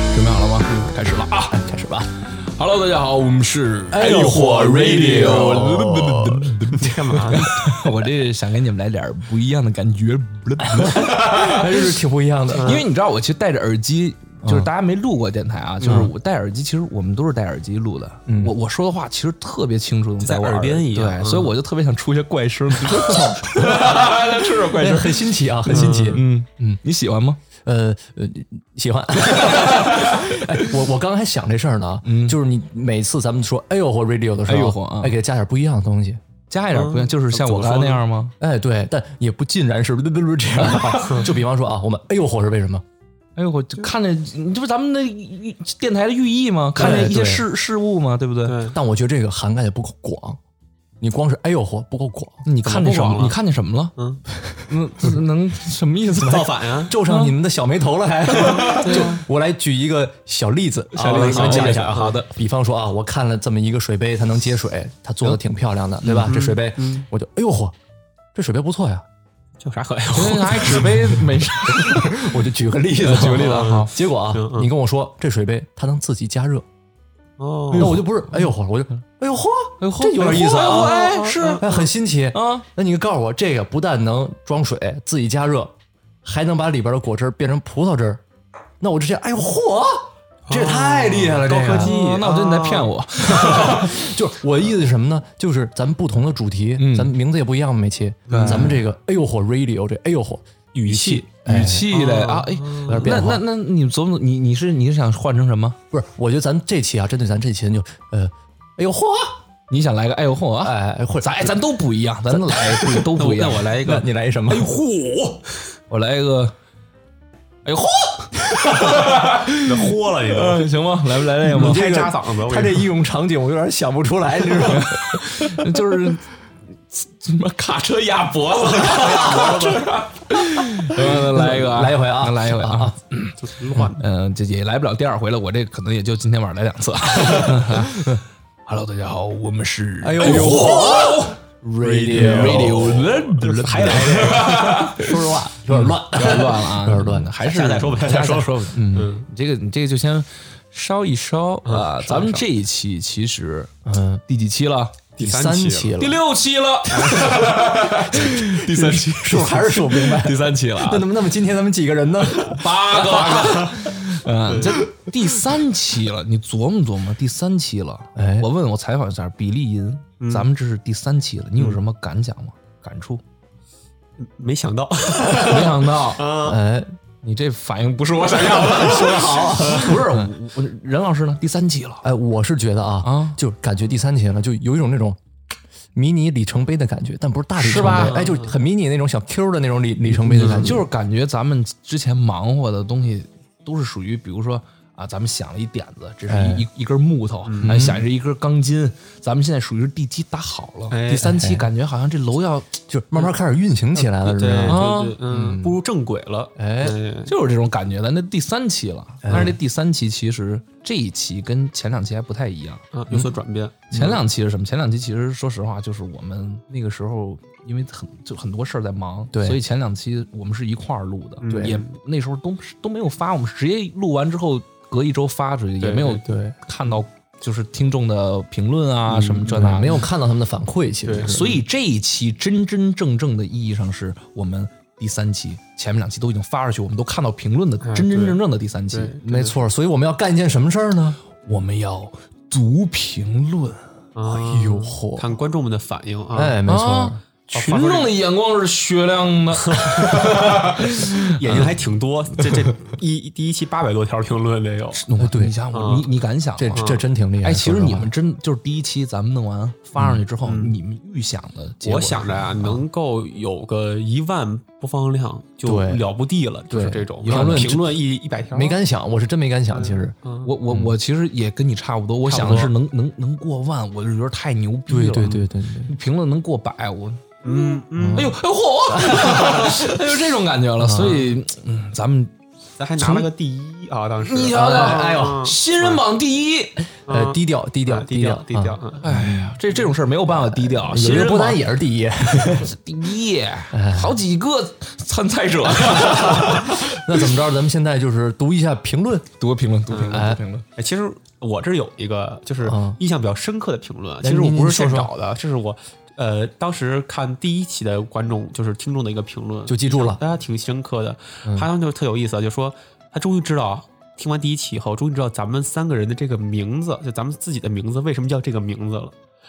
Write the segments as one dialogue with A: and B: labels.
A: 嗯
B: 开始了啊
A: 哎
C: 开始吧。
B: ！Hello，大家好，我们是
C: 哎呦
B: 火
C: 干嘛呢？
A: 我这想跟你们来点儿不一样的感 觉，
C: 还是挺不一样的，
A: 因为你知道，我其实戴着耳机，就是大家没录过电台
C: 嗯
A: 啊，就是我戴耳机，其实我们都是戴耳机录的。我我说的话其实特别清楚，能
C: 在
A: 我
C: 耳边一样嗯
A: 对，所以我就特别想出一些怪声，就说来出点怪
C: 哎
A: 声。
C: 很新奇啊，很新奇。
A: 嗯嗯，你喜欢吗？
C: 呃呃，喜欢。 哎我我刚刚还想这事儿呢，就是你每次咱们说“哎呦嚯 radio” 的时候，
A: 哎呦嚯啊
C: 嗯哎，给加点不一样的东西。
A: 加一
C: 嗯
A: 点不一样，就是像我刚才那样吗？
C: 哎，对，但也不尽然是 这样的 话。就比方说啊，我们“哎呦嚯”是为什么？
A: 哎呦，我就看着你这不是咱们的寓电台的寓意吗？看着一些
C: 对
A: 事事物吗？对不对？
C: 但我觉得这个涵盖的不够广。你光是“哎呦嚯”不够广。
A: 你看见什么？你看见什么了？嗯，能 能什么意思？造反
D: 啊
A: 呀！
C: 皱上你们的小眉头了， 还就我来举一个小例子，小
A: 啊例子
C: 你们讲一下
A: 好
C: 啊。好的，比方说啊，我看了这么一个水杯，它能接水，它做的挺漂亮
A: 嗯
C: 的，对吧？这水杯，我就哎呦嚯，这水杯不错呀，
D: 有啥可爱？
A: 拿一纸杯没事。嗯
C: 我就举个 例子，举个例子啊。结果啊，你跟我说这水杯它能自己加热，
D: 哦，
C: 那我就不是哎呦嚯，我就哎呦嚯，这有点意思啊，
A: 哎呦嚯哎是
C: 哎很新奇
A: 啊。
C: 那你告诉我，这个不但能装水自己加热，还能把里边的果汁儿变成葡萄汁儿，那我直接哎呦嚯！这也太厉害了，这个
D: 高科技
A: 哦那我觉得你在骗我。
C: 就是我的意思是什么呢？就是咱们不同的主题，咱们名字也不一样嘛，每期咱们这个哎呦火 radio 这哎呦火语气
A: 语气嘞啊，哎，
C: 点
A: 那
C: 变化
A: 那那你总你你是你是想换成什么？
C: 不是，我觉得咱这期啊，针对咱这期咱就呃哎呦嚯，
A: 你想来个哎呦嚯啊？
C: 哎哎或者
A: 咱哎咱都不一样，咱们来不都
D: 那
A: 不
D: 我
A: 一样
D: 那。我来一
C: 那
D: 个，
C: 你来一什么？哎呦嚯，
A: 我来一个，哎呦嚯，
E: 豁了你都。
A: 呃行吗？来不来这个吗？
E: 太扎嗓子，我
C: 他
E: 跟你
C: 这
E: 说
C: 应用场景我有点想不出来，你知道吗？
A: 就是什么卡车压脖子，卡车压脖子。呃 来一个啊，
C: 来一回啊
A: 来一回啊
C: 啊。
D: 这怎么换？
A: 嗯，这也来不了第二回了，我这可能也就今天晚上来两次。Hello，大家好，我们是
C: 哎呦嚯
A: ，Radio，还来这个，
C: 说实话有点乱，
A: 有点乱了啊，
C: 有点乱了
A: 还是
E: 下再说吧
A: 下
E: 下再说吧
A: 说吧。嗯，你这个你这个就先烧一烧啊。咱们这一期其实，嗯，第几期了？
C: 第
E: 三期
C: 期了
A: 第，六期 了，
E: 第三期
C: 是不是还是说不明白？
A: 第三期了啊，
C: 那怎么那么今天咱们几个人呢？
A: 八个，嗯，这第三期了，你琢磨琢磨，第三期了。
C: 哎
A: 我问我采访一下比利银，咱们这是第三期了，你有什么感想吗？感触？
D: 没想到，
A: 没想 到
C: 哎，
A: 你这反应不是我想要的，嗯 说的好，啊不是我我任老师呢？第三期了，
C: 哎，我是觉得啊，
A: 啊
C: 就感觉第三期了，就有一种那种迷你里程碑的感觉，但不是大里程
A: 是吧
C: 碑，哎，就是很迷你那种小 Q 的那种里里程碑的感觉，
A: 就是感觉咱们之前忙活的东西都是属于，比如说。啊，咱们想了一点子，这是一、
C: 哎
A: 一一根木头，哎，想着一根钢筋，咱们现在属于是地基打好了。
D: 哎
A: 第三期感觉好像这楼要
C: 就是慢慢开始运行起来了，
D: 对
C: 是不是？
A: 啊
D: 对对，嗯，步入正轨了。
C: 哎，
A: 就是这种感觉的。那第三期了，但是这第三期其实这一期跟前两期还不太一样。
D: 嗯，有所转变。
A: 前两期是什么？前两期其实说实话，就是我们那个时候因为很就很多事儿在忙，
C: 对
A: 所以前两期我们是一块儿录的，
C: 对
A: 也那时候都都没有发，我们直接录完之后隔一周发出去，也没有
C: 对对嗯
A: 看到就是听众的评论啊什么这那
C: 没
A: 有。
C: 有看到他们的反馈，其实
D: 对
C: 是
A: 所以这一期真真正正的意义上是我们第三期，前面两期都已经发出去，我们都看到评论的
C: 哎
A: 真真正正的第三期。
D: 对
C: 没错。所以我们要干一件什么事儿呢？
A: 我们要读评论，
C: 哎呦嚯，
D: 看观众们的反应啊，
C: 哎，没错
A: 啊，群众的眼光是雪亮 的，
D: 眼睛还挺多。这这一第一期八百多条评论得有，
C: 对
A: 哦
C: 啊
A: 你想我，你你敢想
C: 这
A: 吗？
C: 这真挺厉害。
A: 哎，其实
C: 说
A: 你
C: 话嗯
A: 们真就是第一期咱们弄完发上去之后，你们预想的结果
D: 我
A: 是
D: 想着啊，能够有个一万播放量就
C: 对
D: 了不地了，就是
C: 对
D: 这种啊
C: 有
D: 评论
C: 评
D: 评论一一百条
C: 没。敢想，我是真没敢想，其实
A: 我我我其实也跟你差不多，我想的是能能能过万，我就觉得太牛逼了。嗯
C: 对对对对对，
A: 评论能过百，我
D: 嗯嗯，
A: 哎呦哎呦嚯， 哎呦这种感觉了。所以，嗯，咱们
D: 咱还拿了个第一啊，当时
A: 你瞧瞧，
D: 哎
A: 哎
D: 呦
A: 呦，，新人榜第一，
C: 呃，低调低调
D: 低
C: 调
D: 低
C: 啊
D: 调，嗯
A: 哎呀，这这种事儿没有办法低调。
C: 嗯有
A: 新
C: 人
A: 人
C: 不
A: 榜
C: 丹也是第一，
A: 第一，好几个参赛者，
C: 那怎么着？咱们现在就是读一下评论，
A: 读个 评论，读个评论，读
C: 哎
A: 个评论。
D: 哎，其实我这有一个就是
C: 啊
D: 印象比较深刻的评论啊，
C: 来
D: 其实我
C: 您
D: 不是
C: 您
D: 现
C: 说说
D: 找的，这是我呃当时看第一期的观众就是听众的一个评论，
C: 就记住了。嗯
D: 大家挺深刻的。他们就特有意思啊，就说他终于知道，听完第一期以后，终于知道咱们三个人的这个名字，就咱们自己的名字为什么叫这个名字了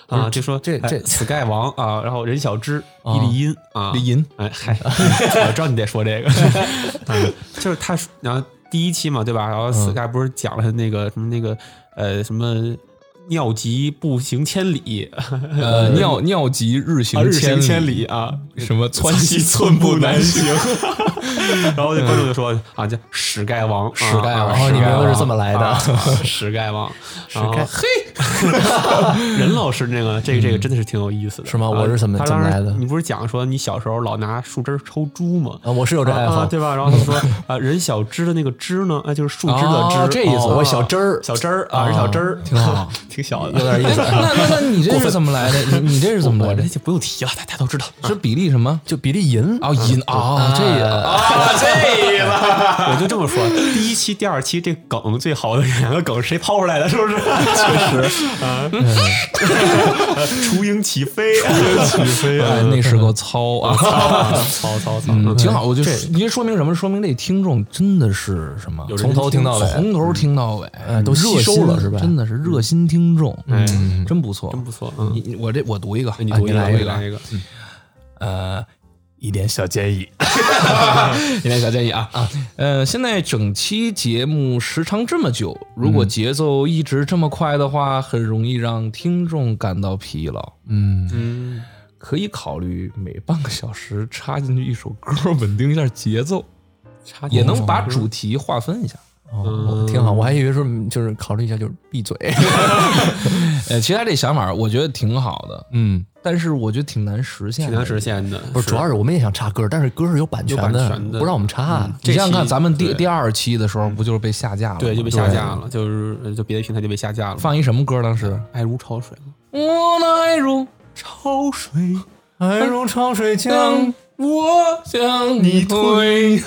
D: 啊？就说
C: 这
D: 哎
C: 这
D: Sky 王啊，然后任小芝、
C: 啊
D: 伊丽音啊，
A: 李银，
D: 哎 嗨，我知道你得说 这个，啊就是他说，然后第一期嘛，对吧？然后
C: 嗯
D: Sky 不是讲了那个什么那个呃什么尿急步行千里，
A: 呃，尿尿急日行
D: 啊日行
A: 千
D: 千里啊，
C: 嗯
A: 什么窜
D: 川
A: 稀
D: 西寸步难行。 然后那观众就说啊，叫屎盖王，啊屎
C: 嗯盖王哦你名字是这么来的
D: 屎啊盖王，然后
C: 盖嗯
D: 嘿，任老师那个这个这个真的是挺有意思的，
C: 是吗
D: 啊
C: 我是怎么
D: 他当时
C: 怎么来的
D: 你不是讲说你小时候老拿树枝儿抽猪吗？
C: 啊，我是有这爱
D: 啊，
C: 好，
D: 对吧？然后他说啊，人小枝的那个枝呢，啊，就是树枝的枝
C: 哦，这意思
D: 啊
C: 我小枝儿
D: 小枝儿啊，人小枝儿，挺好， 挺小的。
A: 那哎那那那你这是怎么来的？你你这是怎么
D: 我
A: 来
D: 这
A: 的？
D: 就不用提了，大家都知道。
A: 是比例什么？
C: 就比利银
A: 哦，银哦，这也
D: 我就这么说，第一期、第二期这梗最好的两个梗谁抛出来的？是不是？确实啊， 雏鹰起飞，雏鹰起 飞
A: 哎那是个糙啊。
D: 曹 操操，
A: 嗯，挺好，我就是您说明什么？说明这听众真的是什么，
C: 从头听到尾
A: 从头听到尾，
C: 都吸
A: 热心
C: 收了是吧
A: 真的是热心听众，嗯，真不错，
D: 真不错。嗯，
A: 你你我这我读一个，
D: 你
A: 啊
D: 读一个，
A: 来
D: 我
A: 一
D: 来一
A: 个，
D: 个，
A: 呃，一点小建议， 一点小建议啊啊，呃，现在整期节目时长这么久，如果节奏一直这么快的话，很容易让听众感到疲劳，
C: 嗯，
D: 嗯，
A: 可以考虑每半个小时插进去一首歌，稳定一下节奏，
D: 插
A: 也能把嗯主题划分一下。
C: 哦挺好。我还以为说就是考虑一下，就是闭嘴。
A: 呃，其实他这想法我觉得挺好的，
C: 嗯，
A: 但是我觉得挺难实现
D: 挺
A: 的，
D: 难实现的，
C: 不是，主要是我们也想插歌，但是歌是有版权
D: 有版
C: 的，
D: 权的
C: 不让我们
A: 嗯
C: 插。啊
A: 你想想看，
D: 期
A: 咱们第
D: 对
A: 第二期的时候不就是被下架了吗？
D: 对，就被下架了，就是就别的平台就被下架了。
A: 放一什么歌当时？
D: 爱如潮水吗？
A: 我的爱如
D: 潮水，
A: 哎
C: 爱如潮水
A: 江，我向你推。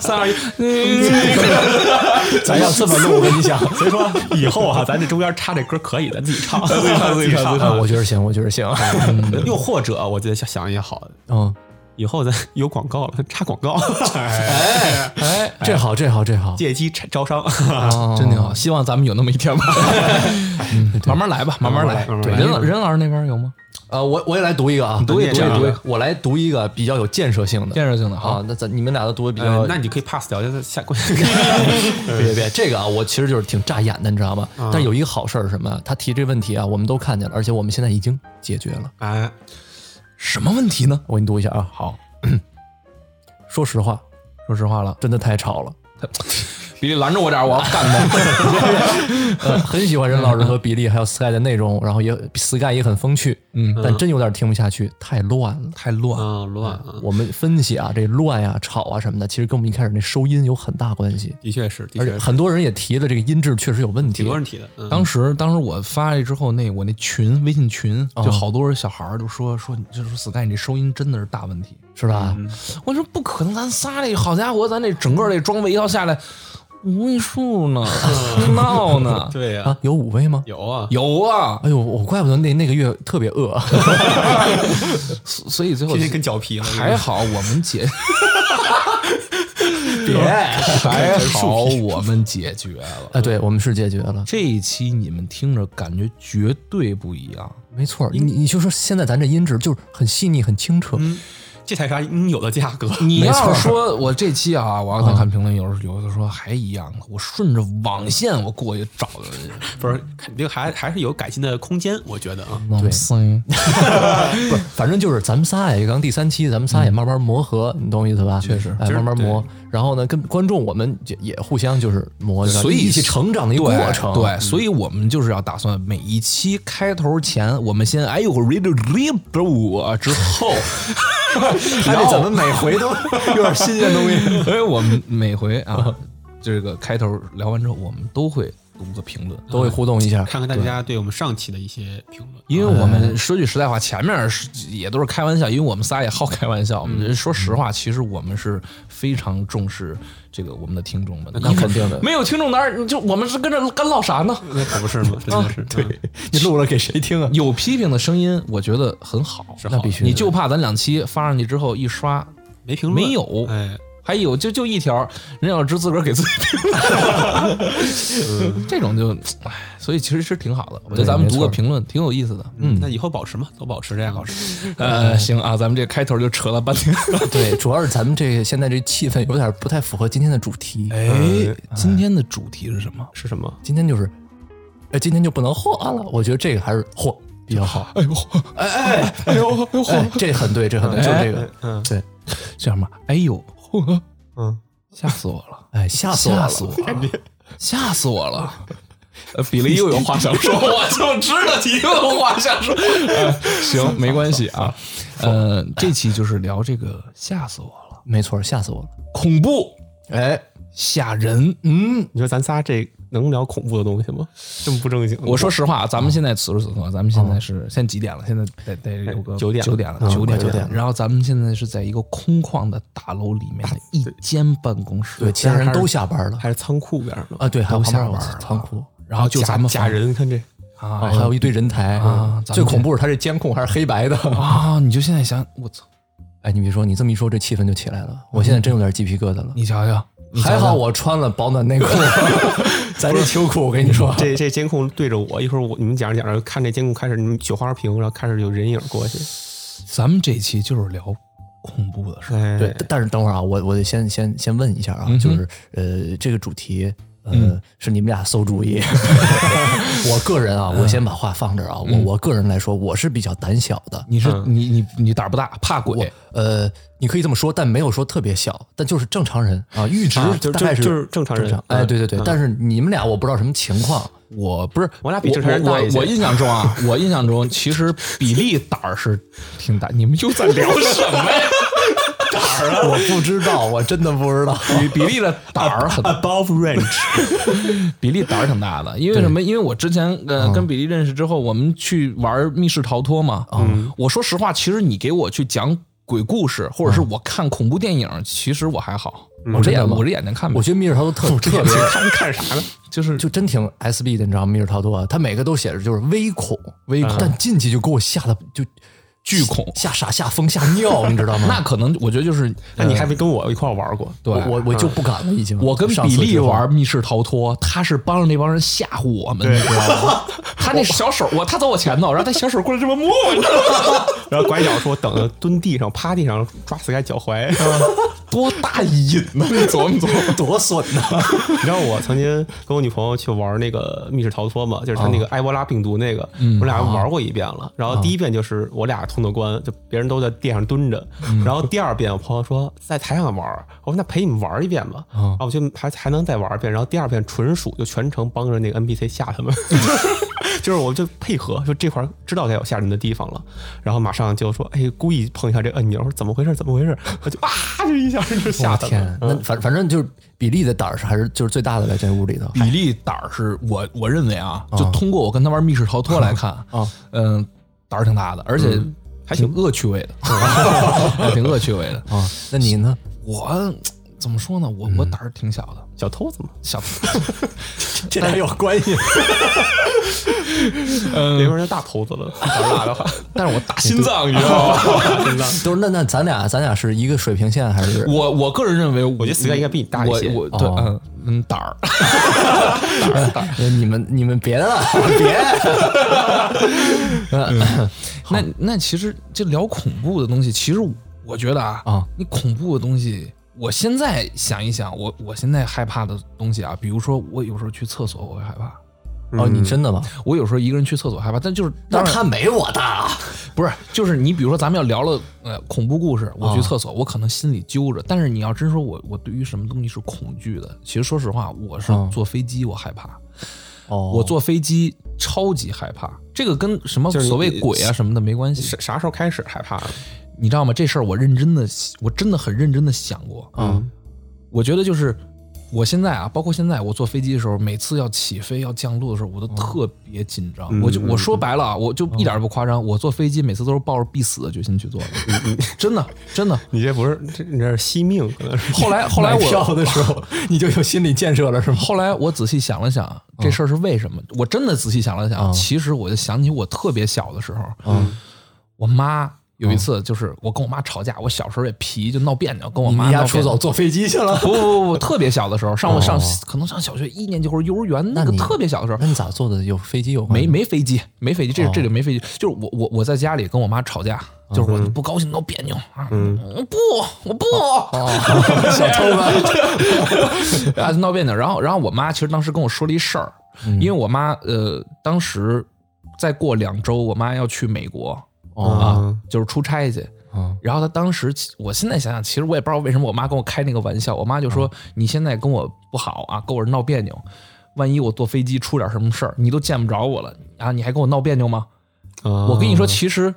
A: 三二一，
C: 咱要这么录，我跟你讲，
D: 所以说以后啊，咱这中间插这歌可以的，自己唱，自己唱，自己 唱。
C: 啊我觉得行，我觉得行。
A: 哎
D: 又或者，我觉得想想一个好的，
C: 嗯，
D: 以后咱有广告了，插广告，
C: 哎，这好，这好，这好，哦
D: 借机插招商。
A: 哎真挺好。希望咱们有那么一 天吧，嗯慢慢来吧，慢慢来。
D: 慢慢来
A: 对，任
D: 慢慢来
A: 老任老师那边有吗？
C: 嗯呃，我我也来读一个啊，
D: 读一个
C: 这样
D: 读一
C: 吧
D: 个
C: 我来读一个比较有建设性的。
A: 建设性的，好
C: 啊，，那咱你们俩都读的比较
D: 呃，那你可以 pass 掉，就是下关。嗯
C: 别别，这个啊，我其实就是挺扎眼的，你知道吗？但有一个好事儿是什么？他提这问题啊，我们都看见了，而且我们现在已经解决了。
D: 哎，
A: 什么问题呢？
C: 我给你读一下啊。好， 说实话，
A: 说实话了，
C: 真的太吵了。
A: 比利拦着我点儿，我要干他。
C: 呃，很喜欢任老师和比利还有 Sky 的内容，然后也 Sky 也很风趣，
A: 嗯，
C: 但真有点听不下去，太乱了。嗯
A: 太乱了，
D: 啊，乱啊，
C: 我们分析啊，这乱呀、吵啊什么的，其实跟我们一开始那收音有很大关系，
D: 的确是，的
C: 而
D: 确
C: 且
D: 是，
C: 很多人也提了，这个音质确实有问题
D: 挺。多人提的。嗯，，
A: 当时当时我发了之后，那我那群微信群就好多人小孩儿就说说，就说 Sky 你这收音真的是大问题。
C: 是吧？
A: 我说不可能，咱仨这好家伙，咱这整个这装备一套下来五位数呢， 闹呢
D: 对呀，
C: 啊，有五位吗？
D: 有啊，
A: 有啊，
C: 哎呦，我怪不得那那个月特别饿。
A: 所所以最后
D: 天天跟脚皮了，
A: 还好我们解，
C: 别，
A: 还好我们解决了。
C: 哎， 对我们是解决了，
A: 这一期你们听着感觉绝对不一样，
C: 没错儿。你你就说现在咱这音质就是很细腻、很清澈，
D: 这才是它应有的价格。
A: 你要是说我这期啊，我要再看评论，有有的说还一样，我顺着网线我过去找的人，
D: 不是，肯定还还是有改进的空间，我觉得啊。
A: 对，
C: 不是，反正就是咱们仨也刚第三期，咱们仨也慢慢磨合，你懂我意思吧？确实，哎，
D: 其实
C: 慢慢磨。然后呢，跟观众我们也也互相就是磨，
A: 所以
C: 一起成长的一个过程。
A: 对，对所以我们就是要打算每一期开头前，我们先哎呦 read read 我之 后，
C: 哎，怎么每回 都有点
A: 哎
C: 新鲜东西？
A: 所以我们每回啊，这个开头聊完之后，我们都会读个评论，
C: 都会互动一下。
D: 看看大家对我们上期的一些评论。
A: 因为我们说句实在话，前面是也都是开玩笑，因为我们仨也好开玩笑。我们说实话，其实我们是非常重视这个我们的听众们的。那
C: 肯定的
A: 没有听众哪儿你就我们是跟着干唠啥呢？
D: 那可不是 吗？真的是嗯对，
C: 你录了给谁听啊？
A: 有批评的声音，我觉得很好，
C: 那必须的
A: 你就怕咱两期发上去之后一刷，
D: 没评论，
A: 没有
D: 哎，
A: 还有就就一条，任小芝自个儿给自己评论， 这种就唉，所以其实是挺好的。我觉得咱们读个评论挺有意思的。
D: 嗯，那以后保持嘛，都保持这样，保持。
A: 呃，行啊，咱们这开头就扯了半天。
C: 对，主要是咱们这个现在这气氛有点不太符合今天的主题。
A: 哎，今天的主题是什么？
D: 是什么？
C: 今天就是，呃，今天就不能嚯啊了。我觉得这个还是嚯比较好。
A: 哎呦，哎哎哎呦，哎呦，
C: 哎，这很对，这很对，就这个，
D: 嗯
C: 对，
A: 这样吧，哎呦，嚯，
D: 嗯，
A: 吓死我了，
C: 哎，吓死我
A: 吓
C: 了！
A: 死我 了，吓死我了。呃，比利又有话想说， 我就知道你又有话想说。呃 行，没关系啊。呃，这期就是聊这个，吓死我了。
C: 没错，吓死我了！
A: 恐怖、
C: 哎，
A: 吓人。
C: 嗯，
D: 你说咱仨这能聊恐怖的东西吗？这么不正经，
A: 我说实话，啊
D: 嗯
A: 咱们现在此时此刻，咱们现在是现在几点了？现在得得有个
D: 哎九点了
A: 九点了，
D: 嗯
A: 九点
D: 快九点
A: 了。然后咱们现在是在一个空旷的大楼里面
D: 啊
A: 的一间办公室，
C: 对，其他人都下班了
D: 还是仓库边儿呢。
C: 啊，对，还有
A: 都
C: 旁
A: 下
C: 边
A: 班
C: 有
A: 了
C: 仓库，
A: 啊然后就
D: 假
A: 咱们
D: 假人，看这
C: 啊，
A: 啊
C: 还有一堆人台
A: 啊咱们
C: 最恐怖是他这监控还是黑白 的。
A: 啊！你就现在想，我操，
C: 哎，你别说，你这么一说，这气氛就起来了。我现在真有点鸡皮疙瘩了。
A: 嗯你瞧瞧，你瞧
C: 还
A: 瞧
C: 好我穿了保暖 内裤，咱这秋裤，我跟你说，
D: 这这监控对着我，一会儿我你们讲着讲着，看这监控开始，你们雪花屏，然后开始有人影过去。
A: 咱们这期就是聊恐怖的事儿。
D: 哎，嗯
C: 对，但但是等会儿啊，我我得先先先问一下啊，就是呃，这个主题。呃，是你们俩馊主 意。我个人
D: 嗯
C: 啊，我先把话放这儿啊。我我个人来说，我是比较胆小的。
A: 你
D: 嗯
A: 是你你你胆儿不大，怕鬼，
C: 呃，你可以这么说，但没有说特别小，但就是正常人啊，阈值
D: 啊就
C: 大概
D: 就是就是正常人
C: 哎，
D: 嗯
C: 对对对，
D: 嗯
C: 但是你们俩我不知道什么情 况，
A: 我不是
D: 我俩比正常人
A: 我
D: 大一些
A: 我我印象中啊，我印象中其实比利胆儿是挺大。你们又在聊什么 呀？
C: 我不知道，我真的不知道。
A: 比比利的胆儿很，
D: above range，
A: 比利胆儿挺大的。因为什么？因为我之前
C: 嗯
A: 呃跟比利认识之后，我们去玩密室逃脱嘛。
C: 嗯
A: 我说实话，其实你给我去讲鬼故事，或者是我看恐怖电影，其实我还好。我这眼
C: 嗯真的吗
A: 我这眼睛看不
C: 我觉得密室逃脱特特别，
D: 看看啥呢？
A: 就是
C: 就真挺 SB 的，你知道吗？密室逃脱啊，它每个都写着就是微恐，微恐，但进去就给我吓得就
A: 嗯巨恐。
C: 吓傻、吓疯、吓尿，你知道吗？哎
A: 那可能我觉得就是
D: 那你还没跟我一块儿玩过？
A: 对嗯
C: 我我就不敢了，已经。
A: 我跟
C: 上
A: 比
C: 次
A: 利
C: 之后，
A: 玩密室逃脱，他是帮着那帮人吓唬我们，你知道吗？他那小手，我他走我前头，然后他小手过来这么摸我，你知道吗
D: 然后拐角说等蹲地上趴地上抓死该脚踝。
A: 多大一瘾呢？你走，你走。
C: 多损 呐！
D: 你知道我曾经跟我女朋友去玩那个密室逃脱嘛，就是他
C: 啊
D: 那个埃博拉病毒那个，
C: 嗯
D: 我俩玩过一遍了。然后第一遍就是我俩通的关，就别人都在地上蹲着。
C: 嗯
D: 然后第二遍我朋友说在台上玩，我说那陪你们玩一遍吧。啊，我就还还能再玩一遍。然后第二遍纯属就全程帮着那个 NPC 吓 他们，就是我就配合，就这块儿知道该有吓人的地方了，然后马上就说哎，故意碰一下这按钮，我说怎么回事？怎么回事？我就啊，就一下就吓
C: 我
D: 他
C: 天
A: 嗯
D: 们，。
C: 那反反正就是比利的胆儿是还是就是最大的在这屋里头。
A: 比利胆儿是我我认为啊，就通过我跟他玩密室逃脱来看，
C: 啊
A: 嗯，胆儿挺大的，而且还挺恶趣味的，还挺恶趣味的。
C: 啊，那 你呢？
A: 我怎么说呢？我我胆儿挺小的，
D: 小偷子嘛，
A: 小
C: 这俩有关 系？
D: 那边人大头子了，胆儿大的话。
A: 但是我大心脏，你知道吗？
C: 都是那那咱俩咱俩是一个水平线还是？
A: 我我个人认为，我
D: 我觉得 Sky 应该比你大一些
A: 我我对，嗯
C: 哦
A: 嗯，胆儿。
C: 呃 你们你们别了， 别。
A: 嗯
C: 嗯
A: 那那其实这聊恐怖的东西，其实我觉得啊，
C: 啊
A: 你恐怖的东西，我现在想一想，我我现在害怕的东西啊，比如说我有时候去厕所我会害怕，
C: 哦，你真的吗？
A: 我有时候一个人去厕所害怕，但就是
C: 那
A: 当然
C: 他没我大啊。
A: 不是，就是你比如说咱们要聊了呃恐怖故事，我
D: 哦
A: 去
C: 啊
A: 厕所，我可能心里揪着，但是你要真说我我对于什么东西是恐惧的，其实说实话，我是
D: 哦
C: 嗯
A: 坐飞机我害怕，
C: 哦，
A: 我坐飞机超级害怕，这个跟什么
D: 就是你
A: 所谓鬼啊什么的没关系，
D: 啥啥时候开始害怕啊的？
A: 你知道吗？这事儿我认真的，我真的很认真的想过。
C: 嗯，
A: 我觉得就是我现在啊，包括现在我坐飞机的时候，每次要起飞要降落的时候，我
C: 嗯
A: 都特别紧张。我就我说白了啊，我就一点儿都不夸张，我坐飞机每次都是抱着必死的决心去坐的，
C: 嗯
A: 真的真的。
D: 你这不是这你这是惜命，可能是
A: 后来后来
C: 买票
A: 我
C: 的时 候你就有心理建设了是吗？
A: 后来我仔细想了想，这事儿是为什么？
C: 嗯
A: 我真的仔细想了想，其实我就想起我特别小的时候，
C: 嗯
A: 我妈。有一次，就是我跟我妈吵架，我小时候也皮，就闹别扭，跟我妈
C: 你
A: 闹
C: 家
A: 别
C: 出
A: 扭
C: 走坐飞机去了？
A: 不不不不，特别小的时候，上我上
C: 哦
A: 可能上小学一年级或者幼儿园 那个
C: 你
A: 特别小的时候
C: 那，你咋坐的？有飞机有
A: 没没飞机，没飞机，这这里没飞机，就是我我我在家里跟我妈吵架，就是我不高兴闹别扭啊，我不我不， 小偷吧， 啊闹别扭，然后然后我妈其实当时跟我说了一事儿，因为我妈呃当时再过两周我妈要去美国啊，就是出差去。然后她当时，我现在想想，其实我也不知道为什么我妈跟我开那个玩笑。我妈就说：“
C: 嗯
A: 你现在跟我不好啊，跟我闹别扭，万一我坐飞机出点什么事儿，你都见不着我了啊！你还跟我闹别扭吗？
D: 啊
A: 我跟你
C: 嗯
A: 说，其实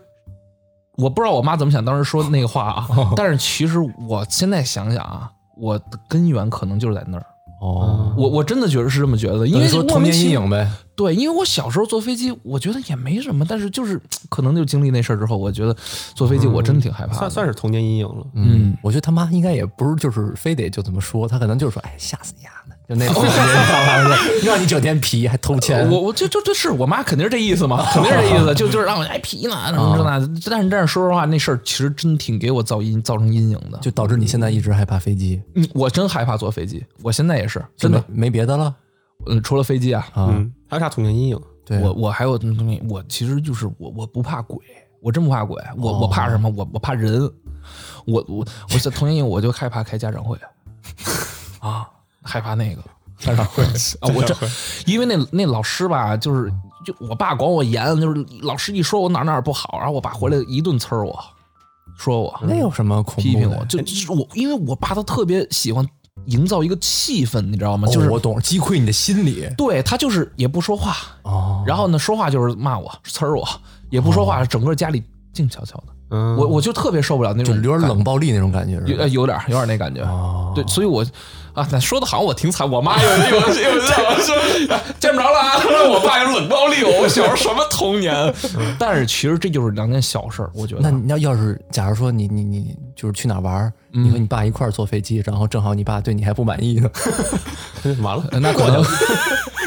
A: 我不知道我妈怎么想，当时说那个话啊，
C: 哦
A: 但是其实我现在想想啊，我的根源可能就是在那儿。
D: 啊
C: 哦，
A: 我我真的觉得是这么觉得的，因
C: 等于
A: 为
C: 说
A: 莫
C: 童
A: 名
C: 年
A: 其
C: 阴影呗。
A: 对，因为我小时候坐飞机，我觉得也没什么，但是就是可能就经历那事儿之后，我觉得坐飞机我真的挺害怕的。
D: 算算是童年阴影了。
A: 啊
C: 嗯，我觉得他妈应该也不是就是非得就这么说，他可能就是说，哎，吓死你丫的，就那 种感觉，让你整天皮还偷钱。
A: 我我就就这是我妈肯定是这意思嘛，肯定是这意 思，就就是让我挨批呢，什么这那的。但是但是说实话，那事儿其实真挺给我造阴造成阴影的。
C: 就导致你现在一直害怕飞机，
A: 嗯，我真害怕坐飞机，我现在也是真的。
C: 就没没别的了
A: 嗯，除了飞机啊，
C: 啊？
D: 嗯，还有啥童年阴影？
C: 对，
A: 我我还有东西，我其实就是我我不怕鬼，我真不怕鬼，我、我怕什
C: 哦
A: 么？我我怕人，我我我在童年阴影我就害怕开家 长会，啊，害怕那个家长 会啊，我这 因为那那老师吧，就是就我爸管我严，就是老师一说我哪儿哪儿不好，然后我爸回来一顿呲儿我，说我
C: 那嗯有什么恐怖的？
A: 批评我，就就是我因为我爸他特别喜欢营造一个气氛，你知道吗？
C: 哦
A: 就是、
C: 我懂，击溃你的心理
A: 对他就是也不说话，
C: 哦。
A: 然后呢，说话就是骂我、呲儿我，也不说话，整个家里静悄悄的。
D: 嗯，
A: 我我就特别受不了那
C: 就
A: 种
C: 有点
A: 感觉，
C: 冷暴力那种感觉，是
A: 有
C: 吧
A: 呃有点儿有点儿那感觉。
C: 哦
A: 对，所以我啊，咱说的好像我挺惨，我妈有有有有说见不着了啊，说我爸有冷暴力，我小时候什么童年？但是其实这就是两件小事儿，我觉
C: 那
A: 得。
D: 嗯
C: 你要要是假如说你你你就是去哪儿玩儿，你和
D: 嗯
C: 你爸一块儿坐飞机，然后正好你爸对你还不满意呢，
D: 完了，
A: 呃那可能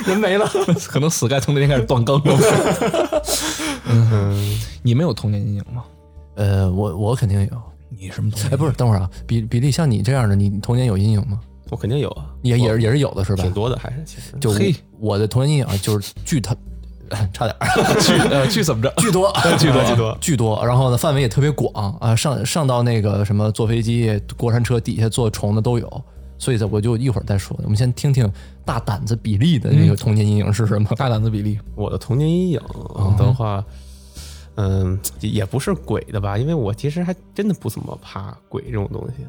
C: 人没了。
A: 可能 Sky 从那天开始断更了。嗯，你们有童年阴影吗？
C: 呃，我我肯定有。
A: 你什么童
C: 哎，
A: 年？
C: 不是，等会儿啊，比比利，像你这样的，你童年有阴影吗？
D: 我肯定有啊，
C: 也也是也是有的，是吧
D: 挺？多的，还是其实
C: 就我
A: 嘿
C: 我的童年阴影啊就是巨他， 差点儿
A: 剧呃剧怎么着？
C: 巨多
D: 巨多巨多，
C: 巨多，然后呢范围也特别广啊，上上到那个什么坐飞机、过山车底下坐虫的都有，所以这我就一会儿再说。我们先听听大胆子比利的那
D: 嗯
C: 个童年阴影是什么？
A: 大胆子比例，
D: 我的童年阴影
A: 啊
D: 的话，嗯，也也不是鬼的吧，因为我其实还真的不怎么怕鬼这种东西，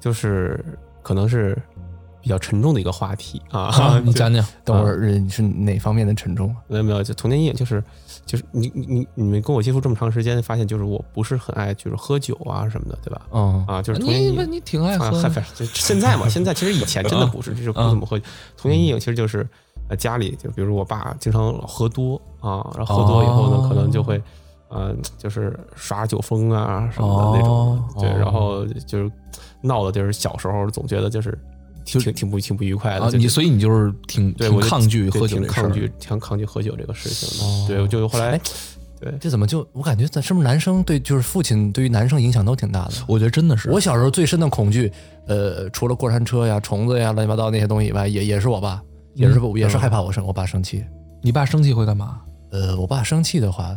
D: 就是可能是比较沉重的一个话题啊。
A: 你讲讲。
C: 等会儿呃是哪方面的沉重啊？
D: 没有没有，就童年阴影就是就是你你你你们跟我接触这么长时间，发现就是我不是很爱就是喝酒啊什么的，对吧？
C: 嗯，
D: 啊，就是童年
A: 你
D: 阴
A: 不
D: 影。
A: 你挺爱
D: 啊，
A: 喝
D: 嗨反正现在嘛，现在其实以前 真的不是，就是不怎么喝酒。童年阴影其实就是，呃，家里就比如说我爸经常老喝多啊，然后喝多以后呢，可能就会，呃，就是耍酒疯啊什么的那种
C: 哦，
D: 对，然后就是闹的，就是小时候总觉得就是挺挺挺不挺不愉快
A: 啊
D: 的，！就
A: 你所以你就是挺
D: 对
A: 挺
D: 我就
A: 抗拒
D: 对
A: 喝酒
D: 挺
A: 这事儿哦
D: 抗拒，挺抗拒喝酒这个事情的。对，我就后来
C: 哎这怎么就我感觉咱是不是男生对就是父亲对于男生影响都挺大的？
A: 我觉得真的是
C: 我小时候最深的恐惧，呃，除了过山车呀、虫子呀、乱七八糟那些东西以外，也也是我爸，也
A: 嗯
C: 是、也是害怕我生我爸生气。
A: 你爸生气会干嘛？
C: 呃，我爸生气的话，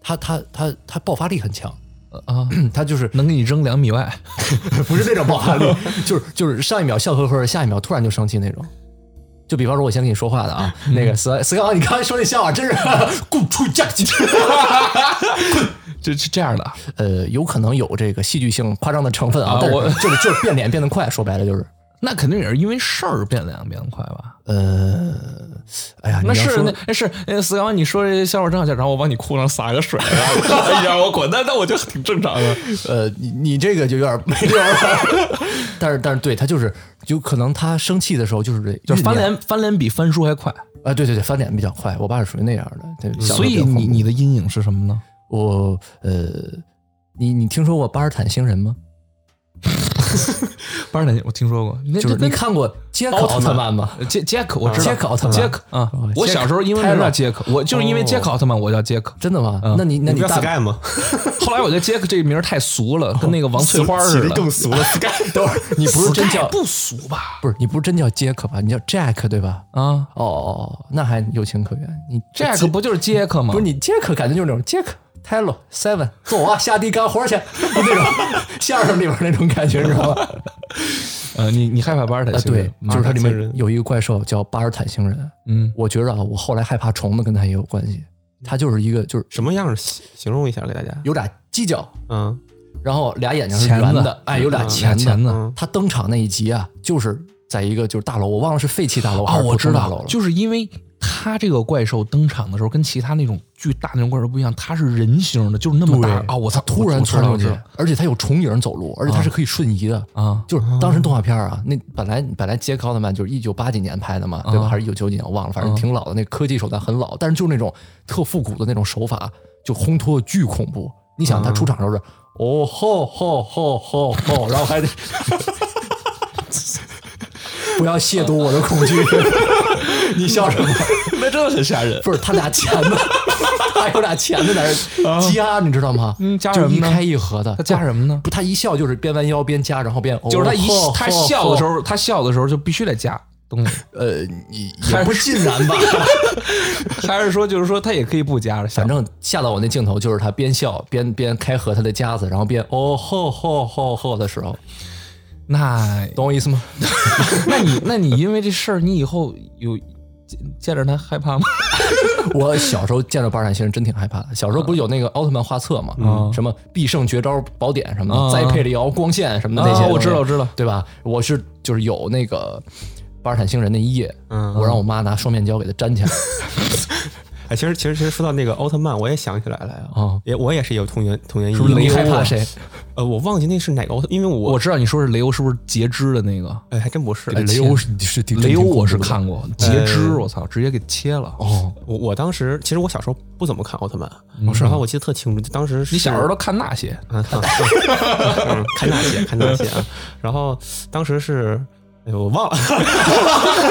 C: 他他他他爆发力很强，
A: 呃啊，
C: 他就是
A: 能给你扔两米外？
C: 不是那种爆发力， 就是就是上一秒笑呵呵，下一秒突然就生气那种。就比方说，我先跟你说话的啊，
A: 嗯
C: 那个死死刚，你刚才说那笑话真是给我出家去。
A: 这是这样的，
C: 呃，有可能有这个戏剧性夸张的成分啊，
A: 啊
C: 但是
A: 我
C: 就是就是变脸变得快，说白了就是，
A: 那肯定也是因为事儿变两变快吧？
C: 呃，哎呀，你
A: 那
C: 要
A: 是
C: 说
A: 那那是呃，思刚，你说这笑话真好笑，然后我往你裤上撒个水， 然后你让我滚，那那我就挺正常的。
C: 呃，你你这个就有点没溜了。 但是但是，对他就是，就可能他生气的时候就是这
A: 就是翻
C: 酝酿
A: 脸翻脸比翻书还快，
C: 啊，对对对，翻脸比较快。我爸是属于那样的，对小时候
A: 所
C: 比
A: 以
C: 较
A: 你
C: 疯
A: 你的阴影是什么呢？
C: 我呃，你你听说过巴尔坦星人吗？
A: 巴尔坦，我听说过，那
C: 就是
A: 那
C: 你看过杰克
A: 奥
C: 奥特曼吗？
A: 杰杰克，我知道
C: 杰克奥特曼
A: 杰克啊
C: 哦，
A: 我
C: 杰克
A: 小时候英文名叫杰克，我就是因为杰克奥特曼，我叫杰克。
C: 真的吗？
A: 嗯
C: 那你那
D: 你
C: 你
D: 不叫
C: 大
D: Sky 吗？
A: 后来我觉得杰克这个名儿太俗了， 跟那个王翠花
D: 起
A: 似
D: 的
A: 的。
D: 更俗了，Sky 都是
C: 你不是真叫
A: 不俗吧？
C: 不是你不是真叫杰克吧？你叫 Jack 对吧？
A: 啊
C: 哦哦，哦，那还有情可原。你
A: ，Jack 不就是杰克吗？
C: 不是你杰克，感觉就是那种杰克。Hello Seven，走啊，下地干活去，就那种相声里边那种感觉，你知道吧？
A: 呃，你你害怕巴尔坦
C: 啊，
A: 星人
C: 对，
A: 吗？
C: 就是它里
D: 马尔坦
C: 面
D: 星人
C: 有一个怪兽叫巴尔坦星人，
A: 嗯，
C: 我觉着啊，我后来害怕虫子跟它也有关系，它就是一个就是
D: 什么样儿？形形容一下给大家。
C: 有俩犄角，
D: 嗯，
C: 然后俩眼睛是
A: 钳子
C: 圆的，哎，有俩
A: 嗯
C: 钳
A: 俩钳子
C: 子。他登场那一集啊，就是在一个就是大楼，我忘了是废弃大楼
A: 啊，
C: 还是
A: 我
C: 普
A: 知
C: 通大
A: 道
C: 楼了。
A: 就是因为他这个怪兽登场的时候跟其他那种巨大那种怪兽不一样，它是人形的，就是那么
C: 对
A: 大啊！我操，
C: 突然
A: 我知道
C: 窜上去
A: 我知道，
C: 而且它有重影走路，而且它是可以瞬移的。
A: 啊，
C: 就是当时动画片啊，那本来本来杰克奥特曼就是一九八几年拍的嘛，对吧？
A: 啊
C: 还是一九九几年，我忘了，反正
A: 啊
C: 挺老的，那科技手段很老，但是就是那种特复古的那种手法，就烘托巨恐怖。你想他
A: 啊
C: 出场的时候是哦吼吼吼吼吼，然 后还得 不要亵渎我的恐惧， 你笑什么？
A: 那真的很吓人。
C: 不是他俩钳子，他有俩钳子在那儿夹，你知道吗？
A: 啊嗯夹
C: 就
A: 什么
C: 一
A: 呢
C: 开一合的，
A: 他夹什么呢
C: 不，他一笑就是边弯腰边夹，然后边
A: 就是他一
C: 哦吼
A: 他笑的时
C: 吼
A: 候，他笑的时候就必须得加东 西，
C: 吼呃，你也不尽 然吧。
A: 还是说就是说他也可以不加了？
C: 反
A: 正
C: 正吓到我那镜头就是他边笑边边开合他的夹子，然后边哦吼吼吼吼的时候，
A: 那
C: 懂我意思吗？
A: 那你那你因为这事儿，你以后有见见着他害怕 吗？
C: 我小时候见到巴尔坦星人真挺害怕的。小时候不是有那个奥特曼画册嘛，什么必胜绝招宝典什么的，
A: 嗯
C: 再配了一敖光线什么的那些、
A: 啊我知道我知道，
C: 对吧？我是就是有那个巴尔坦星人那一页，
D: 嗯
C: 我让我妈拿双面胶给它粘起来。
D: 哎，其实其实其实说到那个奥特曼，我也想起来了呀。
C: 哦
D: 也我也是有童年童年阴
C: 是不是
D: 影
C: 你
D: 的。
C: 害怕谁？
D: 呃，我忘记那是哪个奥特，因为我
A: 啊我知道你说是雷欧，是不是截肢的那个？
D: 哎还真不是。
A: 雷欧是是雷欧，我是看过截肢，我操，直接给切了。
C: 哦，
D: 我我当时其实我小时候不怎么看奥特曼，然后我记得特清楚，当时
A: 哦你小时候
D: 都
A: 都看那些
D: 啊，看嗯看那些看那些啊，然后当时是哎呦我忘了，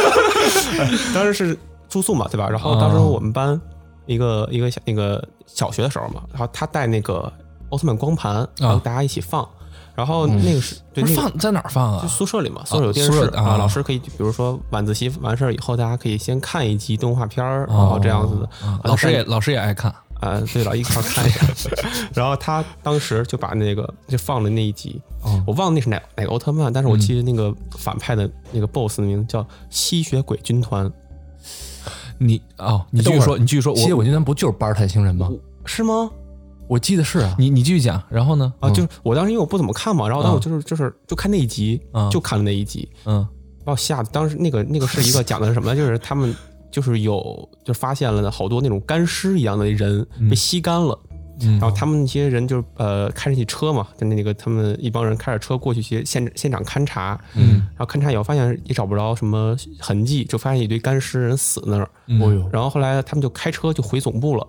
D: 当时是住宿嘛对吧？然后当时我们班一个一个小那个小学的时候嘛，然后他带那个奥特曼光盘，然后大家一起放，然后那个是对
A: 啊嗯不
D: 那
A: 是
D: 个
A: 放在哪儿放
D: 就
A: 啊？
D: 宿舍里嘛，宿舍有电
A: 宿
D: 视
A: 舍啊
D: 老师可以，比如说晚自习完事儿以后，大家可以先看一集动画片儿，然后这样子的。
A: 啊
D: 啊
A: 老师也
D: 但
A: 老师也爱看，
D: 啊，对了，一块儿看一下。然后他当时就把那个就放了那一集，我忘了那是哪哪个奥特曼，但是我记得那个反派的那个 BOSS 的名字叫吸血鬼军团，
A: 你哦，你继续
C: 等会儿
A: 说，你继续说，
C: 吸血
A: 我
C: 鬼军团不就是巴尔坦星人吗？
D: 是吗？
C: 我记得是啊。
A: 你你继续讲，然后呢？
D: 啊，就是我当时因为我不怎么看嘛，然后当时我就是就是就看那一集
A: 啊，
D: 就看了那一集，
A: 嗯
D: 把我哦吓得。当时那个那个是一个讲的是什么呢？就是他们就是有就发现了好多那种干尸一样的人被吸干了，
A: 嗯
D: 然后他们那些人就是呃开着那车嘛，就那个他们一帮人开着车过去去现现场勘察，
A: 嗯，
D: 然后勘察以后发现也找不着什么痕迹，就发现一堆干尸人死那儿。
A: 嗯
C: 哦呦，
D: 然后后来他们就开车就回总部了，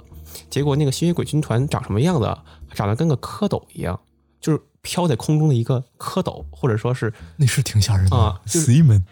D: 结果那个吸血鬼军团长什么样子啊？长得跟个蝌蚪一样，就是飘在空中的一个蝌蚪，或者说是
C: 那是挺吓人的。
D: 啊，呃
E: ，Simon，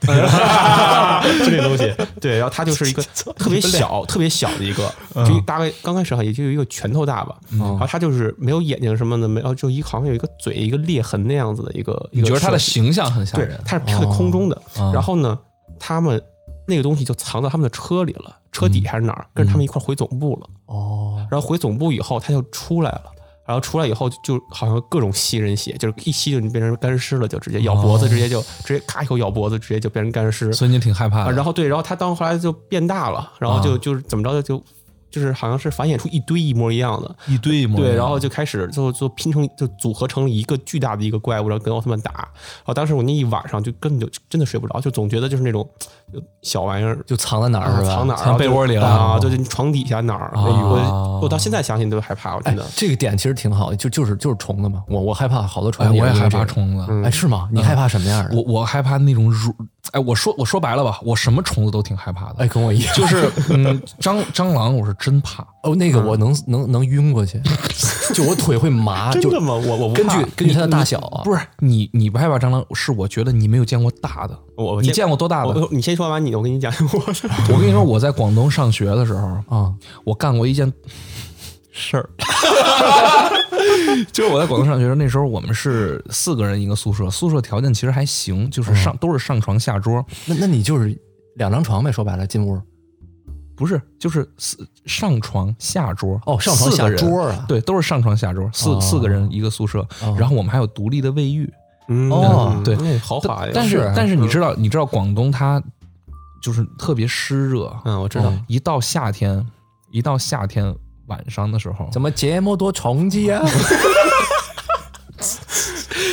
D: 就这东西。对，然后它就是一个特别小、特别小的一个，
A: 嗯
D: 就大概刚开始哈，也就有一个拳头大吧。然后它就是没有眼睛什么的，没有，就一好像有一个嘴、一个裂痕那样子的一个。
A: 你
D: 一个
A: 觉得他的
D: 设计
A: 形象很吓
D: 对
A: 人，？
D: 它是飘在空中的。
A: 哦
D: 然后呢，他们那个东西就藏到他们的车里了，车底
A: 嗯
D: 还是哪儿，跟着他们一块儿回总部了。
C: 哦，
D: 然后回总部以后，他就出来了。然后出来以后就，就好像各种吸人血，就是一吸就变成干尸了，就直接咬脖子，直接就直接咔一口咬脖子，直接就变成干尸。
A: 哦所以你挺害怕
D: 啊，
A: 的。
D: 然后对，然后他当后来就变大了，然
A: 哦
D: 后就、就是怎么着就就是好像是繁衍出一堆一模一样的，
A: 一堆一嗯模一样
D: 对，然后就开始就就拼成就组合成了一个巨大的一个怪物，然后跟奥特曼打。然后当时我那一晚上就根本就真的睡不着，就总觉得就是那种小玩意儿
C: 就藏在哪儿
D: 啊
C: 是吧？
D: 藏哪儿啊？
A: 藏被窝里了
D: 啊，就是你床底下哪儿？哎呦
C: 哦
D: 我我到现在想起都害怕，我真的。
C: 哎这个点其实挺好，就就是就是虫子嘛，我我害怕好多虫
A: 哎，
C: 子、
A: 我也害怕。虫子。
C: 哎，是吗？你害怕什么样的？啊
A: 我我害怕那种蠕，哎，我说我说白了吧，我什么虫子都挺害怕的，
C: 哎，跟我一样。
A: 就是嗯，蟑蟑螂我是真怕，
C: 哦，那个我能能能晕过 去，就我腿会麻。
D: 真
C: 就
D: 的吗？我我不
C: 根
D: 怕
C: 据根据它的大小啊，
A: 不是你你不害怕蟑螂，是我觉得你没有见过大的，
D: 我我
A: 你
D: 见
A: 见过多大的？
D: 我你先说完你的，我跟你讲， 我
C: 哦
D: 是
A: 我跟你说，我在广东上学的时 候，
C: 啊，
A: 我干过一 件事儿， 就是我在广东上学的时候，那时候我们是四个人一个宿舍，宿舍条件其实还行，就是
C: 哦
A: 上、都是上床下桌，
C: 那那你就是两张床呗，说白了进屋
A: 不是就是四上床下桌
C: 哦，上床
A: 四
C: 下
A: 个人
C: 桌啊，
A: 对，都是上床下桌，四、
C: 哦
A: 四个人一个宿舍，
C: 哦
A: 然后我们还有独立的卫浴。
D: 嗯
C: 哦
A: 对
D: 那豪华呀。
A: 但
C: 是啊
A: 但是你知道，你知道广东它就是特别湿热，
D: 嗯，我知
C: 哦
D: 道，
A: 一到夏天，一到夏天晚上的时候，
C: 怎么 这么多虫子啊？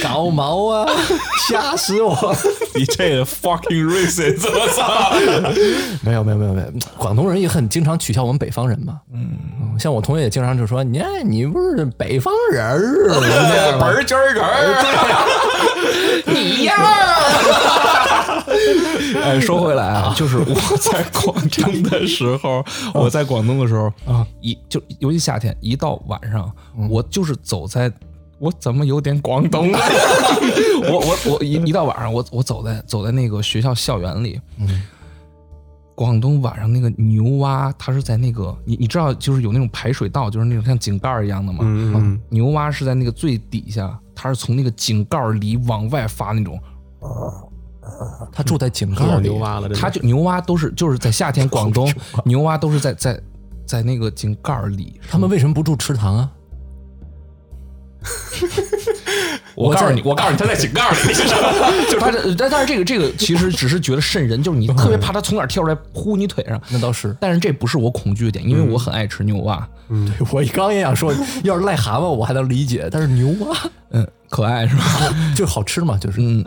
C: 搞毛啊！ 吓死我！
E: 你这个 fucking racist，我操！
C: 没有没有没有没有，广东人也很经常取笑我们北方人嘛。
A: 嗯，
C: 嗯像我同学也经常就说：“你哎你不是北方人儿，啊 这样吗
E: 儿尖儿人儿，
A: 一样。哎，说回来啊，就是我在 广东的时候，我在广东的时候啊，嗯一就尤其夏天，一到晚上，我就是走在。我怎么有点广东啊？ 我我我一一到晚上，我我走在走在那个学校校园里，广东晚上那个牛蛙，它是在那个你你知道，就是有那种排水道，就是那种像井盖儿一样的嘛。
D: 嗯嗯
A: 牛蛙是在那个最底下，它是从那个井盖儿里往外发那种。
C: 他住在井盖
D: 老
C: 儿
D: 牛
C: 里。
D: 蛙了，真的
A: 它就牛蛙都是 就是在夏天，广东牛蛙都是在在在那个井盖儿里。
C: 他们为什么不住池塘啊？
A: 我告诉你，我告诉你，
E: 他在井盖里，
A: 就是它 这，但但是这个这个其实只是觉得瘆人，就是你特别怕它从哪儿跳出来扑你腿上。
C: 那倒是，
A: 但是这不是我恐惧的点，因为我很爱吃牛蛙，
C: 我刚也想说， 要是癞蛤蟆我还能理解，但是牛蛙
A: 嗯，可爱是吧？
C: 就好吃嘛，就是
A: 嗯，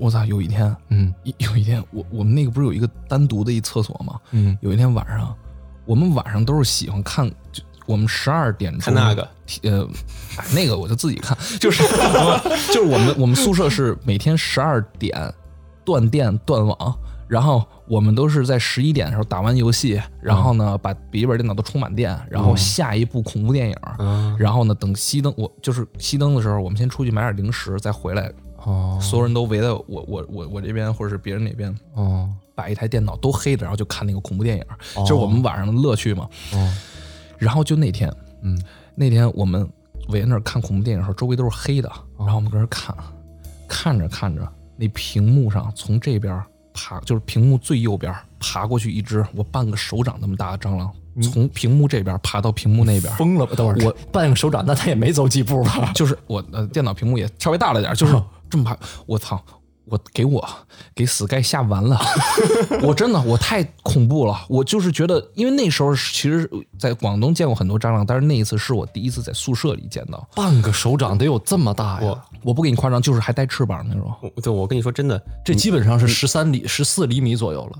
A: 我我操，有一天，
C: 嗯
A: 一有一天，我我们那个不是有一个单独的一厕所吗？
C: 嗯，
A: 有一天晚上，我们晚上都是喜欢看，就我们十二点钟
D: 看那个，
A: 呃，哎那个我就自己看， 就是就是我们我们宿舍是每天十二点断电断网，然后我们都是在十一点的时候打完游戏，然后呢把笔记本电脑都充满电，然
D: 嗯
A: 后下一部恐怖电影，然后呢等熄灯，我就是熄灯的时候，我们先出去买点零食再回来，
C: 哦
A: 所有人都围在我我我我这边或者是别人那边。
C: 哦
A: 摆一台电脑都黑的，然后就看那个恐怖电影，就是我们晚上的乐趣嘛。
C: 哦
A: 然后就那天，
C: 嗯，
A: 那天我们围在那儿看恐怖电影的时候，周围都是黑的，然后我们搁那儿看，看着看着，那屏幕上从这边爬，就是屏幕最右边爬过去一只我半个手掌那么大的蟑螂，从屏幕这边爬到屏幕那边。
C: 疯了吧？等会儿
A: 我
C: 半个手掌，那他也没走几步啊吧？
A: 就是我的电脑屏幕也稍微大了点儿，就是
C: 啊
A: 这么拍。我操！我给我给 Sky 吓完了， 我真的我太恐怖了。我就是觉得，因为那时候其实在广东见过很多蟑螂，但是那一次是我第一次在宿舍里见到。
C: 半个手掌得有这么大呀？
A: 我不给你夸张，就是还带翅膀那种，
D: 我对我跟你说真的，
C: 这基本上是十三厘、十四厘米左右了。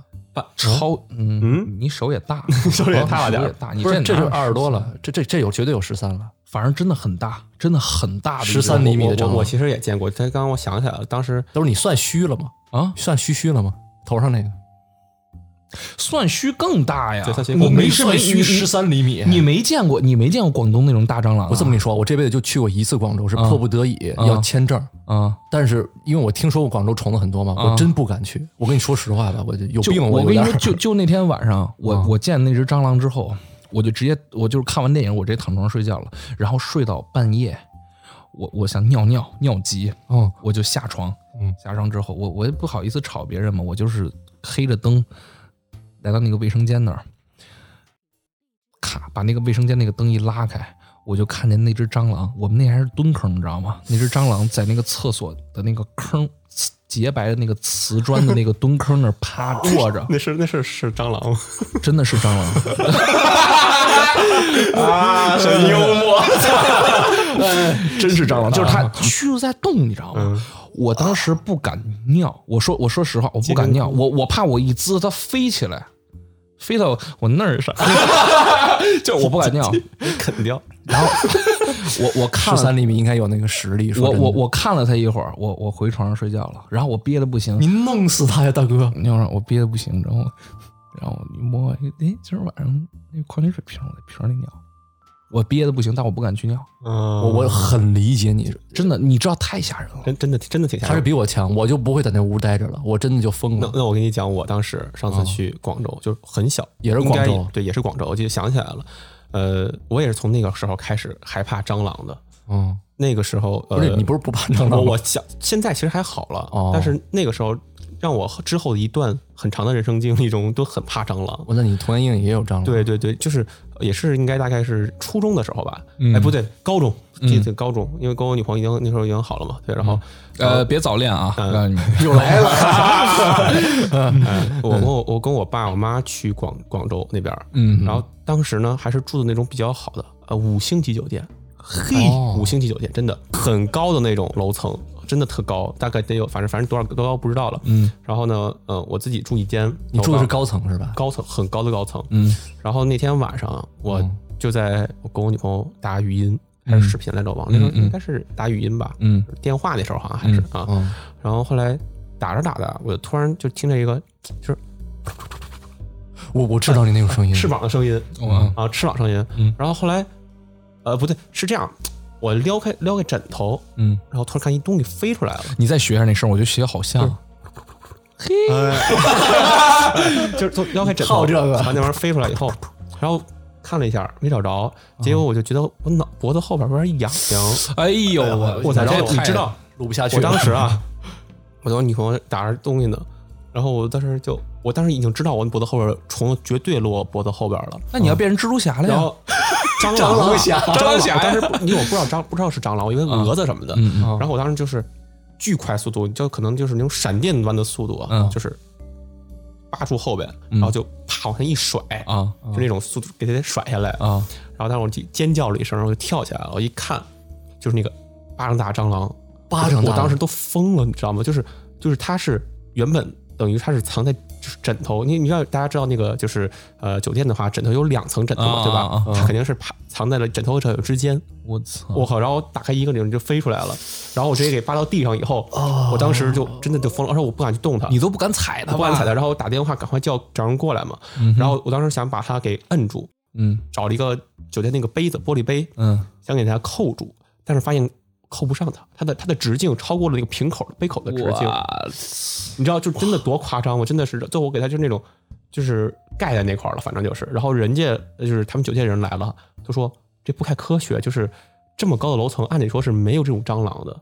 A: 超嗯，你手也 大，手
D: 也大了点儿
A: 也大，你
C: 不是，啊这
A: 这
C: 就
A: 哪
C: 二十多了，这这这有绝对有十三了。
A: 反正真的很大，真的很大的一只
C: 13厘米
D: 我
C: 的蟑
D: 我
C: 螂
D: 我其实也见过，但刚刚我想起来了，当时
C: 都是你算虚了吗？
A: 啊，
C: 算虚虚了吗？头上那个，
A: 算须更大呀
D: 对算！须
A: 你
D: 我没，
A: 没
C: 算虚十
A: 你
C: 三厘米。
A: 你没见过，你没见过广东那种大蟑螂啊？
C: 我这么跟你说，我这辈子就去过一次广州，是迫不得已
A: 嗯
C: 要签证。
A: 啊，
C: 但是因为我听说过广州虫子很多嘛，
A: 啊
C: 我真不敢去。我跟你说实话吧，我就有
A: 就
C: 病，
A: 我啊
C: 有
A: 跟你
C: 点
A: 说，就就那天晚上，我、我见那只蟑螂之后，我就直接我就是看完电影，我直接躺床上睡觉了，然后睡到半夜，我我想尿尿尿急，
C: 嗯
A: 我就下床，
C: 嗯
A: 下床之后，我我也不好意思吵别人嘛，我就是黑着灯来到那个卫生间那儿，咔把那个卫生间那个灯一拉开。我就看见那只蟑螂，我们那还是蹲坑，你知道吗？那只蟑螂在那个厕所的那个坑洁白的那个瓷砖的那个蹲坑那儿趴坐着
D: 那是那是是蟑螂吗？
A: 真的是蟑螂。
D: 啊，真幽默！
A: 真是蟑螂，就是
C: 啊
A: 它蛆就在动，你知道
C: 嗯
A: 吗？我当时不敢尿，我说我说实话，我不敢尿，我我怕我一滋它飞起来，飞到我那儿上， 就我不敢 尿。
D: 啃掉，
A: 然后我我看
C: 十
A: 了
C: 三厘米应该有那个实力。说
A: 我
C: 真的
A: 我我看了它一会儿，我我回床上睡觉了，然后我憋的不行，
C: 您弄死他呀，大哥！
A: 那会儿我憋的不行，然后然后我一摸，哎，今儿晚上那矿泉水瓶我在瓶里尿，我憋的不行，但我不敢去尿，
D: 嗯，
C: 我我很理解你，
A: 真的，你知道太吓人了。
C: 哎
D: 真真的真的挺吓
C: 他
D: 人
C: 是
D: 的。
C: 比我强，我就不会在那屋待着了，我真的就疯
D: 那
C: 了。
D: 那我跟你讲，我当时上次去广州，就是很小，
C: 哦也是
D: 应
C: 广
D: 该
C: 州
D: 对，也是广州，我就想起来了。呃，我也是从那个时候开始害怕蟑螂的。
C: 嗯，
D: 那个时候，呃，
C: 不是你不是不怕蟑
D: 我
C: 螂吗？
D: 我想现在其实还好了，
C: 哦
D: 但是那个时候让我之后的一段很长的人生经历中都很怕蟑螂。
C: 我那你童年阴影也有蟑螂？
D: 对对对，就是也是应该大概是初中的时候吧，
C: 嗯
D: 哎不对，高中，这次高中，因为跟我女朋友已经那时候已经好了嘛，对，然后
C: 嗯
A: 呃，别早恋啊！我告诉你们，
C: 又来 了。嗯
D: 我跟我我跟我爸我妈去广广州那边，嗯，然后当时呢还是住的那种比较好的呃五星级酒店，嘿
C: 哦
D: 五星级酒店真的很高的那种楼层，真的特高，大概得有反正反正多少多高不知道了，嗯，然后呢，呃，我自己住一间，
C: 你住的
D: 我
C: 是
D: 爸
C: 高层是吧？
D: 高层很高的高层，嗯，然后那天晚上我
C: 嗯
D: 就在我跟我女朋友打语音。还是视频来着，我忘了，那时候应该是打语音吧，
A: 嗯，
D: 电话那时候好像还是啊，
C: 嗯嗯，
D: 然后后来打着打着，我突然就听着一个就是
C: 我我知道你那种声音。
D: 翅膀的声音，
A: 嗯
D: 啊，翅膀声音。然后后来，呃，不对，是这样，我撩开撩开枕头，
A: 嗯，
D: 然后突然看一东西飞出来了，
A: 你再学一下那声，我觉得学得好像。啊嘿，
D: 就是从撩开枕头，
C: 靠这个
D: 把那玩意儿飞出来以后，然后看了一下没找着，结果我就觉得我脑脖子后边有点 痒 痒，
A: 哎呦
C: 啊
A: 我，
D: 我操，
A: 然
D: 这
A: 后
D: 你知道，
C: 录不下去
D: 我
C: 了。
D: 当时啊，我跟我女朋友打着东西呢，然后我当时就，我当时已经知道我脖子后边虫绝对落我脖子后边了。
A: 那你要变成蜘蛛侠了
D: 然
A: 呀？
D: 后哎蟑螂啊
C: 侠
D: 蟑螂
A: 侠呀
D: 我当时不因为我不知道蟑 不知道是蟑螂，我以为蛾子什么的。
A: 嗯
D: 然后我当时就是巨快速度，就可能就是那种闪电般的速度啊，
A: 嗯
D: 就是扒住后边，然后就啪往上一甩，
A: 啊
D: 就那种速度给它甩下来。
A: 啊！
D: 然后当时我就尖叫了一声，然后我就跳起来了。我一看，就是那个巴掌大蟑螂，
C: 巴掌大
D: 我当时都疯了，你知道吗？就是就是它是原本等于它是藏在就是枕头，你你知道大家知道那个就是呃酒店的话，枕头有两层枕头嘛，
A: 啊
D: 对吧？
A: 啊
D: 它肯定是爬藏在了枕头和枕头之间。
A: 我操！
D: 我靠！然后打开一个领就飞出来了，然后我直接给扒到地上以后，我当时就真的就疯了，而且我不敢去动它，
A: 你都不敢踩它
D: 我
A: 吧，
D: 不敢踩它，然后我打电话赶快叫找人过来嘛。然后我当时想把它给摁住，
A: 嗯
D: 找了一个酒店那个杯子玻璃杯，
A: 嗯，
D: 想给它扣住，但是发现扣不上它，它的它的直径超过了那个瓶口杯口的直径，
A: 我
D: 你知道就真的多夸张吗？真的是，最后我给他就是那种就是盖在那块儿了，反正就是。然后人家呃就是他们酒店人来了，就说这不太科学，就是这么高的楼层，按理说是没有这种蟑螂的，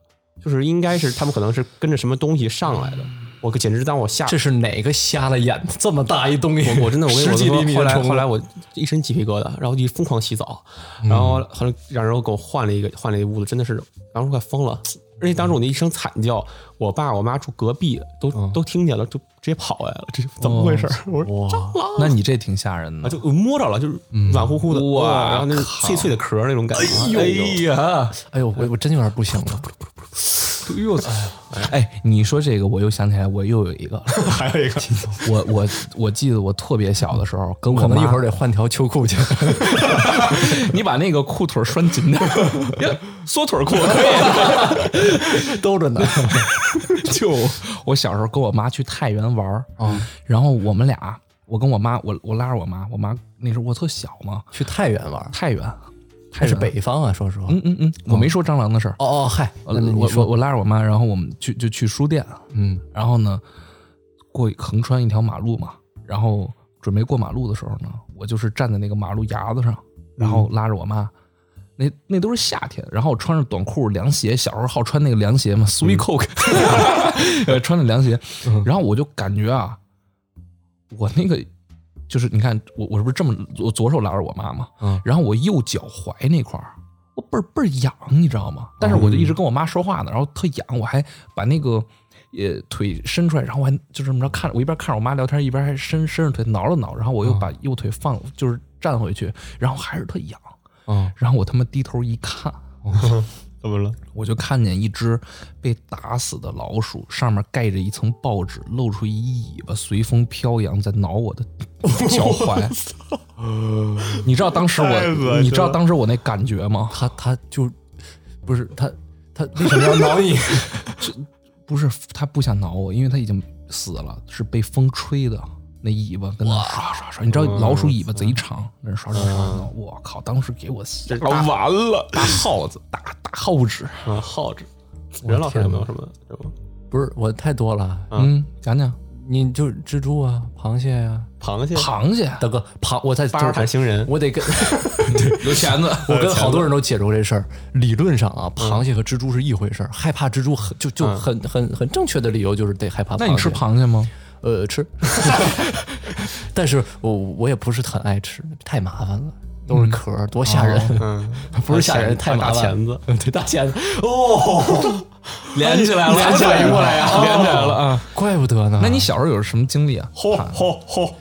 D: 就是应该是他们可能是跟着什么东西上来的。我简直当我吓，
C: 这是哪个瞎了眼？这么大一东西，
D: 啊我我真的我跟
C: 十
D: 我
C: 几厘
D: 说，
C: 米
D: 后
C: 的
D: 来
C: 虫子
D: 后来我一身鸡皮疙瘩，然后就疯狂洗澡，
C: 嗯
D: 然后后来让人给我换了一个换了一屋子，真的是当时快疯了。而且当时我那一声惨叫，我爸我妈住隔壁，都、都听见了，就直接跑过来了，这怎么回事？我说
C: 嗯哦哇，嗯
A: 那你这挺吓人
D: 啊，
A: 的。
D: 就摸着了，就是软乎乎的，
A: 哇
D: 然后那种脆脆的壳那种感觉，哎呦，
A: 呀，
C: 哎呦，我我真有点不行了。
A: 哎呦 我操！哎，你说这个，我又想起来，我又有一个，
D: 还有一个，
A: 我我我记得我特别小的时候，跟我
C: 可能
A: 妈
C: 一会儿得换条秋 裤去。
A: 你把那个裤腿儿拴紧点儿，呀 缩腿儿裤可以。
C: 兜着呢。
A: 就我小时候跟我妈去太原玩儿，然后我们俩，我跟我妈，我我拉着我妈，我妈那时候我特小嘛，
C: 去太原玩，
A: 太原，太
C: 还
A: 原
C: 是，北方啊？说实话，
A: 嗯嗯嗯，我没说蟑螂的事儿，
C: 哦哦，嗨，
A: 我
D: 呃
C: 那你
A: 呃我我
C: 说，
A: 我拉着我妈，然后我们去就去书店，啊
C: 嗯，
A: 然后呢，过横穿一条马路嘛，然后准备过马路的时候呢，我就是站在那个马路牙子上，然
C: 嗯
A: 后拉着我妈。那那都是夏天，然后我穿着短裤、凉鞋，小时候好穿那个凉鞋
C: 嗯
A: 嘛，sweet coke，、呃， 穿着凉鞋，然后我就感觉啊，我那个就是你看我我是不是这么我左手拉着我妈嘛，
C: 嗯
A: 然后我右脚踝那块儿，我倍儿倍儿痒，你知道吗？但是我就
D: 嗯
A: 一直跟我妈说话呢，然后特痒，我还把那个呃腿伸出来，然后我还就这么着看，我一边看着我妈聊天，一边还伸伸着腿挠了挠，然后我
D: 嗯
A: 又把右腿放就是站回去，然后还是特痒，
B: 嗯
A: 然后我他妈低头一看，
D: 怎么了？
A: 我就看见一只被打死的老鼠，上面盖着一层报纸，露出一尾巴，随风飘扬，在挠我的脚 踝。你知道当时
D: 太恶心
A: 我，
D: 了
A: 你知道当时我那感觉吗？
C: 他他就不是他他为什么要挠 你？
A: 不是，它不想挠我，因为它已经死了，是被风吹的。那尾巴跟那刷刷刷，你知道老鼠尾巴贼长，那刷刷刷的。我靠！当时给我吓
E: 啊
A: 大
E: 完了，
A: 大耗子，大大耗子。
D: 啊，耗子。袁老师有没有什么？有吗
C: 不是我太多了，
D: 啊
A: 嗯，讲讲
C: 你就蜘蛛啊，螃蟹呀、
D: 螃蟹，
A: 螃蟹，
C: 大哥螃，我在
D: 巴尔坦星人，
C: 我得跟
A: 有钳子。
C: 我跟好多人都解释过这事儿。理论上啊，螃蟹和蜘蛛是一回事儿，害怕蜘蛛很就就很很很正确的理由就是得害怕螃蟹。
A: 那你吃螃蟹吗？
C: 呃吃， 但是我我也不是很爱吃，太麻烦了，都是壳儿，多吓人。
D: 嗯，
C: 不是吓人，太麻
D: 大
C: 烦了。
D: 钳子，
C: 对大钳子，哦，
A: 哎连起来了，
C: 连起来了
A: 过来呀，连起来了啊！
C: 怪不得呢。
A: 那你小时候有什么经历啊？
D: 嚯嚯嚯！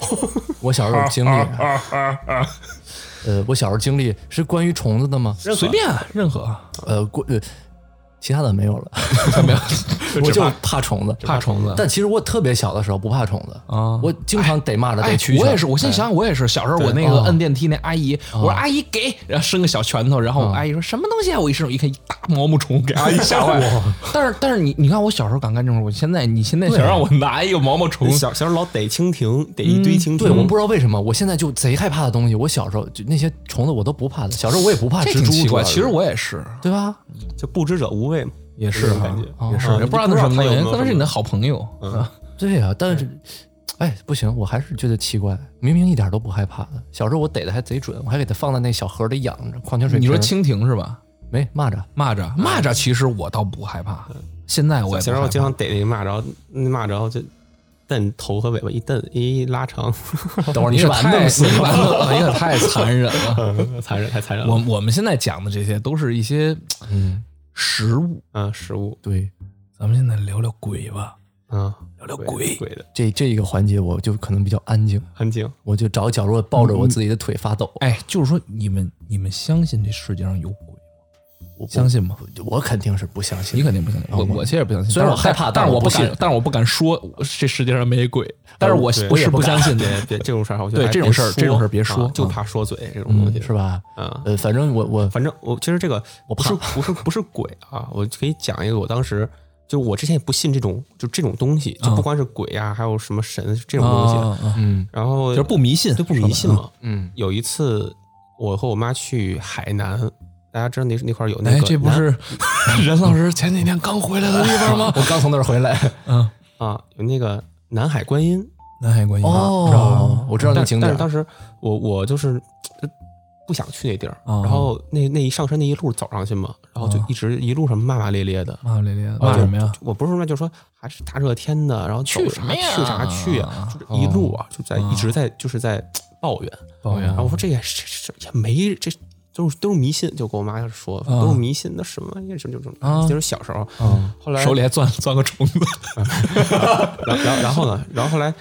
C: 我小时候有经历，呃，我小时候经历是关于虫子的吗？
A: 随便啊任何 啊，
C: 呃，关呃，其他的没有了，
A: 没有
C: 我就怕虫子，
A: 怕虫子。
C: 但其实我特别小的时候不怕虫子
A: 啊
C: 我经常逮蚂蚱逮
A: 哎
C: 蛐蛐。
A: 我也是，我现在想想，我也是小时候，我那个摁电梯那阿姨，我说阿姨给，然后伸个小拳头，然后我阿姨说什么东西啊？我一伸手一看，一大毛毛虫，给阿姨吓坏。 但是但是你你看，我小时候敢干这种事，我现在你现在想让我拿一个毛毛虫，
D: 小小时候老逮蜻蜓，逮一堆
C: 嗯
D: 蜻蜓。
C: 对，
A: 嗯
C: 我不知道为什么，我现在就贼害怕的东西。我小时候就那些虫子我都不怕的，小时候我也不怕
A: 这
C: 蜘
A: 挺
C: 蛛。
A: 奇怪。
C: 主要
A: 其
C: 是
A: 实我也是，
C: 对吧？
D: 就不知者无畏嘛，
A: 也是
D: 这种
A: 哈
D: 感觉。
A: 也是，也哦不知道那什么原因，可能是你的好朋友啊。
C: 对呀、但是，哎，不行，我还是觉得奇怪，明明一点都不害怕的。小时候我逮的还贼准，我还给它放在那小盒里养着，矿泉水
A: 你
C: 瓶儿。
A: 说蜻蜓是吧？
C: 没蚂蚱？
A: 蚂蚱，蚂蚱其实我倒不害怕，现在我也不
D: 小时候
A: 害
D: 我经
A: 怕。
D: 常逮那蚂蚱，那蚂蚱就蹬头和尾巴一蹬，一拉长，
C: 等会儿
A: 你
C: 你是
A: 可
C: 把它
A: 太
C: 弄死
A: 你
C: 了
A: 把
C: 吧？
A: 它弄死你可太残忍了。
D: 残忍太残忍
A: 我
D: 了。
A: 我们现在讲的这些都是一些
C: 嗯，
A: 食物，
D: 啊，食物
C: 对，
A: 咱们现在聊聊鬼吧，
D: 啊，
A: 聊聊
D: 鬼
A: 鬼。
D: 鬼的
C: 这这一个环节我就可能比较安静，
D: 安静，
C: 我就找个角落抱着我自己的腿发抖。
A: 嗯哎，就是说你们你们相信这世界上有鬼吗？
C: 我
A: 相信吗？
C: 我肯定是不相信。
A: 你肯定不相信，我我其实也不相信，
C: 虽然
A: 但是
C: 我害怕
A: 但是
C: 但
A: 我
C: 我
A: 不
C: 不敢
A: 信，但是我不敢说这世界上没鬼，但是我
D: 对
A: 是不相信的。啊
D: 别 别这种事儿，我觉得
A: 对
D: 还
A: 这种
D: 别
A: 事儿
D: 说
A: 这种事儿别
D: 啊
A: 说
D: 就
A: 啊
D: 怕说嘴这种东西
C: 是吧？
D: 啊。
C: 呃，反正我我
D: 反正我其实这个
C: 我
D: 不
C: 怕
D: 是不是不是鬼啊，我可以讲一个，我当时就我之前也不信这种就这种东西，
A: 嗯
D: 就不光是鬼啊，还有什么神这种东西，
A: 啊，啊
C: 嗯
D: 然后
A: 就是不迷信，
D: 就不迷信嘛。
C: 嗯，
D: 有一次我和我妈去海南，大家知道那那块儿有那
A: 哎
D: 个，
A: 这不
D: 南
A: 是任老师前几天刚回来的地方吗？
C: 我刚从那儿回来。
A: 嗯，
D: 啊有那个南海观音，
A: 南海观音
C: 哦，我知道那
D: 但
C: 景
D: 但
C: 点
D: 是。当时我我就是呃不想去那地儿，
A: 哦
D: 然后那那一上山那一路走上去嘛，然后就一直一路上骂骂咧咧的，
A: 骂咧咧的，
C: 哦
A: 骂什啊么呀？
D: 啊我不是说就是说还是大热天的，然后走
A: 去什
D: 啥
A: 么呀
D: 去啥去呀，就是一路啊，就在一直在就是在抱怨
A: 抱怨啊
D: 然后我说这也是这这也没这都是都是迷信，就跟我妈说
A: 啊
D: 都是迷信，那什么呀，什么什么，就是小时候，后来
A: 手里还攥攥个虫子，
D: 然后然后然后呢，然后后来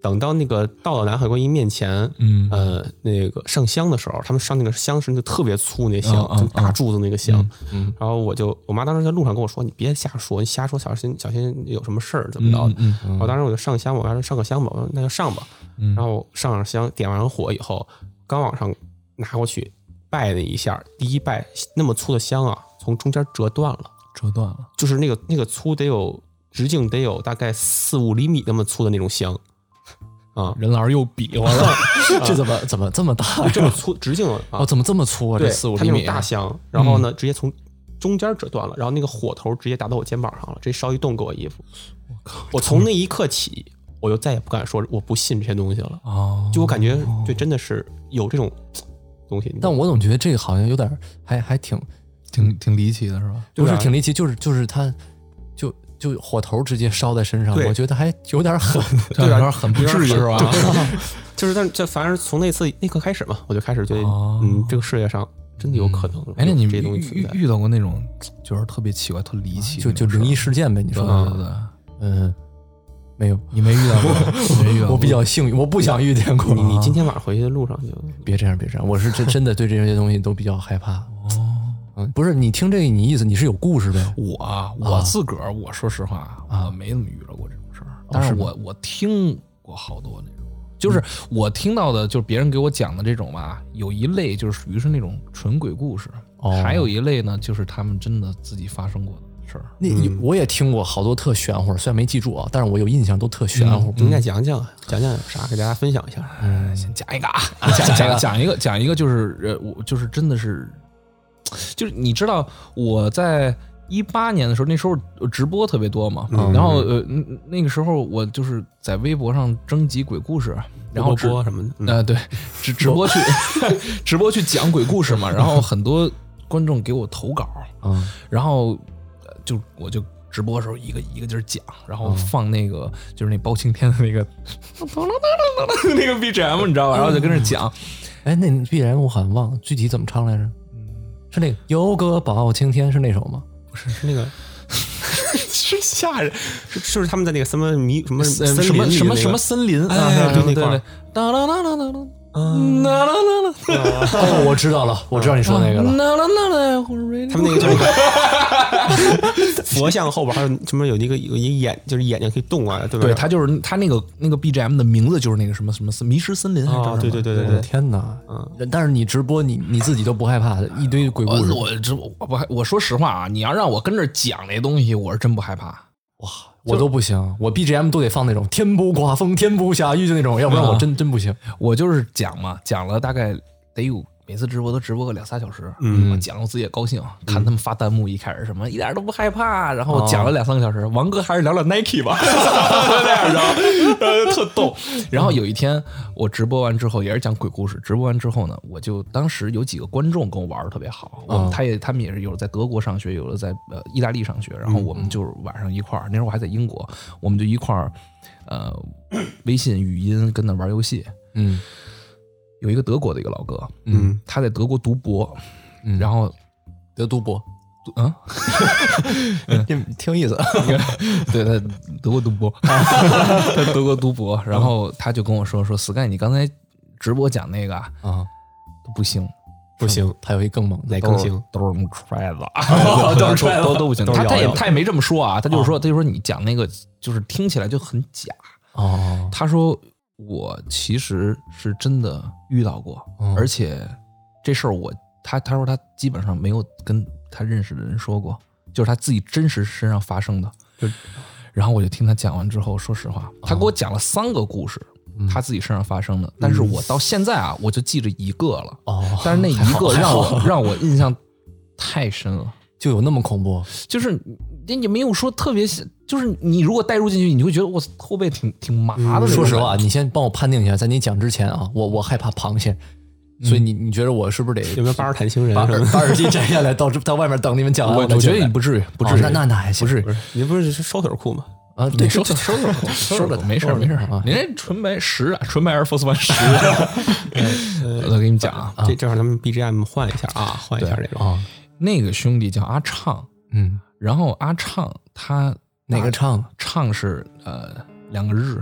D: 等到那个到了南海观音面前，
A: 嗯
D: 呃，那个上香的时候，他们上那个香是那特别粗那
A: 嗯
D: 香，
A: 嗯
D: 就大柱子那个香。
C: 嗯
D: 然后我就我妈当时在路上跟我说：“你别瞎说，你瞎说小心小心有什么事儿怎么着的。
A: 嗯
D: 然后当时我就上香，我妈说上个香吧，我说那就上吧。
A: 嗯
D: 然后上上香，点完火以后，刚往上拿过去拜了一下，第一拜那么粗的香啊，从中间折断了。
A: 折断 了，
D: 就是那个那个粗得有直径得有大概四五厘米那么粗的那种香啊，
A: 任老师又比划 了，
C: 这怎么怎么这么大？
D: 这么粗直径啊
C: 哦，，怎么这么粗啊？嗯
D: 对，
C: 这四五
D: 它
C: 厘
D: 那
C: 米
D: 种。大香，然后呢直接从中间折断了，然后那个火头直接打到我肩膀上了，直接烧一洞给我衣服。我靠！我从那一刻起，我就再也不敢说我不信这些东西了。
A: 哦，
D: 就我感觉，对，真的是有这种东西。
C: 但我总觉得这个好像有点儿，还还挺
A: 挺挺离奇的是吧？
D: 对
C: 不
D: 啊
C: 是挺离奇，就是就是它，就就火头直接烧在身上，
D: 对
C: 我觉得还有点 狠。
A: 对有点很不啊至于是吧？
D: 就是，但这反正从那次那刻开始嘛，我就开始觉得，
A: 哦
D: 嗯，这个世界上真的有可能。
A: 哎，那你
D: 这
A: 们
D: 东
A: 遇
D: 西存
A: 遇
D: 在，
A: 遇到过那种就是特别奇怪、特离奇的
C: 就
A: 那
C: 就
A: 种事儿，嗯
C: 灵异事件呗，你
A: 对
C: 说的
A: 对
C: 是，
A: 对对，
C: 嗯，没有，
A: 你没遇到过，你没遇到过，
C: 我比较幸运，我不想遇见过。
D: 你
A: 啊
D: 你今天晚上回去的路上就
C: 别这样，别这样，我是真真的对这些东西都比较害怕。哦，不是，你听这个你意思，你是有故事呗？
A: 我啊我自个儿，我说实话，啊
C: 啊
A: 我没怎么遇到过这种事
C: 哦
A: 儿，但是我我听过好多那种，就是我听到的，就是别人给我讲的这种吧，有一类就是属于是那种纯鬼故事，
C: 哦
A: 还有一类呢，就是他们真的自己发生过的事儿。
C: 那我也听过好多特玄乎，虽然没记住啊，但是我有印象都特玄乎。
D: 应该讲讲讲讲有啥，给大家分享一下。
A: 嗯，先讲一个啊，讲讲讲一个，讲一个就是呃，我就是真的是，就是你知道我在一八年的时候，那时候直播特别多嘛，然后呃嗯那个时候我就是在微博上征集鬼故事，然后直
D: 播什么的，嗯
A: 呃对直直播去直播去讲鬼故事嘛，然后很多观众给我投稿，
C: 嗯，
A: 然后呃就我就直播的时候一个一个劲儿讲，然后放那个、就是那包青天的那个那个 BGM，你知道吧？然后就跟着讲，
C: 哎，那你必然我好像忘了具体怎么唱来着？是那个有个包青天是那首吗？
D: 是那个是吓人，是是不是他们在那个什么迷什么
A: 呃
D: 森林
A: 什
D: 里的
A: 么
D: 那
A: 什么
D: 个
A: 什么森林
D: 哎
A: 啊，对对
D: 对
A: 对
D: 那
A: 对
D: 块儿，
A: 哒啦啦啦啦啦。啦啦啦啦，
C: 哦，我知道了，我知道你说那个了。
A: 啦啦啦啦，他
D: 他们那个叫什么？ 佛像后边还有什么有那个有一眼，就是眼睛可以动啊，对吧？
A: 对他就是他那个那个 BGM 的名字就是那个什么什么迷失森林还是叫什
D: 啊，
A: 么
D: 对对对对
C: 我的
A: 嗯
D: 对，
C: 哦天哪！但是你直播，你你自己都不害怕一堆鬼故
A: 我
C: 事？
A: 我这我不害我说实话啊，你要让我跟这儿讲那东西，我是真不害怕。
C: 我都不行，我 BGM 都得放那种天不刮风天不下雨就那种，要不然我
A: 嗯
C: 真真不行。
A: 我就是讲嘛，讲了大概得有每次直播都直播个两三小时，
D: 嗯
A: 我讲我自己也高兴，看他们发弹幕，一开始什么一点都不害怕，然后讲了两三个小时，王哥还是聊聊 Nike 吧， 那样然后然后就特逗。然后有一天我直播完之后也是讲鬼故事，直播完之后呢，我就当时有几个观众跟我玩的特别好，我们他也他们也是有的在德国上学，有的在呃意大利上学，然后我们就是晚上一块儿，那时候我还在英国，我们就一块儿。呃，微信语音跟那玩游戏，
C: 嗯
A: 有一个德国的一个老哥，
D: 嗯，
A: 他在德国读博，然后
C: 得读博，
A: 读嗯，
C: 挺有意思。
A: 对他德国读博， 他德国读博，然后他就跟我说说 Sky，你刚才直播讲那个啊
C: 啊，
A: 都不行，
C: 不行，他有一更猛的
D: 哪更行？
A: 都是揣子，啊 都是都都不行，
D: 都是
A: 他他也
D: 谣言
A: 他也没这么说啊，他就是说他就说你讲那个就是听起来就很假，
C: 哦，
A: 他说我其实是真的遇到过，
C: 嗯
A: 而且这事儿我他他说他基本上没有跟他认识的人说过，就是他自己真实身上发生的。就然后我就听他讲完之后，说实话，他给
C: 嗯
A: 我讲了三个故事，他自己身上发生的，但是我到现在啊，我就记着一个了，
C: 哦，
A: 但是那一个让我让我印象太深了。
C: 就有那么恐怖？
A: 就是人也没有说特别，就是你如果带入进去，你会觉得我操后背挺挺麻的那种感觉。
C: 嗯说实话，你先帮我判定一下，在你讲之前啊，我我害怕螃蟹，
A: 嗯
C: 所以你你觉得我是不是
D: 有
C: 得
D: 没有巴尔坦星人
C: 把
D: 什么
C: 耳
D: 的？
C: 把耳机摘下来，到这到外面等你们讲完？啊
A: 我
C: 再
A: 我觉得
C: 进来
A: 你不至于，不
C: 哦
A: 至于，
C: 那那那还行，
A: 不至于。
D: 你不是是收腿裤吗？
C: 啊，对，
A: 收
C: 这
A: 着收着收着，没事
C: 收
A: 儿没
C: 着
A: 事儿
C: 啊
A: 您这纯白十啊，纯白 Air Force One 十 啊，
C: 哎
A: 我再给你们讲啊，
D: 这这会儿咱们 BGM 换一下啊，换一下这种。
C: 啊，
A: 那个兄弟叫阿畅，
C: 嗯，
A: 然后阿畅他
C: 哪个唱？
A: 畅是呃两个日，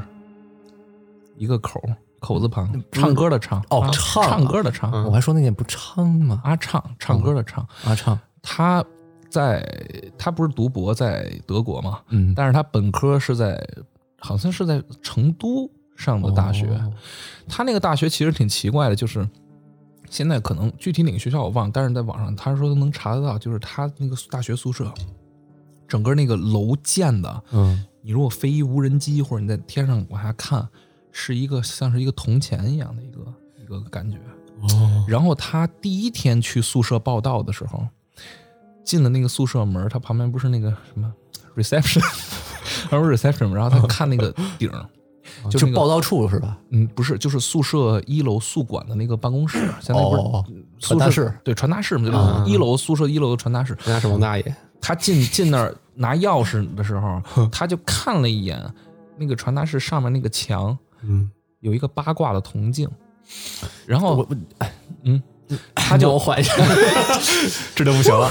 A: 一个口口字旁，唱歌的唱
C: 嗯哦
A: 啊
C: 唱啊
A: 唱歌的唱，
C: 我还说那件不唱吗？
A: 阿畅唱歌的唱，
C: 啊，唱，
A: 他在他不是读博在德国嘛，
C: 嗯
A: 但是他本科是在好像是在成都上的大学，
C: 哦
A: 他那个大学其实挺奇怪的，就是现在可能具体哪个学校我忘了，但是在网上他说能查得到，就是他那个大学宿舍整个那个楼建的，
C: 嗯，
A: 你如果飞一无人机或者你在天上往下看，是一个像是一个铜钱一样的一个一个感觉。哦。然后他第一天去宿舍报道的时候，进了那个宿舍门，他旁边不是那个什么 reception，然后 reception，然后他看那个顶儿，就
C: 就
A: 那个
C: 报道处哦是吧？
A: 嗯，不是，就是宿舍一楼宿管的那个办公室，相当于不是
C: 哦
A: 宿舍
C: 传达室，啊
A: 对传达室嘛，就是一楼宿舍一楼的传达室。
D: 人家是王大爷，
A: 他进进那儿拿钥匙的时候，他就看了一眼那个传达室上面那个墙
D: 嗯，
A: 有一个八卦的铜镜，然
C: 我
A: 后
C: 我，哎，
A: 嗯，
C: 他就换一 下，
D: 这就不行了。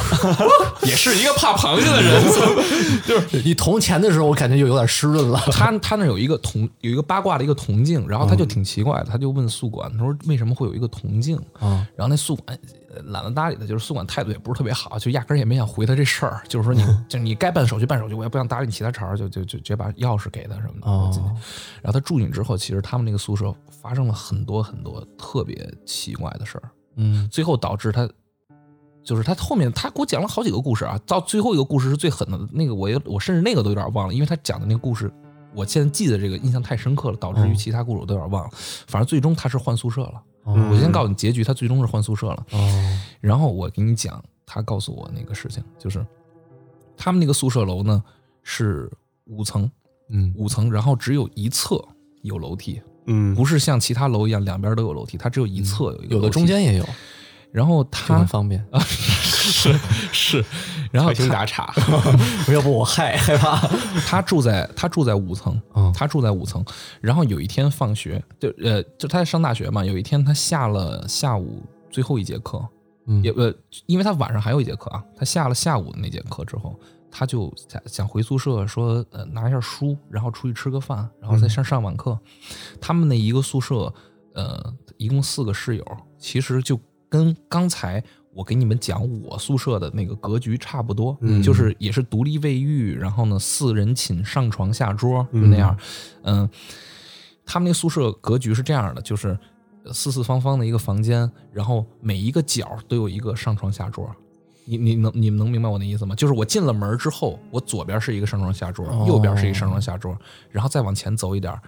A: 也是一个怕螃蟹的人。
C: 你铜钱的时候，我感觉就有点湿润了。
A: 他他那有一个铜，有一个八卦的一个铜镜，然后他就挺奇怪的，他就问宿管，他说为什么会有一个铜镜？
C: 嗯
A: 然后那宿管呃懒得搭理他，就是宿管态度也不是特别好，就压根儿也没想回他这事儿，就是说 你就你该办手续办手续，我也不想搭理你其他茬儿，就就就直接把钥匙给他什么的。
C: 哦
A: 就进去然后他住进之后，其实他们那个宿舍发生了很多很多特别奇怪的事儿，
C: 嗯
A: 最后导致他。就是他后面，他给我讲了好几个故事啊，到最后一个故事是最狠的，那个我也我甚至那个都有点忘了，因为他讲的那个故事，我现在记得这个印象太深刻了，导致于其他故事我都有点忘了。反正最终他是换宿舍了，
C: 嗯
A: 我先告诉你结局，他最终是换宿舍了。
C: 哦
A: 然后我给你讲，他告诉我那个事情，就是他们那个宿舍楼呢是五层，
C: 嗯
A: 五层，然后只有一侧有楼梯，
D: 嗯，
A: 不是像其他楼一样两边都有楼梯，它只有一侧有一个、
C: 嗯有的中。间也有，
A: 然后
C: 就
A: 他
C: 很方便。
A: 是是，然后
D: 听
A: 他
D: 打岔，
C: 要不我害害怕。
A: 他住在他住在五层
C: 嗯，
A: 他住在五层。然后有一天放学，就呃就他在上大学嘛，有一天他下了下午最后一节课，
C: 嗯
A: 也呃，因为他晚上还有一节课啊，他下了下午的那节课之后，他就想想回宿舍说，呃，拿一下书，然后出去吃个饭，然后再上上晚课。他们那一个宿舍，呃，一共四个室友，其实就跟刚才我给你们讲我宿舍的那个格局差不多，
D: 嗯
A: 就是也是独立卫浴，然后呢四人寝上床下桌就那样，嗯、他们那宿舍格局是这样的，就是呃四四方方的一个房间，然后每一个角都有一个上床下桌。你你能你们能明白我的意思吗？就是我进了门之后，我左边是一个上床下桌，
D: 哦
A: 右边是一个上床下桌，然后再往前走一点儿，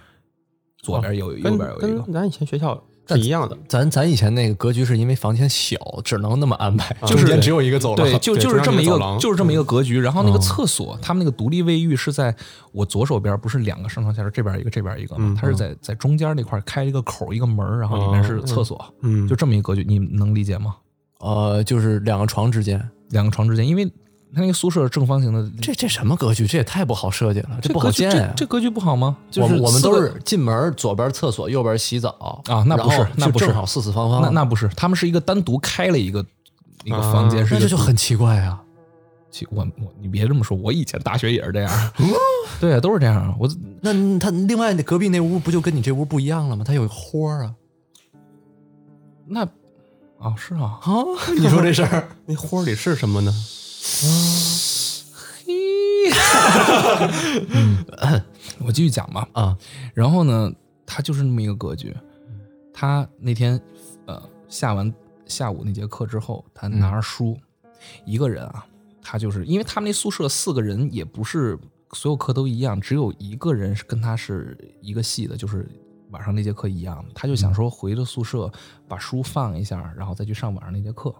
A: 左边有、右
D: 哦跟
A: 边有一个。
D: 跟咱以前学校是一样的，
C: 咱咱以前那个格局是因为房间小，只能那么安排，
D: 就是
C: 中间只有一个走廊。
A: 对，就
D: 对
A: 就是这么一
D: 中
A: 个
D: 央有走，廊嗯哦
A: 就是这么一个格局。然后那个厕所，他们那个独立卫浴是在我左手边，不是两个上床下桌，这边一个，这边一个
D: 嗯
A: 嘛。它是在在中间那块开一个口，一个门儿，然后里面是厕所，
D: 哦嗯
A: 就这么一个格局，你们能理解吗？
C: 呃，就是两个床之间，
A: 两个床之间，因为他那个宿舍是正方形的，
C: 这这什么格局？这也太不好设计了，
A: 这
C: 不好
A: 格局
C: 建啊
A: 这
C: 呀。
A: 这格局不好吗？就
C: 我
A: 是
C: 们我们
A: 四个
C: 都是进门左边厕所，右边洗澡
A: 啊那不是
C: 然后
A: 那
C: 就
A: 不是
C: 正好四四方方。
A: 那那不是，他们是一个单独开了一个一个房间，
D: 啊
A: 是一
C: 那
A: 个
C: 这就很奇怪啊！
A: 其我我你别这么说，我以前大学也是这样，对啊，都是这样。我
C: 那他另外那隔壁那屋不就跟你这屋不一样了吗？它有花儿啊
A: 那啊是啊，
C: 啊！ 你说这事儿，
D: 那花儿里是什么呢？
A: 我继续讲吧
C: 啊。
A: 然后呢，他就是那么一个格局。他那天呃下完下午那节课之后，他拿着书，一个人啊，他就是因为他们那宿舍四个人也不是所有课都一样，只有一个人是跟他是一个系的，就是。晚上那节课一样，他就想说回了宿舍把书放一下，然后再去上晚上那节课。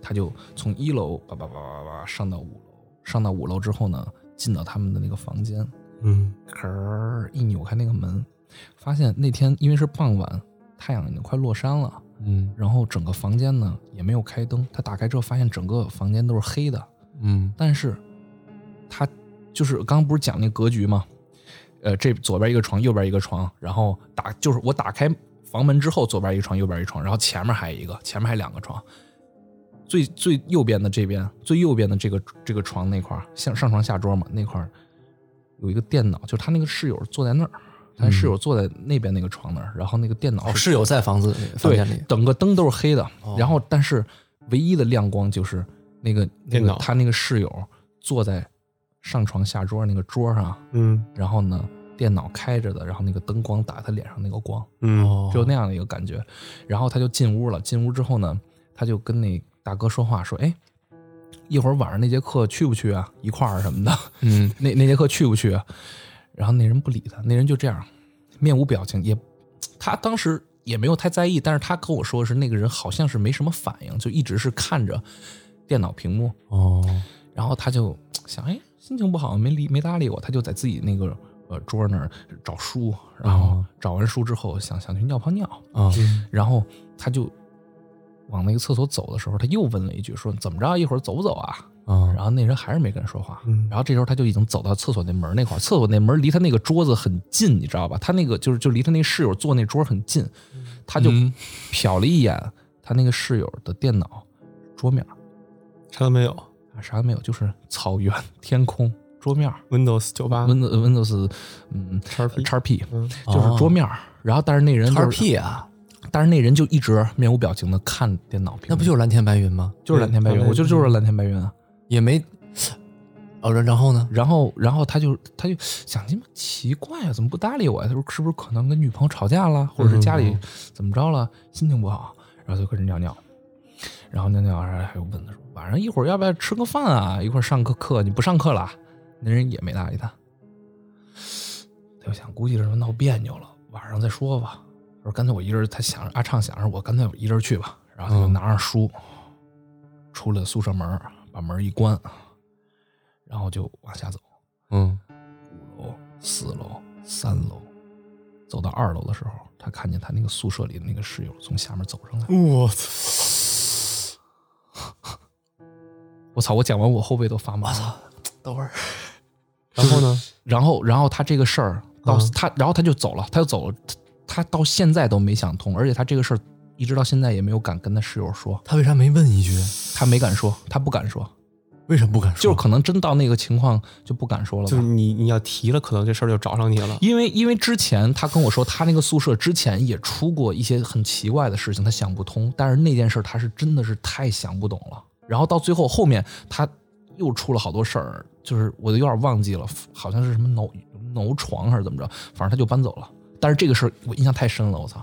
A: 他就从一楼叭叭叭叭叭上到五楼，上到五楼之后呢，进到他们的那个房间，
D: 嗯
A: 可儿一扭开那个门，发现那天因为是傍晚，太阳已经快落山了，
C: 嗯
A: 然后整个房间呢也没有开灯。他打开之后发现整个房间都是黑的，
C: 嗯
A: 但是他就是刚刚不是讲那格局吗？呃，这左边一个床，右边一个床，然后打就是我打开房门之后，左边一个床，右边一个床，然后前面还有一个，前面还有两个床。最最右边的这边，最右边的这个这个床那块儿，像上床下桌嘛，那块儿有一个电脑，就是他那个室友坐在那儿，他室友坐在那边那个床那儿，然后那个电脑
C: 嗯哦，
A: 是
C: 室友在房子里房
A: 对
C: 间里，
A: 整个灯都是黑的，
C: 哦
A: 然后但是唯一的亮光就是那个那
D: 电
A: 个
D: 脑
A: 他那个室友坐在上床下桌那个桌上，
D: 嗯
A: 然后呢电脑开着的，然后那个灯光打他脸上那个光，
D: 嗯
A: 只有那样的一个感觉。然后他就进屋了，进屋之后呢，他就跟那大哥说话说，哎。一会儿晚上那节课去不去啊？一块儿什么的，
C: 嗯，
A: 那那节课去不去啊？然后那人不理他，那人就这样，面无表情，也他当时也没有太在意，但是他跟我说是那个人好像是没什么反应，就一直是看着电脑屏幕，
C: 哦，
A: 然后他就想，哎，心情不好，没理没搭理我，他就在自己那个呃桌那儿找书，然后找完书之后想想去尿泡尿，嗯
C: 啊，
A: 然后他就往那个厕所走的时候，他又问了一句说怎么着，一会儿走不走啊？
C: 啊，
A: 然后那人还是没跟他说话，
D: 嗯
A: 然后这时候他就已经走到厕所那门那块儿，厕所那门离他那个桌子很近，你知道吧？他那个就是就离他那室友坐那桌很近，他就瞟了一眼他那个室友的电脑桌面儿
D: 啥都没有
A: 啊，啥都没有，就是草原、 天空、桌面儿、
D: ，Windows 九八
A: Win Windows，嗯哦
D: 叉 P
A: 叉 P，
D: 嗯
A: 就是桌面儿。然后但是那人
C: 叉
A: 就是
C: P 啊，
A: 但是那人就一直面无表情的看电脑屏幕，
C: 那不就是蓝天白云吗？
A: 就是蓝天白云？我觉得就是蓝天白云啊。
C: 也没，哦，然然后呢？
A: 然后，然后他就他就想，你们奇怪啊，怎么不搭理我呀、他说是不是可能跟女朋友吵架了，或者是家里怎么着了，心情不好，然后就跟人尿尿，然后尿尿，然后还问他说晚上一会儿要不要吃个饭啊，一块儿上个课，你不上课了？啊那人也没搭理他，他就想估计是闹别扭了，晚上再说吧。他说干脆我一人，他想着阿畅想着我干脆我一人去吧，然后他就拿着书、出了宿舍门，把门一关，然后就往下走。
C: 嗯，
A: 五楼、四楼、三楼，走到二楼的时候，他看见他那个宿舍里的那个室友从下面走上来。
D: 我操！
A: 我操！我讲完我后背都发麻了。
C: 等会儿，
D: 然后 呢？
A: 然后，然后他这个事儿到、
D: 嗯
A: 他，然后他就走了，他就走了。他他到现在都没想通，而且他这个事儿一直到现在也没有敢跟他室友说，
C: 他为啥没问一句？
A: 他没敢说，他不敢说，
C: 为什么不敢说？
A: 就是可能真到那个情况就不敢说了吧。
D: 就是你你要提了，可能这事儿就找上 你了。
A: 因为因为之前他跟我说，他那个宿舍之前也出过一些很奇怪的事情，他想不通。但是那件事儿他是真的是太想不懂了。然后到最后后面他又出了好多事儿，就是我都有点忘记了，好像是什么挠挠床还是怎么着，反正他就搬走了。但是这个事儿我印象太深了，我操！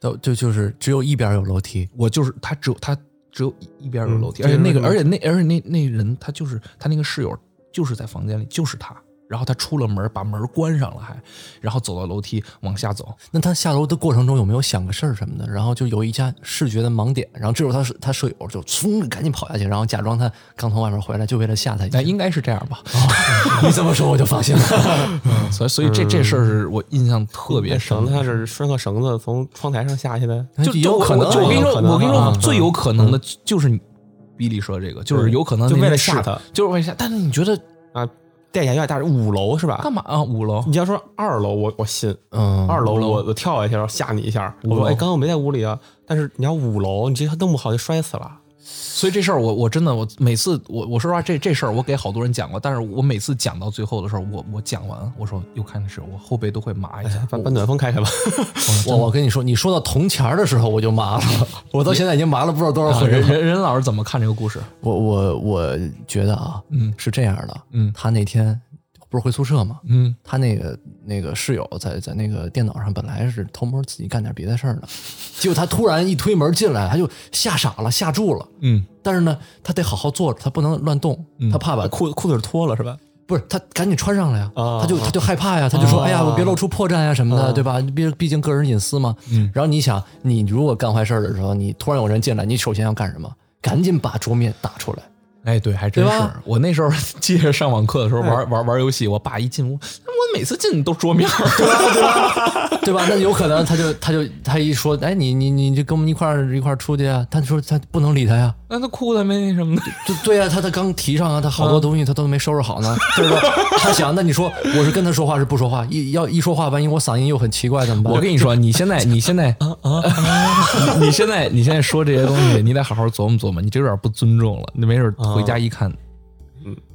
C: 就就就是只有一边有楼梯，
A: 我就是他只有他只有一一边有楼梯，
D: 嗯
A: 而且那个
D: 这个
A: 而且那而且那那人他就是他那个室友就是在房间里就是他，然后他出了门把门关上了还，然后走到楼梯往下走，
C: 那他下楼的过程中有没有想个事儿什么的？然后就有一家视觉的盲点，然后这时候他他舍友就噌赶紧跑下去，然后假装他刚从外面回来，就为了吓他一
A: 那
C: 下。
A: 应该是这样吧。
C: 哦你这么说我就放心了。
A: 所以所以这
D: 嗯
A: 这事儿是我印象特别深
D: 绳子
A: 的。
D: 他是拴个绳子从窗台上下去呗。
A: 就就
C: 哎有
A: 我
C: 可能，
A: 就我跟你说，
D: 有可能
A: 我跟你说
D: 啊，
A: 最有可能的就是你比利说这个，就是有可能
D: 就
A: 那
D: 为了
A: 人
D: 吓
A: 是
D: 他，
A: 就是为了吓。但是你觉得
D: 啊，电眼有点大，五楼是吧？
A: 干嘛啊？五楼
D: 你要说二楼，我我信。
C: 嗯，
D: 二楼我我跳下去，然后吓你一下。我说哎，刚刚我没在屋里啊。但是你要五楼，你这弄不好就摔死 了。
A: 所以这事儿我我真的我每次我我说实话这这事儿我给好多人讲过，但是我每次讲到最后的时候，我我讲完我说又看的是我后背都会麻一下。
D: 把把暖风开开吧。
C: 我我跟你说，你说到铜钱儿的时候我就麻了，我到现在已经麻了不知道多少
A: 啊
C: 回
A: 人
C: 了。
A: 人人老师怎么看这个故事？
C: 我我我觉得啊，嗯，是这样的，嗯，他那天不是回宿舍吗？
A: 嗯，
C: 他那个那个室友在在那个电脑上本来是偷摸自己干点别的事儿呢，结果他突然一推门进来，他就吓傻了，吓住了。
A: 嗯，
C: 但是呢，他得好好坐着，他不能乱动，他怕把
D: 嗯裤裤子脱了是吧？
C: 不是他赶紧穿上了呀，
D: 哦
C: 他就他就害怕呀，他就说、
D: 啊
C: 哎呀，我别露出破绽呀什么的，对吧？毕毕竟个人隐私嘛。
D: 嗯
C: 然后你想，你如果干坏事儿的时候，你突然有人进来，你首先要干什么？赶紧把桌面打 出来。
A: 哎，对，还真
C: 对
A: 是
C: 吧。哎
A: 我那时候 记着上网课的时候玩玩玩游戏，我爸一进屋，我每次进都桌面儿。
C: 对吧？那有可能他就他就他一说，哎，你你你就跟我们一块儿一块儿出去啊？他说他不能理他呀，
A: 那他哭的没那什么的。
C: 就对呀、啊，他他刚提上啊，他好多东西他都没收拾好呢，对吧？他想，那你说我是跟他说话是不说话？一要一说话，万一我嗓音又很奇怪怎么办？哎
A: 我跟你说，你现在你现在
C: 啊
A: 你你现在你现在说这些东西，你得好好琢磨琢磨，你这有点不尊重了。你没准回
C: 啊
A: 家一看，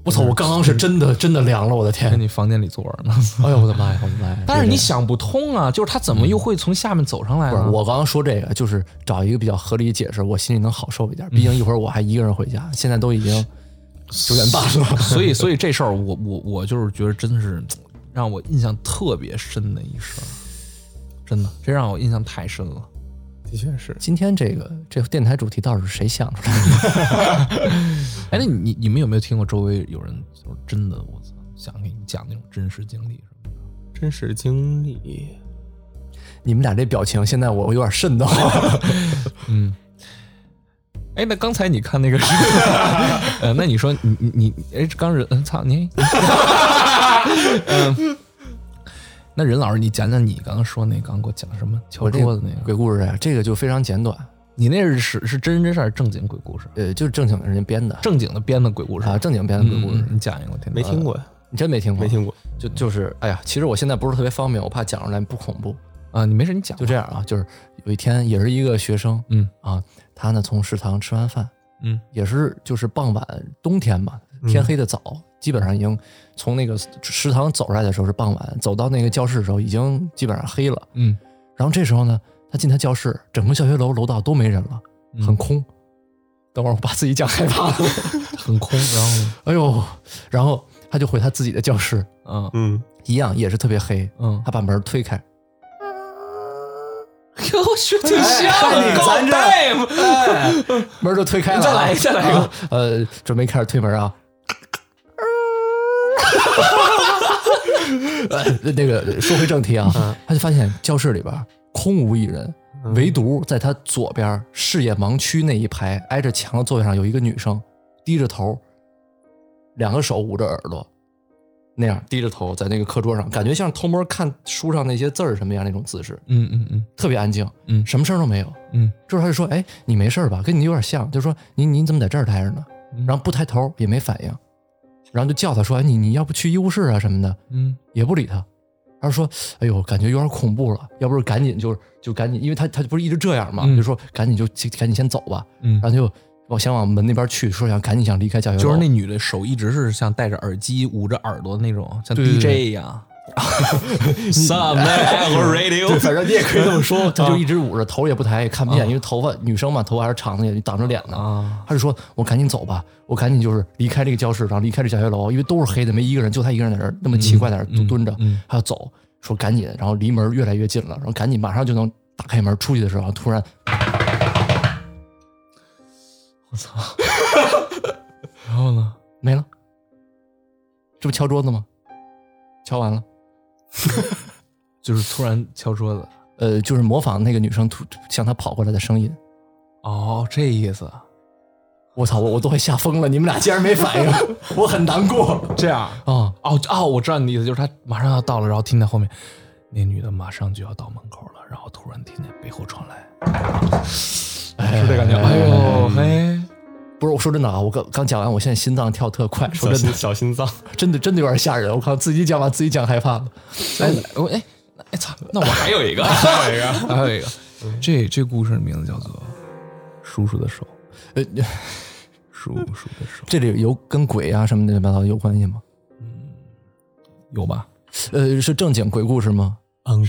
C: 我操，我刚刚是真的真的凉了，我的
A: 在
C: 天！
A: 你房间里坐 着呢。
C: 哎呦我的妈呀，我的妈呀！
A: 但是你想不通啊，就是他怎么又会从下面走上来
C: 嗯不是
A: 呢？
C: 我刚刚说这个，就是找一个比较合理的解释，我心里能好受一点。毕竟一会儿我还一个人回家，现在都已经九点半了。
A: 所以所以这事儿，我我我就是觉得真的是让我印象特别深的一事儿，真的，这让我印象太深了。
D: 的确是。
C: 今天这个这电台主题到底是谁想出来的？
A: 哎，那你你你们有没有听过周围有人就是真的，我操，想给你讲那种真实经历什么的？
D: 真实经历，
C: 你们俩这表情，现在我有点瘆得慌。
A: 哎，那刚才你看那个是，呃，那你说你你你，哎，刚人，嗯操你， 嗯，那任老师，你讲讲你刚刚说那刚给我讲什么敲
C: 我这
A: 桌子
C: 个
A: 那个，
C: 鬼故事啊，这个就非常简短，
A: 你那是是是真人真事儿正经鬼故事，
C: 呃，就是正经的人家编的
A: 正经的编的鬼故事
C: 啊，正经编的鬼故事
A: 嗯，你讲一个，我听听
D: 没听过，
C: 你真没听过？
D: 呃没听过。
C: 就就是，哎呀，其实我现在不是特别方便，我怕讲出来不恐怖。
A: 啊，你没事，你讲吧
C: 就这样啊，就是有一天也是一个学生，
A: 嗯
C: 啊，他呢从食堂吃完饭，
A: 嗯，
C: 也是就是傍晚冬天嘛，天黑的早，基本上已经从那个食堂走出来的时候是傍晚，走到那个教室的时候已经基本上黑了。
A: 嗯
C: 然后这时候呢，他进他教室，整个教学楼楼道都没人了，
A: 嗯
C: 很空。等会儿我把自己讲害怕了，
A: 很空，然后呢
C: 哎呦，然后他就回他自己的教室，
A: 嗯
D: 嗯，
C: 一样也是特别黑，
A: 嗯，
C: 他把门推开，
A: 我学挺像
D: 哎
A: 的，高
D: 咱这
A: 大
C: 门儿就推开了啊、
A: 再来再来一个
C: 啊呃，准备开始推门啊。 呃，那个说回正题啊，
A: 嗯
C: 他就发现教室里边空无一人，唯独在他左边视野盲区那一排挨着墙的座位上有一个女生，低着头，两个手捂着耳朵，那样低着头在那个课桌上，感觉像偷摸看书上那些字儿什么样那种姿势，
A: 嗯嗯嗯
C: 特别安静，
A: 嗯
C: 什么声儿都没有，
A: 嗯
C: 之后他就说：“哎，你没事儿吧？跟你有点像。”就说：“您您怎么在这儿待着呢？”然后不抬头也没反应，然后就叫他说：“哎，你你要不去医务室啊什么的？”
A: 嗯
C: 也不理他。他说：“哎呦，感觉有点恐怖了，要不是赶紧就是就赶紧，因为他他不是一直这样嘛，
A: 嗯
C: 就说赶紧就赶紧先走吧。”
A: 嗯
C: 然，后就往想往门那边去，说想赶紧想离开教学楼。
A: 就是那女的手一直是像戴着耳机捂着耳朵那种，像 DJ 一样。Some night on radio，
C: 反正你也可以这么 说，他就一直捂着头也不抬，也看不见，因为头发女生嘛，头发还是长的，也挡着脸呢。
A: 啊
C: 他就说：“我赶紧走吧，我赶紧就是离开这个教室，然后离开这教学楼，因为都是黑的，没一个人，就他一个人在这儿那么奇怪在那儿
D: 嗯
C: 蹲蹲着。他要走，说赶紧，然后离门越来越近了，然后赶紧马上就能打开门出去的时候，突然
A: 然后呢？
C: 没了。这不敲桌子吗？敲完了，
A: 就是突然敲桌子。
C: 呃，就是模仿那个女生突突向他跑过来的声音。
A: 哦，这意思。
C: 我操，我我都快吓疯了！你们俩竟然没反应， 我很难过
A: 这样。
C: 啊！
A: 哦哦，我知道你的意思，就是他马上要到了，然后听到后面，那女的马上就要到门口了，然后突然听见背后传来，是这感觉。哎呦嘿，
C: 不是，我说真的啊，我刚刚讲完，我现在心脏跳特快，说
D: 小
C: 真
D: 心
C: 的，
D: 小心脏，
C: 真的真的有点吓人。我靠，自己讲完自己讲害怕了。
A: 哎我哎哎操，那我还有一 个，
E: 下一个，
A: 还有一个，这这故事的名字叫做《叔叔的手》，
C: 呃，
A: 叔叔的手
C: 这里有跟鬼啊什么的乱七八糟有关系吗？
A: 有吧？
C: 呃，是正经鬼故事吗？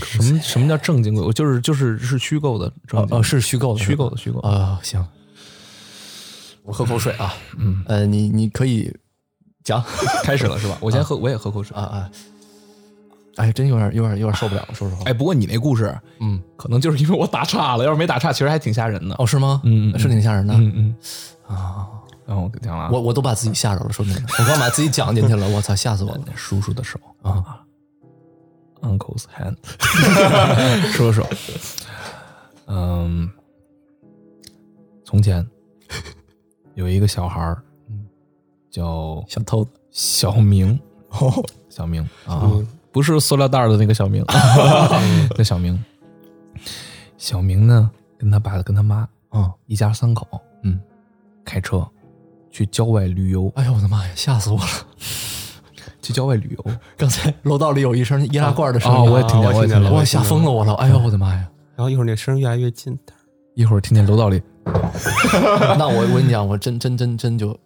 A: 什么什么叫正经鬼？我就是就是是虚构的正
C: 哦、
A: 经
C: 呃，是虚构的，
A: 虚构的虚构
C: 啊、行，我喝口水啊。嗯，呃，你你可以 讲
A: 开始了是吧？我先喝，我也喝口水
C: 啊。啊。哎，真有点有点有点受不了了，说实话。
A: 哎，不过你那故事，
C: 嗯，
A: 可能就是因为我打岔了，要是没打岔，其实还挺吓人的。
C: 哦，是吗？
A: 嗯嗯
C: 是挺吓人的。
A: 嗯嗯啊，然后我讲了啊，
C: 我我都把自己吓着 了，说真的，我刚把自己讲进去了，我操，吓死我了。
A: 哎叔叔的手啊，uncle's hand，叔叔手，嗯，从 前有一个小孩儿，叫
C: 小偷子，
A: 嗯小明，小明啊，不是塑料袋儿的那个小明， 叫小明。小明呢，跟他爸跟他妈
C: 嗯，
A: 一家三口，
C: 嗯，
A: 开车去郊外旅游，
C: 哎呦我的妈呀，吓死我了！
A: 去郊外旅游。
C: 刚才楼道里有一声易拉罐的声音，
A: 啊，我也听见，
D: 啊我也
A: 也听
D: 听见了
A: 见。嗯
C: 我吓疯了，我操！哎呦我的妈呀！
D: 然后一会儿那声越来越近，
A: 一会儿听见楼道里，
C: 那我我跟你讲，我真真真真就，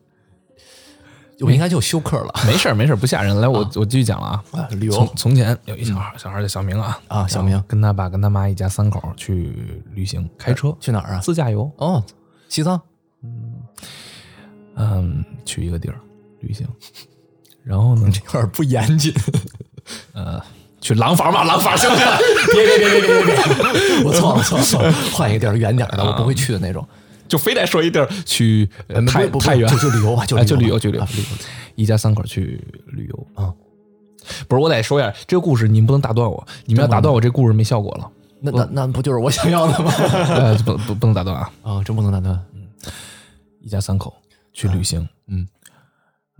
C: 我应该就休克了。
A: 没事儿没事儿，不吓人。来，我我继续讲了啊。
C: 啊旅游嗯
A: 从从前有一小孩，小孩叫小明啊
C: 啊小明
A: 然后跟他爸跟他妈一家三口去旅行，开车
C: 去哪儿啊？
A: 自驾游，
C: 哦，西藏
A: 嗯，去一个地儿旅行，然后呢，呃
C: 有点不严谨。
A: 去廊坊吧，廊坊行不 行？
C: 别别别别别别别！我错了错了错了，换一个地儿远点儿
A: 啊
C: 的，我不会去的那种。
A: 就非得说一地儿去呃
C: 哎不
A: 太
C: 不不
A: 太原，
C: 就就旅游吧就
A: 哎
C: 旅
A: 就
C: 游吧
A: 旅游就旅游
C: 啊，
A: 一家三口去旅游
C: 啊。
A: 不是，我得说一下这个故事，你们不能打断我，你们要打断我，这故事没效果了。
C: 那那那不就是我想要 的吗？
A: 呃，不不不能打断啊！
C: 啊，真不能打断。
A: 一家三口去旅行，
C: 嗯，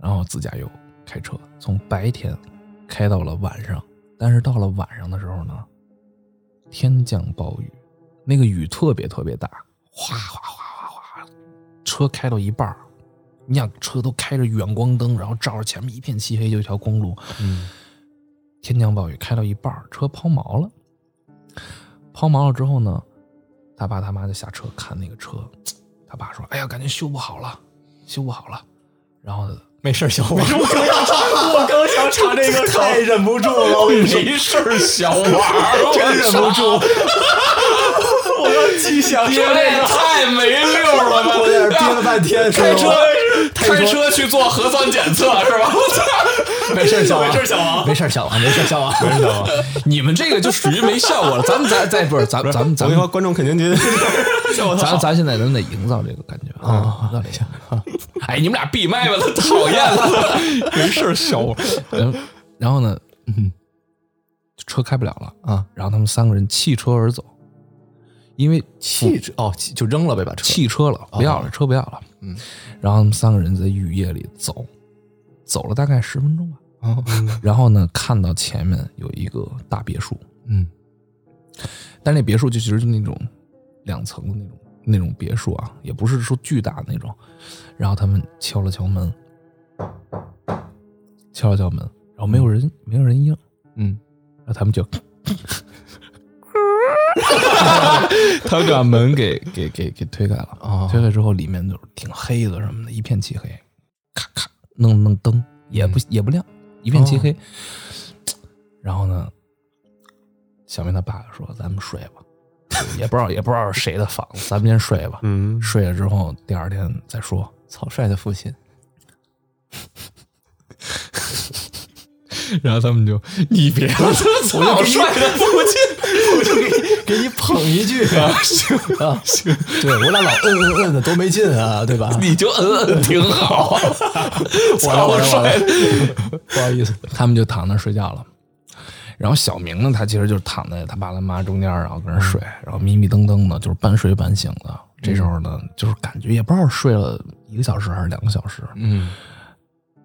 A: 然后自驾游开车，从白天开到了晚上，但是到了晚上的时候呢，天降暴雨，那个雨特别特别大，哗哗哗哗哗，车开到一半儿，你想车都开着远光灯，然后照着前面一片漆黑，就一条公路，嗯，天降暴雨，开到一半儿，车抛锚了。抛锚了之后呢，他爸他妈就下车看那个车，他爸说：“哎呀，感觉修不好了，修不好了。”然后没事修吧。
D: 我刚想查这个，太忍不住了，我跟你说，
E: 没事儿，小娃儿，
D: 真忍不住，我要记想
E: 这太没溜儿了吧！
D: 我在这憋了半天，
E: 开车
D: 说
E: 开车去做核酸检测是吧？我操！没事，小
D: 没事，小王，
C: 没事儿，小王，没事儿，小王。
A: 你们这个就属于没效果了。咱们咱再不是咱咱们
D: 我
A: 咱
D: 跟
A: 们
D: 你说，观众肯定 觉得笑
A: 咱咱现在咱得营造这个感觉啊！营造这个哎，你们俩闭麦吧，他讨厌了。 没事，小王。 然后然后呢，嗯车开不了了
C: 啊！
A: 然后他们三个人弃车而走，因为
C: 气质哦，气就扔了呗，把车。
A: 弃车了，不要了，车不要了。嗯，然后他们三个人在雨夜里走，走了大概十分钟吧。 然后呢，看到前面有一个大别墅，
C: 嗯，
A: 但那别墅就其实就那种两层的那种那种别墅啊，也不是说巨大的那种。然后他们敲了敲门，敲了敲门，然后没有人，没有人应，
C: 嗯，
A: 然后他们就，他们就把门给给给给推开了
C: 哦
A: 推开之后里面就是挺黑的什么的，一片漆黑，咔咔弄弄灯也不、也不亮，一片漆黑。然后呢，小明他爸就说：“咱们睡吧。” 也不知道也不知道是谁的房子，咱们先睡吧。
D: 嗯，
A: 睡了之后，第二天再说。
C: 草率的父亲，
A: 然后他们就你别了，我
E: 好帅的父亲，
C: 给你捧 一句 啊，行啊，行，对我俩老摁摁摁的多没劲啊，对吧？
A: 你就嗯嗯挺好。
C: 我来，我来，我来，不好意思，
A: 他们就躺那儿睡觉了。然后小明呢，他其实就是躺在他爸他妈中间，然后跟那儿睡，然后迷迷瞪瞪的，就是半睡半醒的。这时候呢，就是感觉也不知道睡了一个小时还是两个小时，
C: 嗯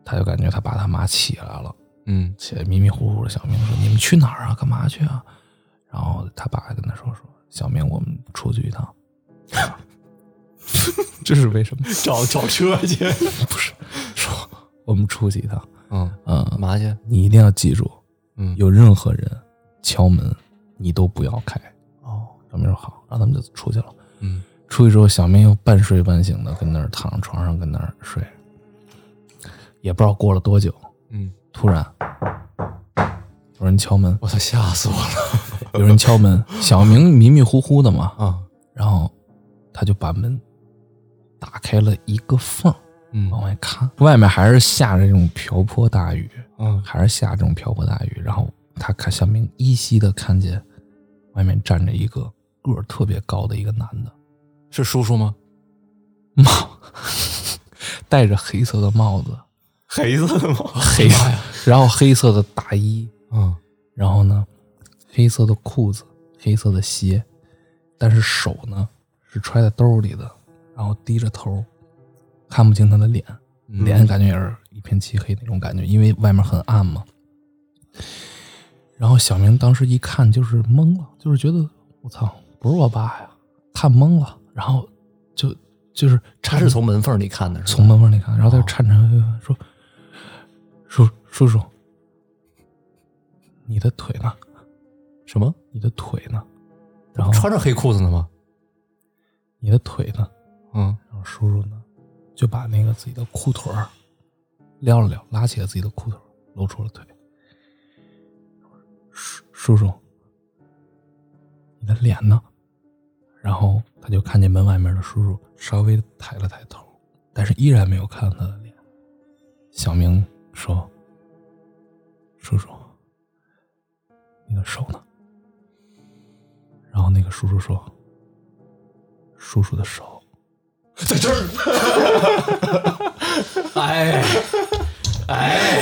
A: 他就感觉他爸他妈起来了，
C: 嗯
A: 起来迷迷糊糊的。小明说：“你们去哪儿啊？干嘛去啊？”然后他爸跟他说：“说小明，我们出去一趟。” 这是为什么？
D: 找找车 去，
A: 说我们出去一趟，
C: 嗯，
A: 嗯，
C: 干嘛去？
A: 你一定要记住，
C: 嗯
A: 有任何人敲门，你都不要开。
C: 哦，
A: 小明说好，然后他们就出去了。
C: 嗯，
A: 出去之后，小明又半睡半醒的跟那儿躺着床上跟那儿睡，也不知道过了多久，
C: 嗯，
A: 突然有人敲门，
C: 我操，吓死我了
A: 有人敲 门，小明迷迷糊糊的嘛，
C: 啊！
A: 然后他就把门打开了一个缝儿，
C: 嗯
A: 往外看，外面还是下着这种瓢泼大雨，
C: 嗯
A: 还是下这种瓢泼大雨。然后他看小明依稀的看见外面站着一个个儿特别高的一个男的，
C: 是叔叔吗？
A: 帽， 戴着黑色的帽子，
D: 黑色的吗？
A: 黑，然后黑色的大衣，
C: 嗯
A: 然后呢，黑色的裤子，黑色的鞋，但是手呢是揣在兜里的，然后低着头，看不清他的脸，
C: 嗯
A: 脸感觉也是一片漆黑那种感觉，因为外面很暗嘛。然后小明当时一看就是懵了，就是觉得我操，不是我爸呀，看懵了，然后就就是
C: 他是从门缝里看的，是吧？
A: 从门缝里看，然后他就颤颤巍巍地说：“叔叔叔，你的腿呢？
C: 什么？
A: 你的腿呢？然后
C: 穿着黑裤子呢吗？
A: 你的腿呢？”
C: 嗯，
A: 然后叔叔呢，就把那个自己的裤腿儿撩了撩，拉起了自己的裤腿儿，露出了腿。叔叔叔，你的脸呢？然后他就看见门外面的叔叔稍微抬了抬头，但是依然没有看到他的脸。小明说：“叔叔，你的手呢？”然后那个叔叔说：“叔叔的手
C: 哎，
A: 哎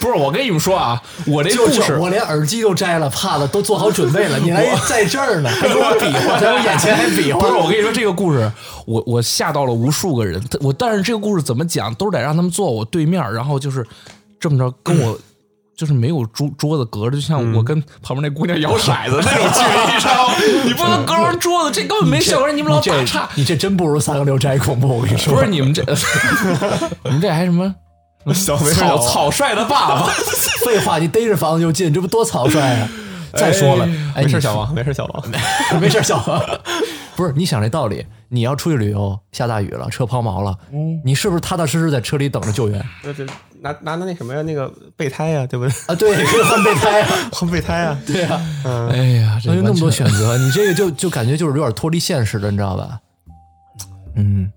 E: 不是我跟你们说啊，我这
C: 就
E: 故
C: 是
E: 事
C: 哎我连耳机都摘了，怕了，都做好准 备了，你还在这儿呢，还跟我比划，在我眼前还比
A: 不
C: 划
A: 是，。我跟你说这个故事，我我吓到了无数个人。他我但是这个故事怎么讲，都得让他们坐我对面，然后就是这么着跟我。就是没有桌桌子隔着，就像我跟旁边那姑娘摇骰子那种距离，你知道吗？你不能隔着桌子，这根本没效果。你们老打岔，
C: 你这真不如三个六摘恐怖，我跟你说。
A: 不是你们这， 你们这还什 么
D: 小没
E: 草草率的爸爸，
A: 哎
C: 废话，你逮着房子就进，这不多草率啊！再说了，哎，
D: 没事，
C: 你
D: 小王，没事，小王，
C: 没事，小王。不是，你想这道理，你要出去旅游，下大雨了，车抛锚了，
A: 嗯
C: 你是不是踏踏实实在车里等着救援
D: 那这拿拿那那什么呀，那个备胎呀，对不对？
C: 啊？对，可以换备胎啊。
D: 换备胎啊，对 啊，嗯，
A: 哎呀，这
C: 哎呦，那
A: 完
C: 么多
A: 全
C: 选择，你这个就就感觉就是有点脱离现实了，你知道吧？嗯，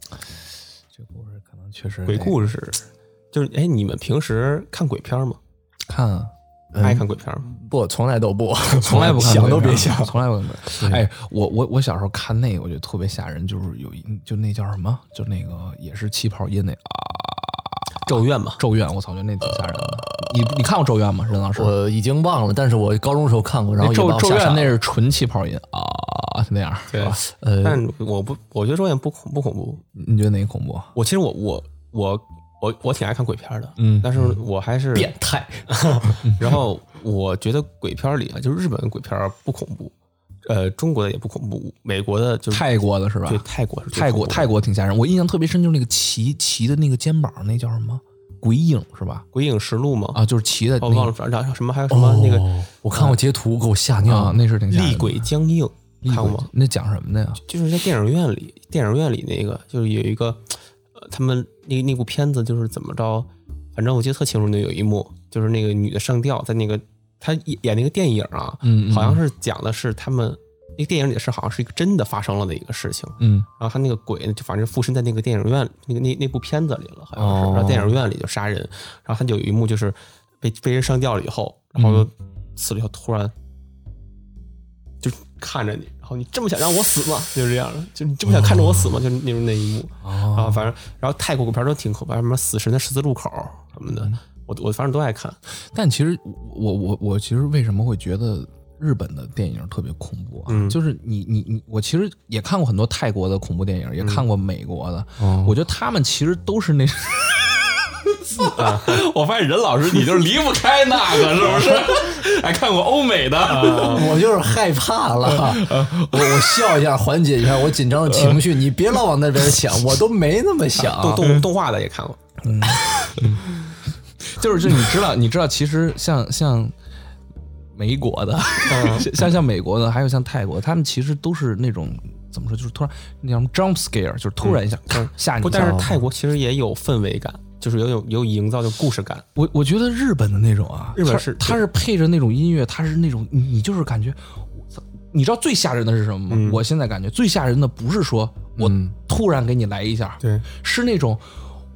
A: 确实
D: 鬼故事就是，哎，你们平时看鬼片吗？
A: 看啊，
D: 爱看鬼片吗？
C: 不，从来都不，
A: 从来不看，嗯
C: 想都别想。，
A: 从来不看鬼片。哎，我我我小时候看那个，我觉得特别吓人，就是有一就那叫什么，就那个也是气泡音那啊
D: 咒怨嘛，
A: 咒怨，我操，我觉得那挺吓人的。你你看过咒怨吗？任老师？
C: 我已经忘了，但是我高中时候看过，然后
A: 那
C: 也
A: 咒
C: 把我
A: 咒
C: 吓傻
A: 怨那
C: 了
A: 是纯气泡音啊，就那样。
D: 对，
C: 呃，
D: 但我不，我觉得咒怨不恐不恐怖，
A: 你觉得哪个恐怖？
D: 我其实我我我我我挺爱看鬼片的，嗯，但是我还是
C: 变态，
D: 然后我觉得鬼片里啊，就是日本的鬼片不恐怖，呃，中国的也不恐怖，美国的就是
A: 泰国的是吧
D: 对？泰国是最
A: 泰国
D: 恐怖的
A: 泰国挺吓人，我印象特别深，就是那个骑骑的那个肩膀，那叫什么鬼影是吧？
D: 鬼影实录嘛
A: 啊，就是骑的
D: 我
A: 那
D: 哦忘
A: 个
D: 了，然后什么还有什么那个
C: 哦我看过截图，给我吓尿
A: 啊，
C: 了。
A: 那是挺吓人的
D: 厉鬼僵硬，
A: 厉
D: 看
A: 鬼
D: 过吗？
A: 那讲什么的呀？
D: 就是在电影院里，电影院里那个就是有一个，呃，他们那那部片子就是怎么着，反正我记得特清楚，那有一幕就是那个女的上吊，在那个她演演那个电影啊，
A: 嗯嗯
D: 好像是讲的是他们那个电影里是好像是一个真的发生了的一个事情，
A: 嗯，
D: 然后他那个鬼就反正附身在那个电影院那个那那部片子里了，好像是，
C: 哦
D: 然后电影院里就杀人，然后他就有一幕就是被被人上吊了以后，然后死了以后突然就看着你，然后你这么想让我死吗？就是这样的，就你这么想看着我死吗？就是那种那一幕
A: 哦
D: 啊，反正然后泰国鬼片都挺可怕，什么死神的十字路口什么的，我我反正都爱看。
A: 但其实我我我其实为什么会觉得日本的电影特别恐怖啊？
D: 嗯
A: 就是你你你，我其实也看过很多泰国的恐怖电影，也
D: 嗯
A: 看过美国的，
D: 哦
A: 我觉得他们其实都是那。
D: 啊
E: 我发现任老师你就是离不开那个，是不 是？还看过欧美的，
D: 啊
C: 我就是害怕了， 我我笑一下缓解一下我紧张的情绪。你别老往那边想，我都没那么
D: 动
A: 啊
C: 想。
D: 动动画的也看过，
A: 就是就是你知道，你知道，其实像像美国
D: 啊
A: 的， 像像美国的，还有像泰国，他们其实都是那种怎么说，就是突然那叫什么 jump scare，就是突然一下、咔 吓你
D: 嗯不，
A: 一下。
D: 但是泰国其实也有氛围感，就是有有有营造的故事感。
A: 我我觉得日本的那种啊，
D: 日本
A: 它
D: 是对
A: 它是配着那种音乐，它是那种你你就是感觉，我操你知道最吓人的是什么吗？
D: 嗯
A: 我现在感觉最吓人的不是说我突然给你来一下，
D: 对，
A: 是那种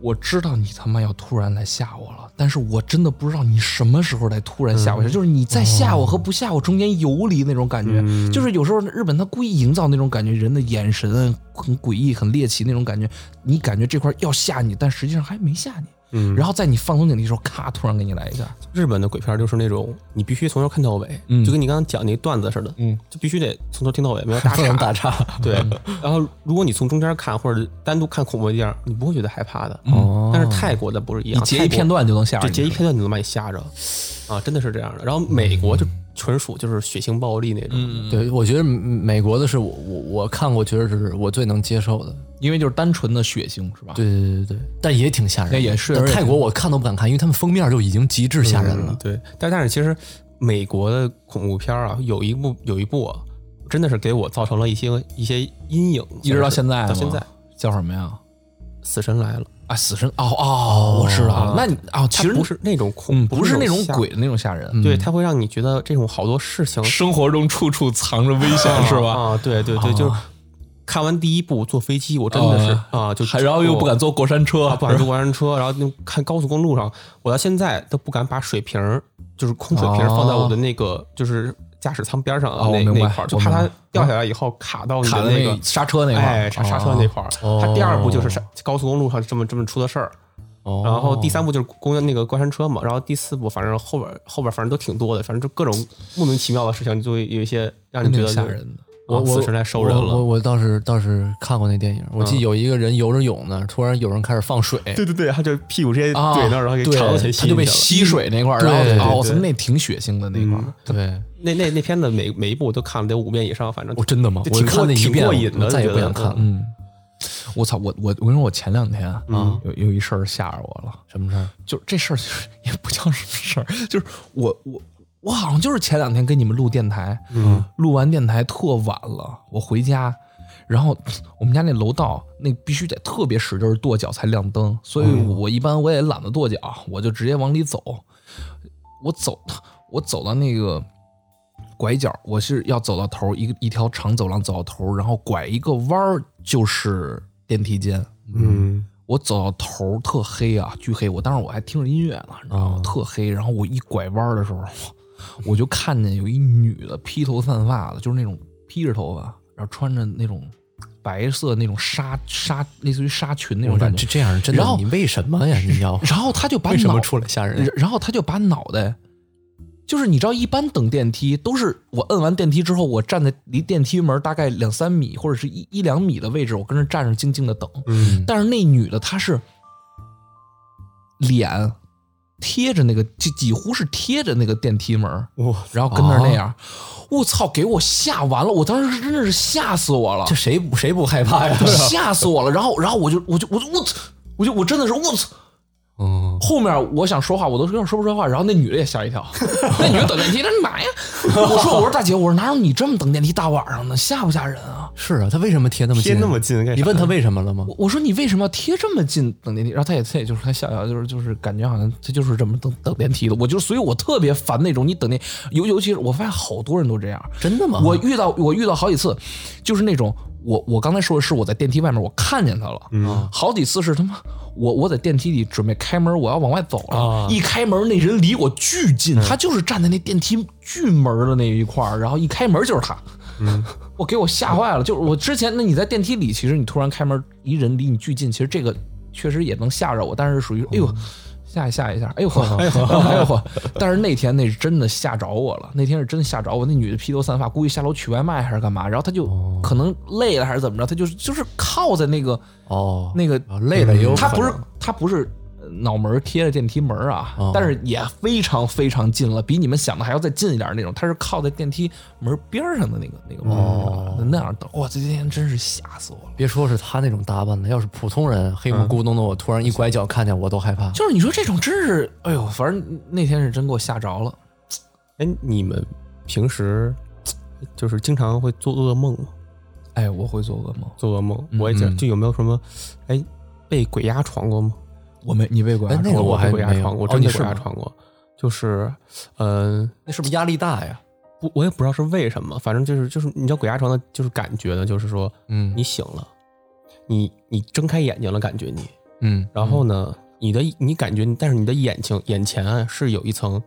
A: 我知道你他妈要突然来吓我了，但是我真的不知道你什么时候来突然吓我一
D: 嗯
A: 下，就是你在吓我和不吓我中间游离那种感觉，
D: 嗯
A: 就是有时候日本他故意营造那种感觉，人的眼神很诡异、很猎奇那种感觉，你感觉这块要吓你，但实际上还没吓你。
D: 嗯
A: 然后在你放松警惕的时候，咔，突然给你来一下。
D: 日本的鬼片就是那种你必须从头看到尾，
A: 嗯
D: 就跟你刚刚讲那段子似的，嗯，就必须得从头听到尾，没有打
C: 不能
D: 岔。
C: 打 岔
D: 对，然后如果你从中间看或者单独看恐怖电影，你不会觉得害怕的。哦，但是泰国的不是
A: 嗯
D: 一
A: 你
D: 样，
A: 截一片
D: 段，
A: 段就能吓
D: 就
A: 人，
D: 截一片段你能把你吓着啊，真的是这样的。然后美国就纯属就是血腥暴力那种，
A: 嗯
C: 对，我觉得美国的是我我我看过，觉得是我最能接受的。
A: 因为就是单纯的血腥，是吧？
C: 对对对对，但也挺吓人的。
A: 那也是
C: 但
A: 而且
C: 泰国我看都不敢看，因为他们封面就已经极致吓人
A: 嗯
C: 了。
D: 对，但但是其实美国的恐怖片啊，有一部有一部啊，真的是给我造成了一些一些阴影，
A: 一直到现在吗，
D: 到现在
A: 叫什么呀？
D: 死神来了，
A: 啊，死神！哦哦，我知道了。那你哦，其实
D: 它不是那种恐，
A: 嗯，不是那种
D: 吓嗯
A: 鬼的那嗯种吓人。
D: 对，它会让你觉得这种好多事情
E: 生活中处处藏着危险，是吧？
D: 啊，对对对，就是看完第一部坐飞机，我真的是
A: 哦
D: 啊，就
E: 还然后又不敢坐过山车
D: 啊，，不敢坐过山车，然后就看高速公路上，我到现在都不敢把水瓶儿，就是空水瓶儿放在我的那个就是驾驶舱边上
A: 哦
D: 那
A: 我明白
D: 那块儿，就
A: 我
D: 怕
A: 明
D: 它
A: 白嗯
D: 掉下来以后卡到你
A: 卡
D: 的
A: 在
D: 那
A: 那
D: 个
A: 个刹车那块儿，哦
D: 哎，刹刹车那块儿。它第二部就是刹高速公路上这么这么出的事儿，
C: 哦
D: 然后第三部就是公那个过山车嘛，然后第四部反正后边后边反正都挺多的，反正就各种莫名其妙的事情，就会有一些让你觉
A: 那
D: 得
A: 个
D: 就
A: 吓人的。
D: 啊死神来收人
C: 我我
D: 了。
C: 我倒是倒是看过那电影，我
A: 嗯
C: 记得有一个人游着泳呢，突然有人开始放水，
D: 对对对，他就屁股直接
A: 啊
D: 怼那儿，然后给
C: 对
D: 肠子全
A: 它
D: 吸
A: 就
D: 进去
A: 被
D: 了。
A: 吸水那块儿，然后
C: 对对
A: 哦，我
D: 对
A: 操，那挺血腥的那块儿。
C: 对，
D: 那那那片子每每一部我都看了得五遍以上，反正
C: 我哦真的吗？
D: 就
C: 我
D: 挺
C: 看
D: 过
C: 那一
D: 挺
C: 遍，
D: 过瘾的
C: 我再也
D: 觉
C: 不
D: 得
C: 想看了。
D: 嗯
A: 我操，我我我跟你说，我前两天啊，有有一事儿吓着我了。
C: 什么事儿？
A: 就这事儿其实也不叫什么事儿，就是我我我好像就是前两天跟你们录电台，嗯，录完电台特晚了，我回家，然后我们家那楼道那必须得特别使劲儿跺脚才亮灯，所以我一般我也懒得跺脚，我就直接往里走。我走， 我走到那个拐角，我是要走到头儿一个一条长走廊走到头儿，然后拐一个弯儿就是电梯间。
D: 嗯
A: 我走到头儿特黑啊，巨黑。我当时我还听着音乐呢，你知道
C: 啊
A: 吗？特黑。然后我一拐弯儿的时候， 我就看见有一女的披头散发的，就是那种披着头发，然后穿着那种白色那种纱纱，类似于纱裙那种
C: 我说
A: 感
C: 你
A: 觉
C: 这。这样真
A: 嗯
C: 的
A: 然，后
C: 你为什么呀？你要
A: 然后她就把
C: 为什么
A: 脑
C: 出来吓人
D: 嗯
A: 然？然后他就把脑袋，就是你知道，一般等电梯都是我摁完电梯之后，我站在离电梯门大概两三米或者是一一两米的位置，我跟那站着静静的等。
D: 嗯
A: 但是那女的她是脸贴着那个，几几乎是贴着那个电梯门，
D: 哇啊
A: 然后跟那儿那样，我、操，给我吓完了！我当时真的是吓死我了
C: 这，谁不谁不害怕呀？
A: 吓死我了！然后，然后我就我就我就我操，我就我真的是我操。
D: 嗯，
A: 后面我想说话，我都有点说不出来话，然后那女的也吓一跳，那女的等电梯，那你嘛呀？我说我说大姐，我说哪有你这么等电梯大晚上的，吓不吓人啊？
C: 是啊，他为什么贴那么
D: 贴那么近干啥
C: 你问他为什么了吗？
A: 嗯我我说你为什么要贴这么近等电梯？然后她也她也就是她笑笑，就是就是感觉好像她就是这么等等电梯的。我就所以，我特别烦那种你等电，尤尤其是我发现好多人都这样，
C: 真的吗？
A: 我遇到我遇到好几次，就是那种我我刚才说的是我在电梯外面我看见他了，好几次是他妈我我在电梯里准备开门，我要往外走了，一开门那人离我巨近，他就是站在那电梯巨门的那一块儿，然后一开门就是他。我给我吓坏了，就是我之前那你在电梯里，其实你突然开门，一人离你巨近，其实这个确实也能吓着我，但是属于哎呦吓一吓一下，哎呦 呵，哎呦呵，哎呦呵。但是那天那是真的吓着我了，那天是真的吓着我。那女的披头散发，估计下楼取外卖还是干嘛，然后她就可能累了还是怎么着，她就是就是靠在那个
C: 哦，
A: 那个嗯
C: 啊累了也有
A: 他
C: 可
A: 不是
C: 能
A: 他不是呃脑门贴着电梯门啊，
C: 哦
A: 但是也非常非常近了，比你们想的还要再近一点那种。他是靠在电梯门边上的那个那个位
C: 哦
A: 置上，那样的。哇，这今天真是吓死我了。
C: 别说是他那种打扮了，要是普通人黑不咕咚的，我突然一拐角看见我都害怕。
A: 嗯就是你说这种真是，哎呦，反正那天是真给我吓着了。
D: 哎，你们平时就是经常会做噩梦吗？
A: 哎，我会做噩梦，
D: 做噩梦，
C: 嗯
D: 我也想，就有没有什么，哎，被鬼压床过吗？啊
A: 我没你被鬼
C: 哎，那个
D: 我
C: 还
D: 被鬼压
C: 没有，
D: 床过，
C: 哦
D: 我真
C: 你
D: 的
C: 是
D: 鬼压
C: 吗？
D: 床过，就是，嗯，
C: 那是不是压力大呀？
D: 不，我也不知道是为什么，反正就是就是，你知道鬼压床的，就是感觉呢，就是说，
C: 嗯
D: 你醒了，你你睁开眼睛了，感觉你，
C: 嗯，
D: 然后呢，你的你感觉，但是你的眼睛眼前啊是有一层，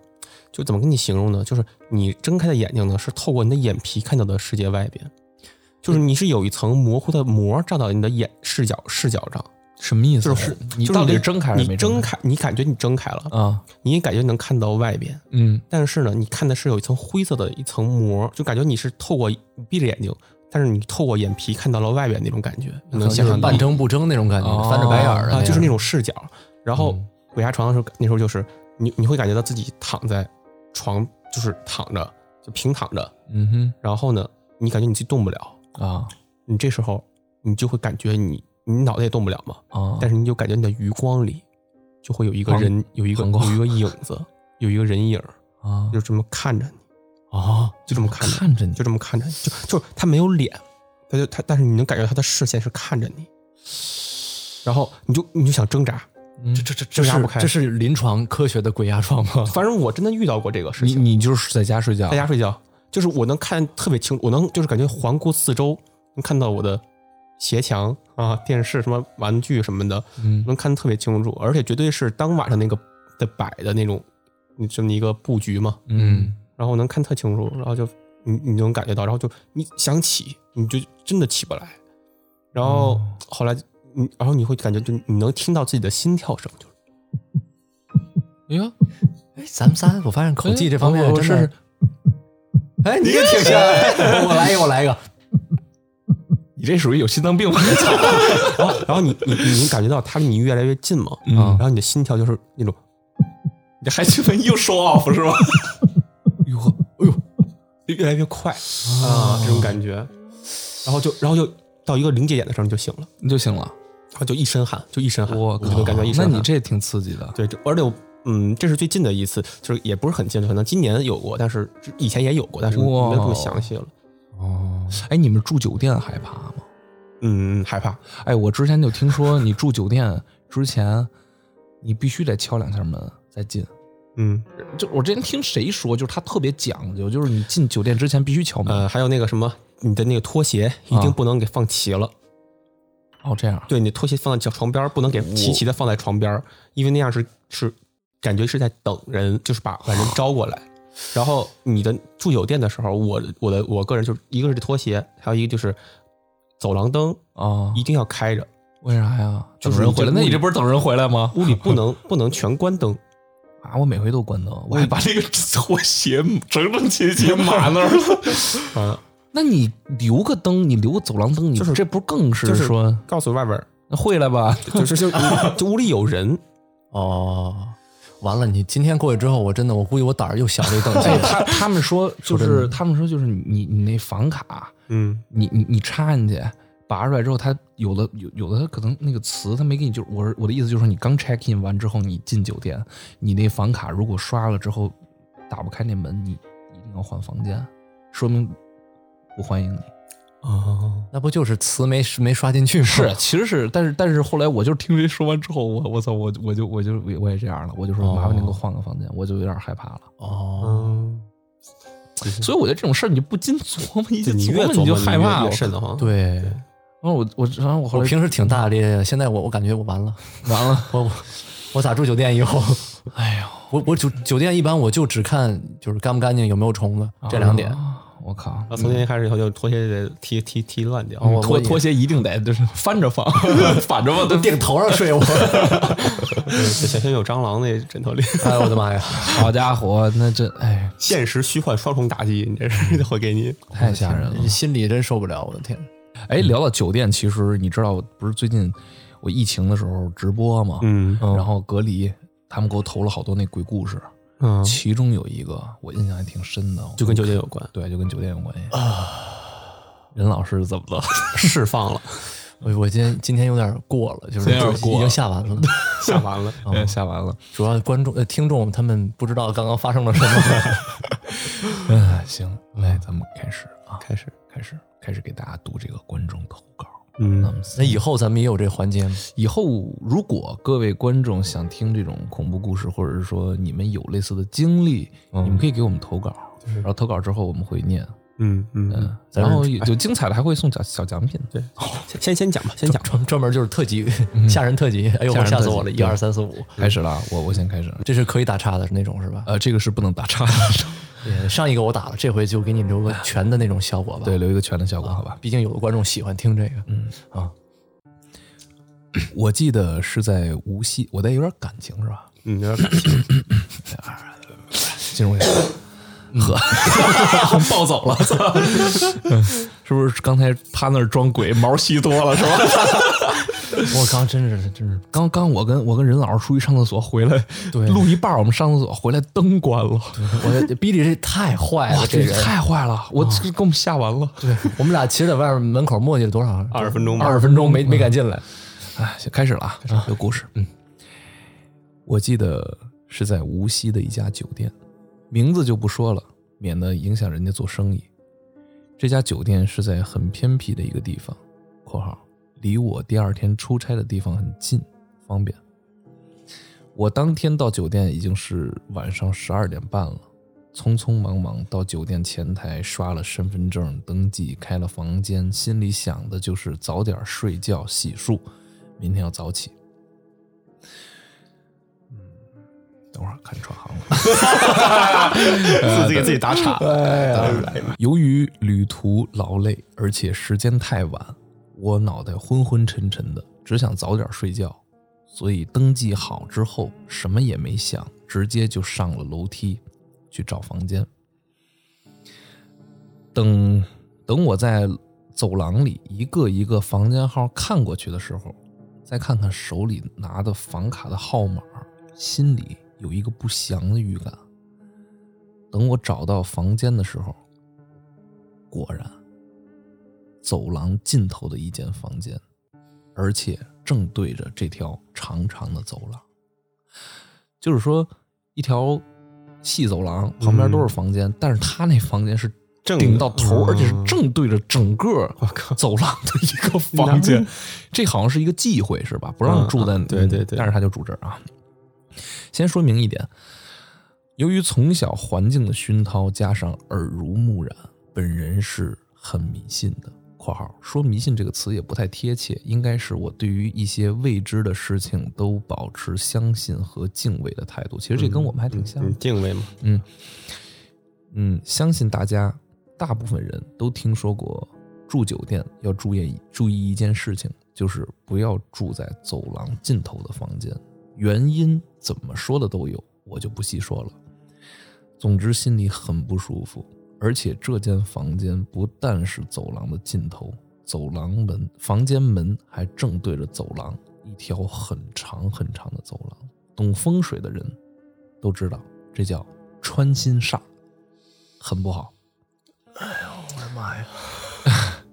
D: 就怎么跟你形容呢？就是你睁开的眼睛呢，是透过你的眼皮看到的世界外边，就是
C: 嗯
D: 你是有一层模糊的膜罩到你的眼视角视角上，
A: 什么意思？啊
D: 就是
A: 你
D: 就是
A: 到底
D: 你
A: 是睁开还是没
D: 你睁
A: 开？
D: 开，你感觉你睁开了，
A: 啊，
D: 你也感觉能看到外边，
A: 嗯，
D: 但是呢，你看的是有一层灰色的一层膜，就感觉你是透过你闭着眼睛，但是你透过眼皮看到了外边那种感觉，你能想
C: 就是
D: 象到
C: 半睁不睁那种感
A: 哦
C: 觉，翻着白眼儿的
D: 啊，
C: 样
D: 就是那种视角。然后鬼压床的时候，那时候就是你你会感觉到自己躺在床，就是躺着就平躺着，
A: 嗯
D: 然后呢，你感觉你自己动不了，
A: 哼，啊
D: 你这时候你就会感觉你你脑袋也动不了嘛，
A: 啊，
D: 但是你就感觉你的余光里就会有一个
A: 膀
D: 人，有一个
A: 膀胱
D: 有一个影 子，有一个人影儿，
A: 啊
D: 就这么看着你，
C: 啊，
D: 就这么看着你。
A: 哦看着你，
D: 就这么看着你，就就是他没有脸，他就他，但是你能感觉他的视线是看着你，然后你就你就想挣扎，
A: 嗯
C: 这这这这
D: 就压
C: 是
D: 不开
C: 这是临床科学的鬼压床吗？
D: 反正我真的遇到过这个事
A: 你
D: 情，
A: 你就是在家睡觉
D: 在，家睡觉，就是我能看特别清，我能就是感觉环顾四周，能看到我的鞋墙啊、电视什么玩具什么的，
A: 嗯
D: 能看得特别清楚，而且绝对是当晚上那个的摆的那种这么一个布局嘛，
A: 嗯
D: 然后能看特清楚，然后就你你能感觉到，然后就你想起你就真的起不来，然后
A: 哦
D: 后来你然后你会感觉就你能听到自己的心跳声，就是
A: 哎呀，
C: 哎，咱们仨我发现口技这方面
A: 我我
C: 真的
A: 试试，
C: 哎，你也挺像， 哎我来一个，我来一个，
A: 你这属于有心脏病吧？
D: 然后 然后你你你能感觉到它离你越来越近嘛，嗯然后你的心跳就是那种
E: 你还兴奋又 show off 是吧？
A: 哟呵，
D: 越来越快啊这种感觉，然后就然后就到一个临界点的时候你就醒了，
A: 你就醒了。
D: 然后就一身汗，就一身汗，
A: 我
D: 你就能感觉到一身
A: 那
D: 汗。
A: 你这挺刺激的。
D: 对，就而且我嗯，这是最近的一次，就是也不是很近，可能今年有过，但是以前也有过，但是没
A: 哇
D: 有这么详细了。
A: 哦，哎，你们住酒店害怕吗？
D: 嗯，害怕，
A: 哎，我之前就听说，你住酒店之前，你必须得敲两下门再进。
D: 嗯，
A: 就我之前听谁说，就是他特别讲究，就是你进酒店之前必须敲门。
D: 呃，还有那个什么，你的那个拖鞋一定不能给放齐了，
A: 哦，这样，
D: 对你的拖鞋放在脚床边儿，不能给齐齐的放在床边儿，因为那样是是感觉是在等人，就是把把人招过来。然后你的住酒店的时候，我我的我个人就是一个是拖鞋，还有一个就是走廊灯
A: 哦
D: 一定要开着，
A: 为啥呀？
D: 就是
A: 等人回来，
D: 你这
A: 那
D: 屋
A: 你
D: 里
A: 这不是等人回来吗？
D: 屋里不能不能全关灯。
A: 啊，我每回都关灯，我还
E: 把这个拖鞋整整齐齐码那儿了。
A: 那你留个灯，你留个走廊灯，你
D: 就是
A: 这不更是
D: 就是
A: 说
D: 告诉外边儿，
A: 那会了吧？
D: 就是就就屋里有人，
C: 哦，完了，你今天过去之后，我真的我估计我胆儿又小了一 等级
A: 哎，。他他们说就
C: 说真
A: 是
C: 的
A: 他们说就是你你那房卡，
D: 嗯，
A: 你你你插进去，拔出来之后，它有的有有的它可能那个词它没给你，就是我是我的意思就是说，你刚 check in 完之后，你进酒店，你那房卡如果刷了之后打不开那门，你一定要换房间，说明不欢迎你。
D: 哦，
C: 那不就是词没没刷进去吗？
A: 是，其实是，但是但是后来我就听谁说完之后，我我操，我我就我就我也这样了，我就说
C: 哦
A: 麻烦您给我换个房间，我就有点害怕了。
C: 哦，
D: 嗯，
A: 所以我觉得这种事儿你就不禁琢磨一下，
D: 就你
A: 琢磨
D: 越琢
A: 你就
D: 磨
A: 害怕。
D: 越
A: 我
D: 越瘆得慌。，
C: 对，
A: 然哦后我我然后我后
C: 我
A: 来
C: 平时挺大咧咧，现在我我感觉我完了，
A: 完了，
C: 我我我咋住酒店以 后，
A: 哎呦，
C: 我我酒酒店一般我就只看就是干不干净，有没有虫子这两点。
A: 啊我靠，
D: 从今天开始以后就拖鞋得踢踢踢乱掉。
C: 我
A: 拖
C: 我也
A: 拖鞋一定得就是翻着放， 反着放都
C: 顶头上睡我，
D: 嗯小心有蟑螂那枕头里。
C: 哎我的妈呀！
A: 好家伙，那这哎
D: 现实虚幻双重打击，你这是会给你。
A: 太吓人了。
C: 心里真受不了，我的天！
A: 哎，聊到酒店，其实你知道，不是最近我疫情的时候直播嘛，
D: 嗯
A: 然后隔离，他们给我投了好多那鬼故事，
D: 嗯，
A: 其中有一个我印象还挺深的，
D: 就跟酒店有关，
A: 对，就啊跟酒店有关系任老师怎么了？
D: 释放了，
C: 哎我我今天今天有点过了，就是
A: 今天有点过了
C: 已经下完了。
D: 下完了。
A: 哎 吓完了。
C: 主要观众呃听众他们不知道刚刚发生了什 么。
A: 嗯，行，来，咱们开始啊，
D: 开始，
A: 开始，开始给大家读这个观众投稿。
D: 嗯，
A: 哎
C: 那以后咱们也有这环节吗？
A: 以后如果各位观众想听这种恐怖故事，或者是说你们有类似的经历，你们可以给我们投稿，然后投稿之后我们会念，
D: 嗯嗯，
A: 嗯，然后有有精彩的还会送小小奖品。
D: 对，先先讲吧，先讲吧。
C: 专专门就是特辑，吓人特辑。哎呦，
A: 吓
C: 我
A: 人
C: 吓死
A: 特辑
C: 我了！一
A: 对
C: 二三四五，
A: 开始了啊，我我先开始。
C: 这是可以打岔的那种是吧？
A: 呃，这个是不能打岔 的，
C: 也呃上一个我打了，这回就给你留个全的那种效果吧。
A: 对，留一个全的效果，好吧？
C: 毕竟有的观众喜欢听这个。 嗯啊，
A: 我记得是在无锡，我得有点感情是吧？
D: 嗯，有点 感情。
A: 进入一下，呵，暴走了，操是不是刚才他那儿装鬼毛细多了 是吧？
C: 我刚啊真是真是
A: 刚刚我跟我跟任老师出去上厕所回来，
C: 对
A: 录一半儿我们上厕所回来灯关了，
C: 我这比利这太坏
A: 哇，
C: 了，这
A: 这
C: 人啊
A: 太坏了，我这给我们吓完了。
C: 对我们俩其实在外面门口磨叽了多少？
D: 二十分钟吧
C: 二十分钟没没敢进来。
A: 哎，行，开始了啊，有故事。嗯，我记得是在无锡的一家酒店，名字就不说了，免得影响人家做生意。这家酒店是在很偏僻的一个地方（括号离我第二天出差的地方很近，方便）。我当天到酒店已经是晚上十二点半了，匆匆忙忙到酒店前台刷了身份证登记，开了房间，心里想的就是早点睡觉洗漱，明天要早起。嗯，等会儿看串行了。
D: 自己给自己打岔。嗯
A: 由于旅途劳累，而且时间太晚，我脑袋昏昏沉沉的，只想早点睡觉，所以登记好之后什么也没想，直接就上了楼梯去找房间。等等，我在走廊里一个一个房间号看过去的时候，再看看手里拿的房卡的号码，心里有一个不祥的预感。等我找到房间的时候，果然，走廊尽头的一间房间，而且正对着这条长长的走廊。就是说一条细走廊旁边都是房间，但是他那房间是
D: 正
A: 顶到头，
D: 嗯
A: 而且是正对着整个走廊的一 个房间。这好像是一个忌讳是吧？不让住在、
D: 嗯嗯对对对
A: 但是他就住这儿啊。先说明一点，由于从小环境的熏陶，加上耳濡目染，本人是很迷信的。（括号说迷信这个词也不太贴切，应该是我对于一些未知的事情都保持相信和敬畏的态度。其实这
D: 嗯
A: 跟我们还挺像的
D: 你。敬畏嘛，
A: 嗯，相信大家大部分人都听说过，住酒店要注意注意一件事情，就是不要住在走廊尽头的房间。原因怎么说的都有，我就不细说了。总之心里很不舒服，而且这间房间不但是走廊的尽头，走廊门房间门还正对着走廊，一条很长很长的走廊。懂风水的人都知道，这叫穿心煞。很不好。哎呦，我的妈呀！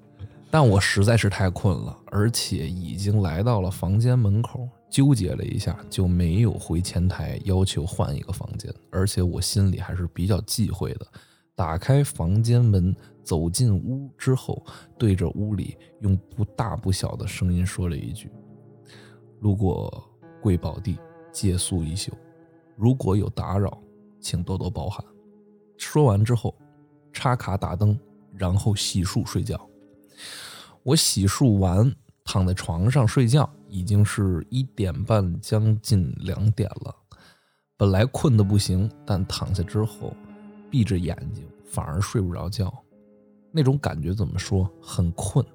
A: 但我实在是太困了，而且已经来到了房间门口，纠结了一下就没有回前台要求换一个房间，而且我心里还是比较忌讳的。打开房间门，走进屋之后，对着屋里用不大不小的声音说了一句：“路过贵宝地，借宿一宿，如果有打扰，请多多包涵。”说完之后，插卡打灯，然后洗漱睡觉。我洗漱完，躺在床上睡觉，已经是一点半，将近两点了。本来困得不行，但躺下之后，闭着眼睛反而睡不着觉，那种感觉怎么说？很困，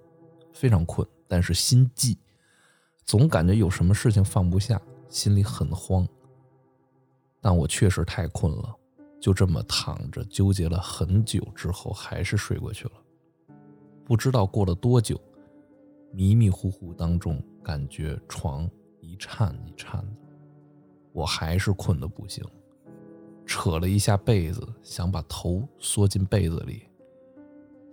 A: 非常困，但是心悸，总感觉有什么事情放不下，心里很慌。但我确实太困了，就这么躺着纠结了很久之后，还是睡过去了。不知道过了多久，迷迷糊糊当中，感觉床一颤一颤的，我还是困得不行，扯了一下被子，想把头缩进被子里。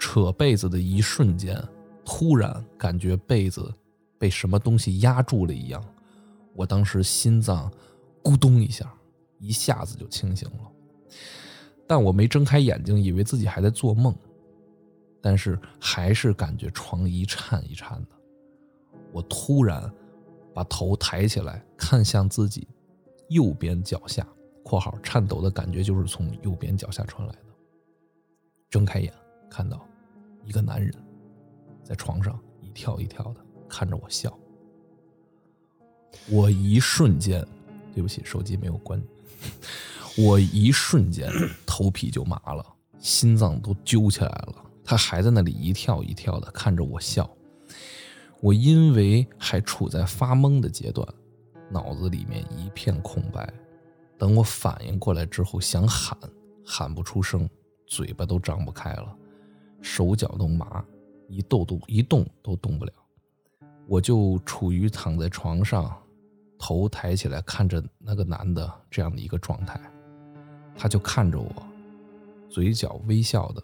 A: 扯被子的一瞬间，突然感觉被子被什么东西压住了一样，我当时心脏咕咚一下，一下子就清醒了。但我没睁开眼睛，以为自己还在做梦，但是还是感觉床一颤一颤的。我突然把头抬起来，看向自己右边脚下（括号颤抖的感觉就是从右边脚下传来的）。睁开眼，看到一个男人在床上一跳一跳的看着我笑。我一瞬间，对不起，手机没有关。我一瞬间头皮就麻了，心脏都揪起来了。他还在那里一跳一跳的看着我笑。我因为还处在发懵的阶段，脑子里面一片空白。等我反应过来之后，想喊喊不出声，嘴巴都张不开了，手脚都麻，一动都一动都动不了。我就处于躺在床上，头抬起来看着那个男的这样的一个状态，他就看着我，嘴角微笑的，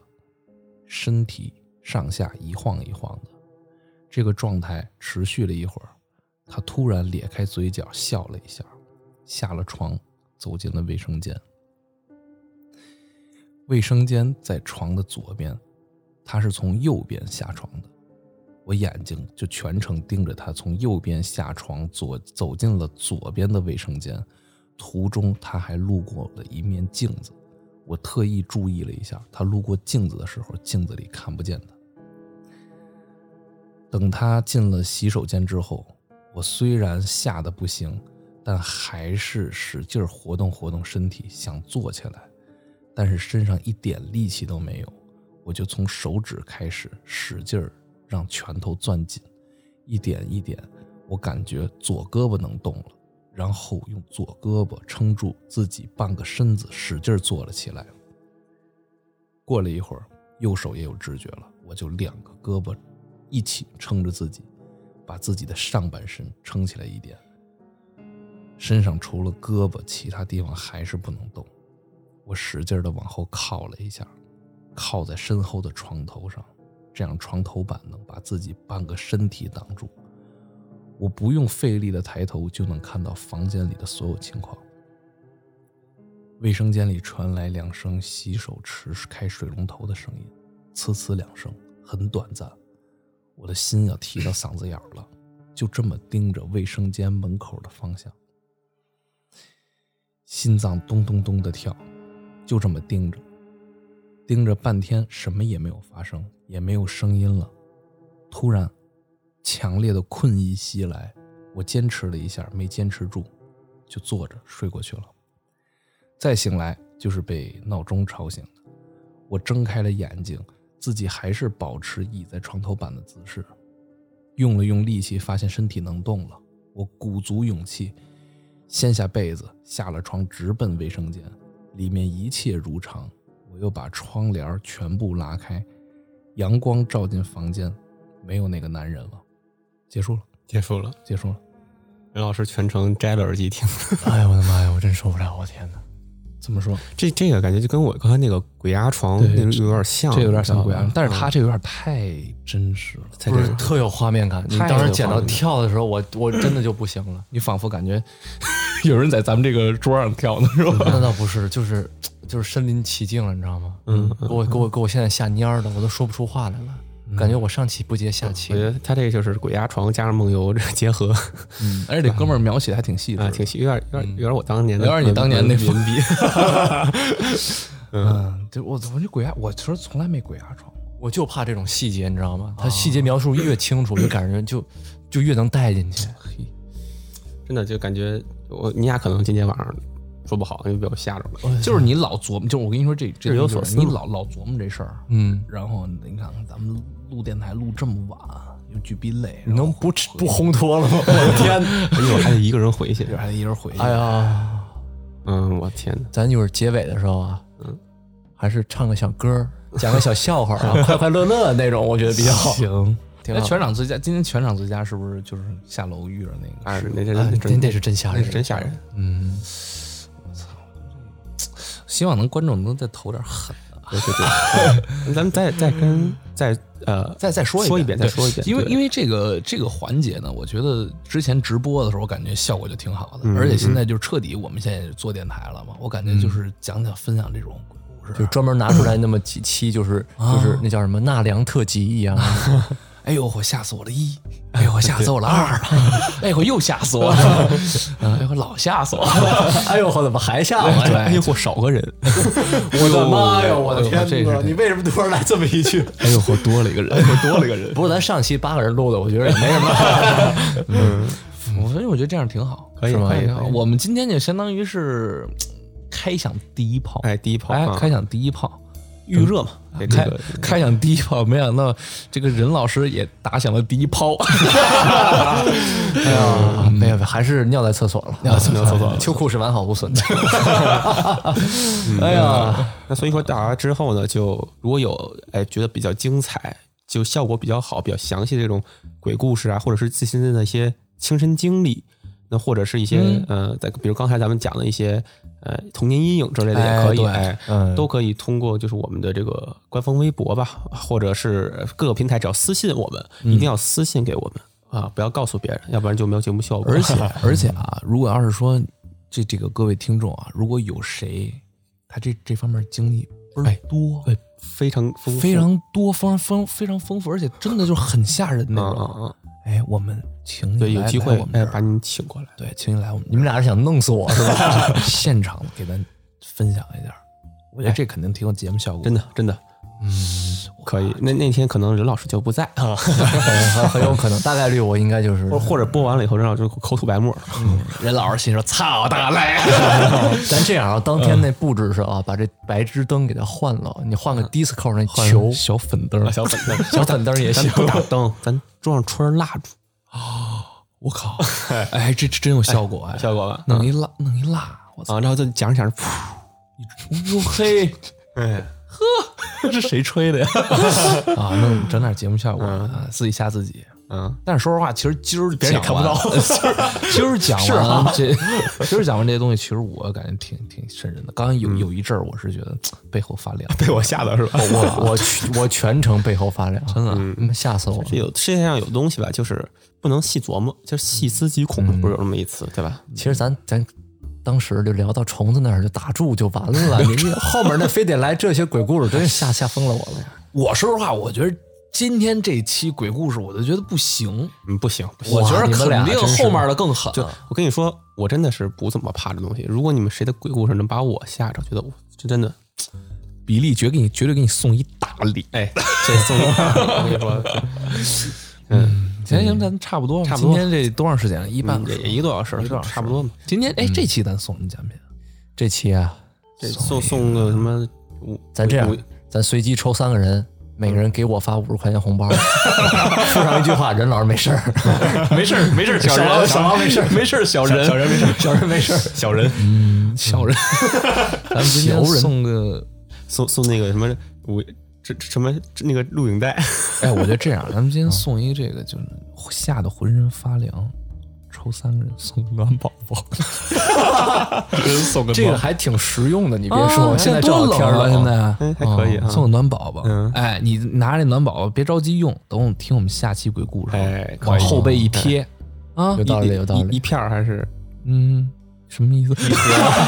A: 身体上下一晃一晃的。这个状态持续了一会儿，他突然咧开嘴角笑了一下，下了床，走进了卫生间。卫生间在床的左边，他是从右边下床的。我眼睛就全程盯着他从右边下床左走进了左边的卫生间，途中他还路过了一面镜子，我特意注意了一下，他路过镜子的时候，镜子里看不见他。等他进了洗手间之后，我虽然吓得不行，但还是使劲儿活动活动身体，想坐起来，但是身上一点力气都没有。我就从手指开始使劲儿让拳头攥紧，一点一点，我感觉左胳膊能动了，然后用左胳膊撑住自己半个身子，使劲儿坐了起来。过了一会儿，右手也有知觉了，我就两个胳膊一起撑着自己，把自己的上半身撑起来一点。身上除了胳膊，其他地方还是不能动。我使劲的往后靠了一下，靠在身后的床头上，这样床头板能把自己半个身体挡住。我不用费力的抬头就能看到房间里的所有情况。卫生间里传来两声洗手池开水龙头的声音，呲呲两声，很短暂。我的心要提到嗓子眼儿了，就这么盯着卫生间门口的方向，心脏咚咚咚的跳，就这么盯着，盯着半天，什么也没有发生，也没有声音了。突然，强烈的困意袭来，我坚持了一下，没坚持住，就坐着睡过去了。再醒来就是被闹钟吵醒的。我睁开了眼睛，自己还是保持倚在床头板的姿势，用了用力气，发现身体能动了。我鼓足勇气，掀下被子，下了床，直奔卫生间。里面一切如常。我又把窗帘全部拉开，阳光照进房间，没有那个男人了。结束了，
D: 结束了。
A: 结束了。
D: 任老师全程摘了耳机听，
C: 哎呀，我的妈呀，我真受不了！我天哪，
A: 这么说，
D: 这这个感觉就跟我刚才那个鬼压床
A: 对
D: 那个有点像，
A: 这有点像鬼压
D: 嗯
A: 床，但是他这有点太真实了。
D: 在
C: 不
D: 这
C: 是特有画面感。你
A: 太
C: 当时
A: 有
C: 剪
A: 画
C: 到
A: 面
C: 跳的时候，我我真的就不行了。
A: 你仿佛感觉 有人在咱们这个桌上跳呢，是
D: 嗯
A: 吧？
C: 那倒不是，就是就是身临其境了，你知道吗？嗯，给我给我给我现在吓蔫儿的，我都说不出话来了，
A: 嗯
C: 感觉我上气不接下气
D: 我觉。得他这个就是鬼压床加上梦游这结合
A: 嗯，而且这哥们儿描写的还挺细致的，
D: 啊，挺有点有点有点我当年的，
A: 有点你当年那
D: 文笔。嗯
A: 嗯，对，我我这鬼压，我其实从来没鬼压床。
C: 我就怕这种细节，你知道吗？
A: 啊
C: 他细节描述越清 楚，就感觉就就越能带进去。
D: 真的就感觉我你俩可能今天晚上说不好，因为被我吓着了。
A: 就是你老琢磨，就是我跟你说这这
D: 日有
A: 东西
D: 所
A: 就是
D: 思
A: 你
D: 嘛
A: 老老琢磨这事儿，
C: 嗯，
A: 然后你看看咱们录电台录这么晚，又巨逼累，
C: 你
A: 然后
C: 能不吃不烘托 了吗？我的天哪！
D: 一会儿还得一个人回去。
A: 还得一人回去。
C: 哎呀，
D: 嗯，我天哪！
C: 咱一会儿结尾的时候啊，
A: 嗯
C: 还是唱个小歌儿，讲个小笑话 啊，快快乐乐那种，我觉得比较好。
A: 行，
C: 挺
D: 哎
A: 那
C: 好
A: 哎全场最佳，今天全场最佳是不是就是下楼遇着那个？
D: 哎，那
C: 啊
D: 这
C: 真
D: 真
C: 得是真吓
D: 那
C: 人
D: 是，真吓人。
C: 嗯，
A: 希望能观众能再投点狠的，
D: 对对对，嗯咱们再再 跟再呃
A: 再再说一
D: 说一
A: 遍对
D: 遍，再说一遍，
A: 因为
D: 对
A: 因为这个这个环节呢，我觉得之前直播的时候，我感觉效果就挺好的，
D: 嗯
A: 而且现在就彻底我们现在也做电台了嘛，我 感觉就是讲讲分享这种鬼故
C: 嗯就
A: 事。啊
C: 专门拿出来那么几 期，就是就是那叫什么纳凉特辑一样。
A: 哎呦，我吓死我了一，哎呦，我吓死我 了二，哎呦，又吓死我了，哎呦，老吓死我了，
C: 哎呦，我怎么还下
A: 我呀
D: 哎呦，我少个人，
A: 哎
C: 我的妈呀！我
A: 我的
C: 的
A: 天哪
C: 天哪！你为什么突然来这么一句？
A: 哎呦，我多了一个人，我多了一个人。
C: 不过咱上期八个人录的，我觉得也没什么。
A: 我 所以我觉得这样挺好，
D: 可以
A: 是吗
D: 可以
A: 挺好
D: 可以
A: 我们今天就相当于是开响第一炮，
D: 哎，第一炮
A: 哎，
D: 啊
A: 开响第一炮，
D: 预热嘛，对这
A: 开
D: 个
A: 开响第一炮，没想到这个任老师也打响了第一炮。 嗯
C: 哎呀，没有，还是尿在厕所了。尿
D: 尿厕所了
C: 秋裤是完好无损的。 哎呀，
D: 那所以说打完之后呢，就如果有哎觉得比较精彩，就效果比较好、比较详细的这种鬼故事啊，或者是自身的一些亲身经历，那或者是一些、
A: 嗯
D: 呃，在比如刚才咱们讲的一些呃童年阴影之类的也可以，哎，
C: 嗯
D: 都可以通过就是我们的这个官方微博吧，或者是各个平台，只要私信我们，一
A: 嗯
D: 定要私信给我们。啊，不要告诉别人，要不然就没有节目效果。
A: 而且而且啊，如果要是说这这个各位听众啊，如果有谁他这这方面经历倍儿多。
D: 对， 非常丰富
A: 哎非常多，非常丰非常丰富，而且真的就是很吓人那
D: 啊啊
A: 种。
D: 啊！
C: 嗯
A: 哎，我们请你
D: 对，有
A: 来
D: 机
A: 来
D: 会
A: 我们这
D: 哎，
A: 儿
D: 把你请过来。
A: 对，请你来我们
C: 你们俩是想弄死我是吧？
A: 现场给咱分享一下，我觉得这肯定挺有节目效果。
D: 真，的真的，嗯，可以。那那天可能任老师就不在 啊，
C: 很很有可能，大概率我应该就是
D: 或或者播完了以后，任老师就口吐白沫了。
A: 任老师心说：“操大嘞
C: 咱这样啊，当天那布置 是啊，把这白炽灯给它换了，你换个 disco 那球
A: 小粉灯儿，
D: 小粉灯，
C: 小粉灯也
D: 咱
C: 行。
D: 不打灯，咱桌上吹着蜡烛，
A: 我靠！哎，这这真有效果 哎，
D: 效果吧？
A: 弄一蜡，弄一蜡，我操！
D: 啊，然后就讲着讲着，噗，
A: 哟嘿，
D: 哎，
A: 这是谁吹的呀？啊，弄整点节目效果，啊自己吓自己。
D: 嗯，
A: 但是说实话，其实今儿别人
D: 也看 不到
A: 今儿讲完这，今儿讲完这些东西，其实我感觉挺挺瘆人的。刚刚有有一阵儿，我是觉得背后发凉，
D: 被我吓的是吧？
C: 我我全我全程背后发凉，真
A: 嗯
C: 的吓死我了
D: 这。有世界上有东西吧，嗯就是不能细琢磨，就是细思极恐，不是有那么一词，对吧？
C: 其实咱咱当时就聊到虫子那儿就打住就完 了，你这后面那非得来这些鬼故事，真是吓吓疯了我了。
A: 我说实话，我觉得今天这期鬼故事，我就觉得不行，
D: 嗯，不行，不行
A: 我觉得
C: 你们俩
A: 肯定
C: 真是
A: 后面的更狠。啊
D: 我跟你说，我真的是不怎么怕这东西。如果你们谁的鬼故事能把我吓着，觉得我这真的
A: 比利绝给你，绝对给你送一大礼。
D: 哎， 这送我，我跟你说，
A: 行行，咱差不多吧，
D: 差不多
A: 今天这多长时间了？一半个
D: 也
A: 小时
D: 嗯也一个多小时了，
A: 一个多小时
D: 差不多嘛。
A: 今天哎，这期咱送你奖品，
C: 嗯这期啊，
D: 这送送个嗯什么五？
C: 咱这样
D: 五，
C: 咱随机抽三个人，每个人给我发五十块钱红包， 附上一句话：“任老师没事儿，
D: 没事儿没事儿， 小人小王没事没事儿，小人小人没事， 小人没事，小人
C: 嗯
A: 小人， 咱们今天送个。
D: 送送那个什么五这这什么这那个录影带，
A: 哎，我觉得这样，咱们今天送一个这个，就是吓得浑身发凉，抽三个人送个暖宝宝，送个
C: 这个还挺实用的。”你别说，
A: 啊
C: 现
A: 现
C: 在正好
A: 多冷
C: 天儿
A: 啊！现
C: 冷，
A: 在
D: 嗯还可以啊
A: 哦送个暖宝宝。
D: 嗯
A: 哎，你拿这暖宝宝，别着急用，等我们听我们下期鬼故事，
D: 哎，可
A: 往
D: 以
A: 后背一贴啊
C: 有，道理，有道
D: 一一
C: 理。
D: 片儿还是
A: 嗯，什么意思？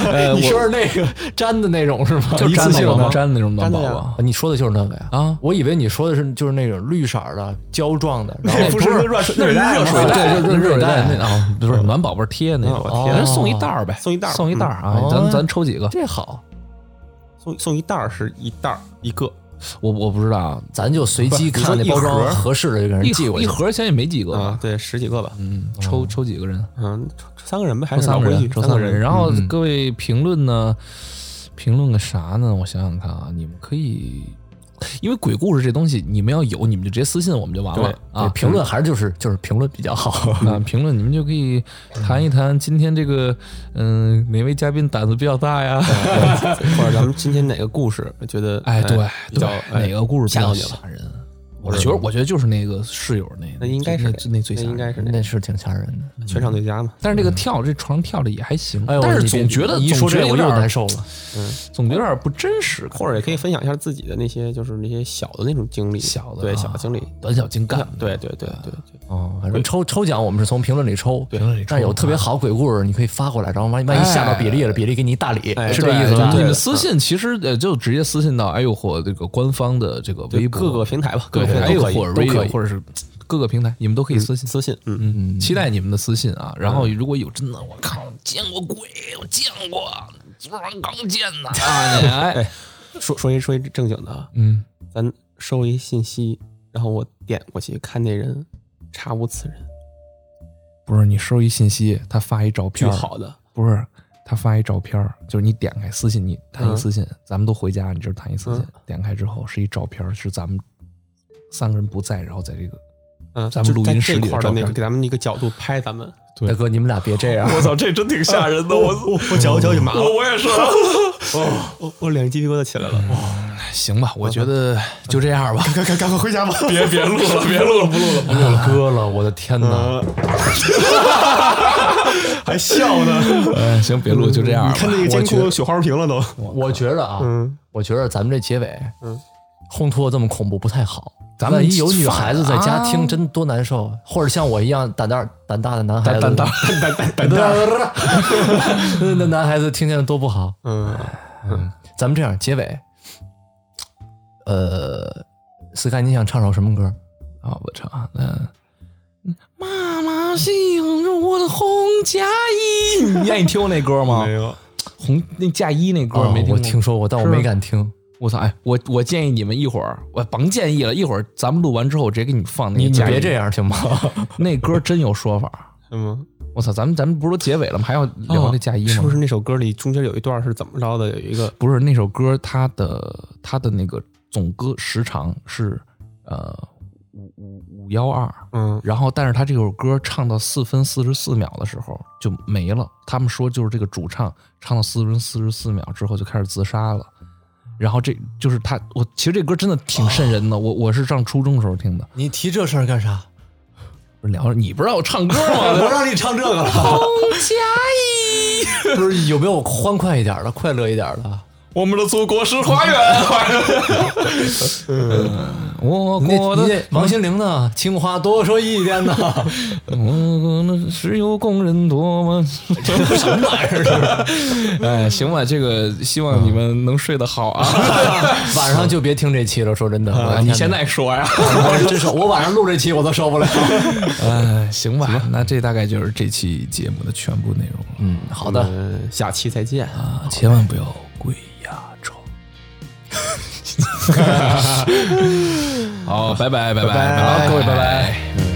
A: 呃，
C: 你
A: 我
C: 说是那个粘的那种是吗？
A: 就
C: 一次
A: 粘
C: 性
A: 宝
C: 的
A: 宝，粘的那种暖宝
D: 粘的
A: 宝
C: 你说的就是那个呀？
A: 啊。
C: 我以为你说的是就是那种绿色儿的胶状的，然后
D: 不是热水热水袋吗？
A: 对，就是
C: 热
A: 热
C: 水
A: 水
C: 袋
A: 袋那啊，不是暖宝宝贴那
D: 嗯
A: 种，
D: 我
A: 咱
D: 天
A: 就送一袋儿呗，
D: 送一袋儿
A: 送一袋儿啊
C: 嗯！
A: 咱
C: 哦
A: 咱抽几个？
C: 这好，
D: 送送一袋儿是一袋儿一个，
A: 我我不知道，
C: 咱就随机看那包装合适的就给人
A: 一
C: 寄
A: 盒
C: 过
A: 一
C: 去。
A: 盒现在也没几个
D: 啊
A: 吧，？
D: 对，十几个吧，
A: 嗯，抽抽几个人？
D: 嗯，抽三个人呗，还
A: 抽
D: 是
A: 三
D: 老
A: 个
D: 规
A: 人，
D: 矩，
A: 抽
D: 三
A: 三
D: 个
A: 个人。
D: 人。
A: 然后各位评论呢，评论个啥呢？我想想看啊，你们可以，因为鬼故事这东西，你们要有，你们就直接私信我们就完了
C: 啊，
A: 啊。
C: 评论还是就是就是评论比较好。
A: 啊，评论你们就可以谈一谈今天这个，嗯、哪位嘉宾胆子比较大呀？
D: 嗯或者咱们今天哪个故事觉得
A: 哎，对
D: 比
A: 对
D: 较，
A: 哪
D: 哎
A: 个故事比
D: 吓
A: 较
D: 到你了
A: 吓人？我觉得，我觉得就是那个室友那个，
D: 那应该是
A: 那那最吓
D: 那
A: 人
D: 应该是
C: 那是挺吓人的。
D: 哎全场最佳嘛？
A: 但是这个跳这床跳的也还行，
C: 哎呦，
A: 但是
C: 你别
A: 总觉得
C: 你一
A: 总
C: 说
A: 觉
C: 这
A: 得有
C: 我又
A: 点儿
C: 难受了。
A: 总觉得有点不真实感，
D: 或者也可以分享一下自己的那些，就是那些小的那种经历，
A: 小的
D: 对
A: 啊
D: 小经历，
A: 短小精干。
D: 对对对对对，
C: 哦，反正抽抽奖我们是从评论里抽，评论里但有特别好鬼故事，你可以发过来，然后万一万一吓到比利了，比利给你一大礼，
D: 哎
C: 是这意思吧
A: 哎对？你们私信其实呃，就直接私信到哎呦火这个官方的这个微博，
D: 各个平台吧，各
A: 对
D: 个平
A: 哎
D: 台
A: 呦
D: 都可以
A: 火
D: 都可
A: radio
D: 以
A: 或者是各个平台，你们都可以私信。
D: 私信，嗯，
A: 嗯，期待你们的私信啊。然后如果有真的，我靠，见过鬼，我见过，昨晚刚见 的啊，你哎，
D: 说说一说一正经的啊，
A: 嗯，
D: 咱收一信息，然后我点过去看那人，查无此人，
A: 不是你收一信息，他发一照
D: 巨
A: 片，
D: 好的，
A: 不是他发一照片儿，就是你点开私信，你弹一
D: 嗯
A: 私信，咱们都回家，你这弹一私信，
C: 嗯
A: 点开之后是一照片儿，是咱们三个人不在，然后在这个
D: 嗯，
A: 咱们录音
D: 就在
A: 室里
D: 这
A: 的
D: 块儿
A: 照
D: 的那
A: 片
D: 个给咱们一个角度拍咱们，
C: 大哥，你们俩别这样，
D: 我操，这真挺吓人的，我我我脚脚就麻了，我也是，哦，我我两个鸡皮疙瘩起来了，
A: 嗯行
C: 嗯
A: 吧，我觉得就这 样吧。
D: 赶赶赶快回家吧，别别录 了，别
C: 我哥了，我的天哪！
D: 还笑呢，
A: 嗯，行， 别录，就这样吧。
D: 你看那个监
A: 我觉
D: 控雪花屏了都，
C: 我觉得啊，我觉得咱们这结尾，
D: 嗯，
C: 烘托这么恐怖不太好。
A: 咱们
C: 万一有女孩子在家
A: 反啊
C: 听，真多难受。啊或者像我一样胆大胆大的男孩子，
A: 胆大
C: 胆大胆大， 那男孩子听见了多不好。
D: 嗯，
C: 咱们这样结尾，呃，斯凯，你想唱首什么歌？
A: 啊，我操，嗯。妈妈醒着我的红嫁衣，你愿意听过那歌 吗
D: 没？有，
A: 红那嫁衣那歌
C: 哦
A: 没听过。
C: 我听说过，但我
A: 是吗
C: 没敢听。
A: 我操！哎，我我建议你们一会儿，我甭建议了，一会儿咱们录完之后，我直接给你们放那
C: 你
A: 个
C: 你
A: 嫁衣。
C: 别这样行吗？
A: 那歌真有说法。
D: 是吗？
A: 我操，咱们咱们不是都结尾了吗？还要聊那嫁衣吗？
D: 哦是不是那首歌里中间有一段是怎么着的？有一个
A: 不是那首歌，它的它的那个总歌时长是呃五五五幺二，
D: 嗯
A: 然后但是他这首歌唱到四分四十四秒的时候就没了。他们说就是这个主唱唱到四分四十四秒之后就开始自杀了。然后这就是他，我其实这歌真的挺瘆人的。我我是上初中的时候听的，
C: 你提这事儿干啥？
A: 不是聊着你不让我唱歌吗？
C: 我让你唱这个了。 不是有没有欢快一点的、快乐一点的？
E: 我们的祖国是花园。
A: 我
C: 那
A: 过
C: 你
A: 的
C: 得王心凌呢？青花多说一点呢。
A: 我过的石油工人多吗？什么玩意儿？哎，行吧，这个希望你们能睡得好啊！
C: 晚上就别听这期了，说真的，我
A: 你现在说呀？
C: 我真受，我晚上录这期我都受不了。
A: 哎，行吧，那这大概就是这期节目的全部内容了。嗯
C: 好的，
D: 嗯，下期再见。
A: 啊，千万不要鬼压 床。好，拜拜，拜拜，拜拜，各位，拜拜。嗯。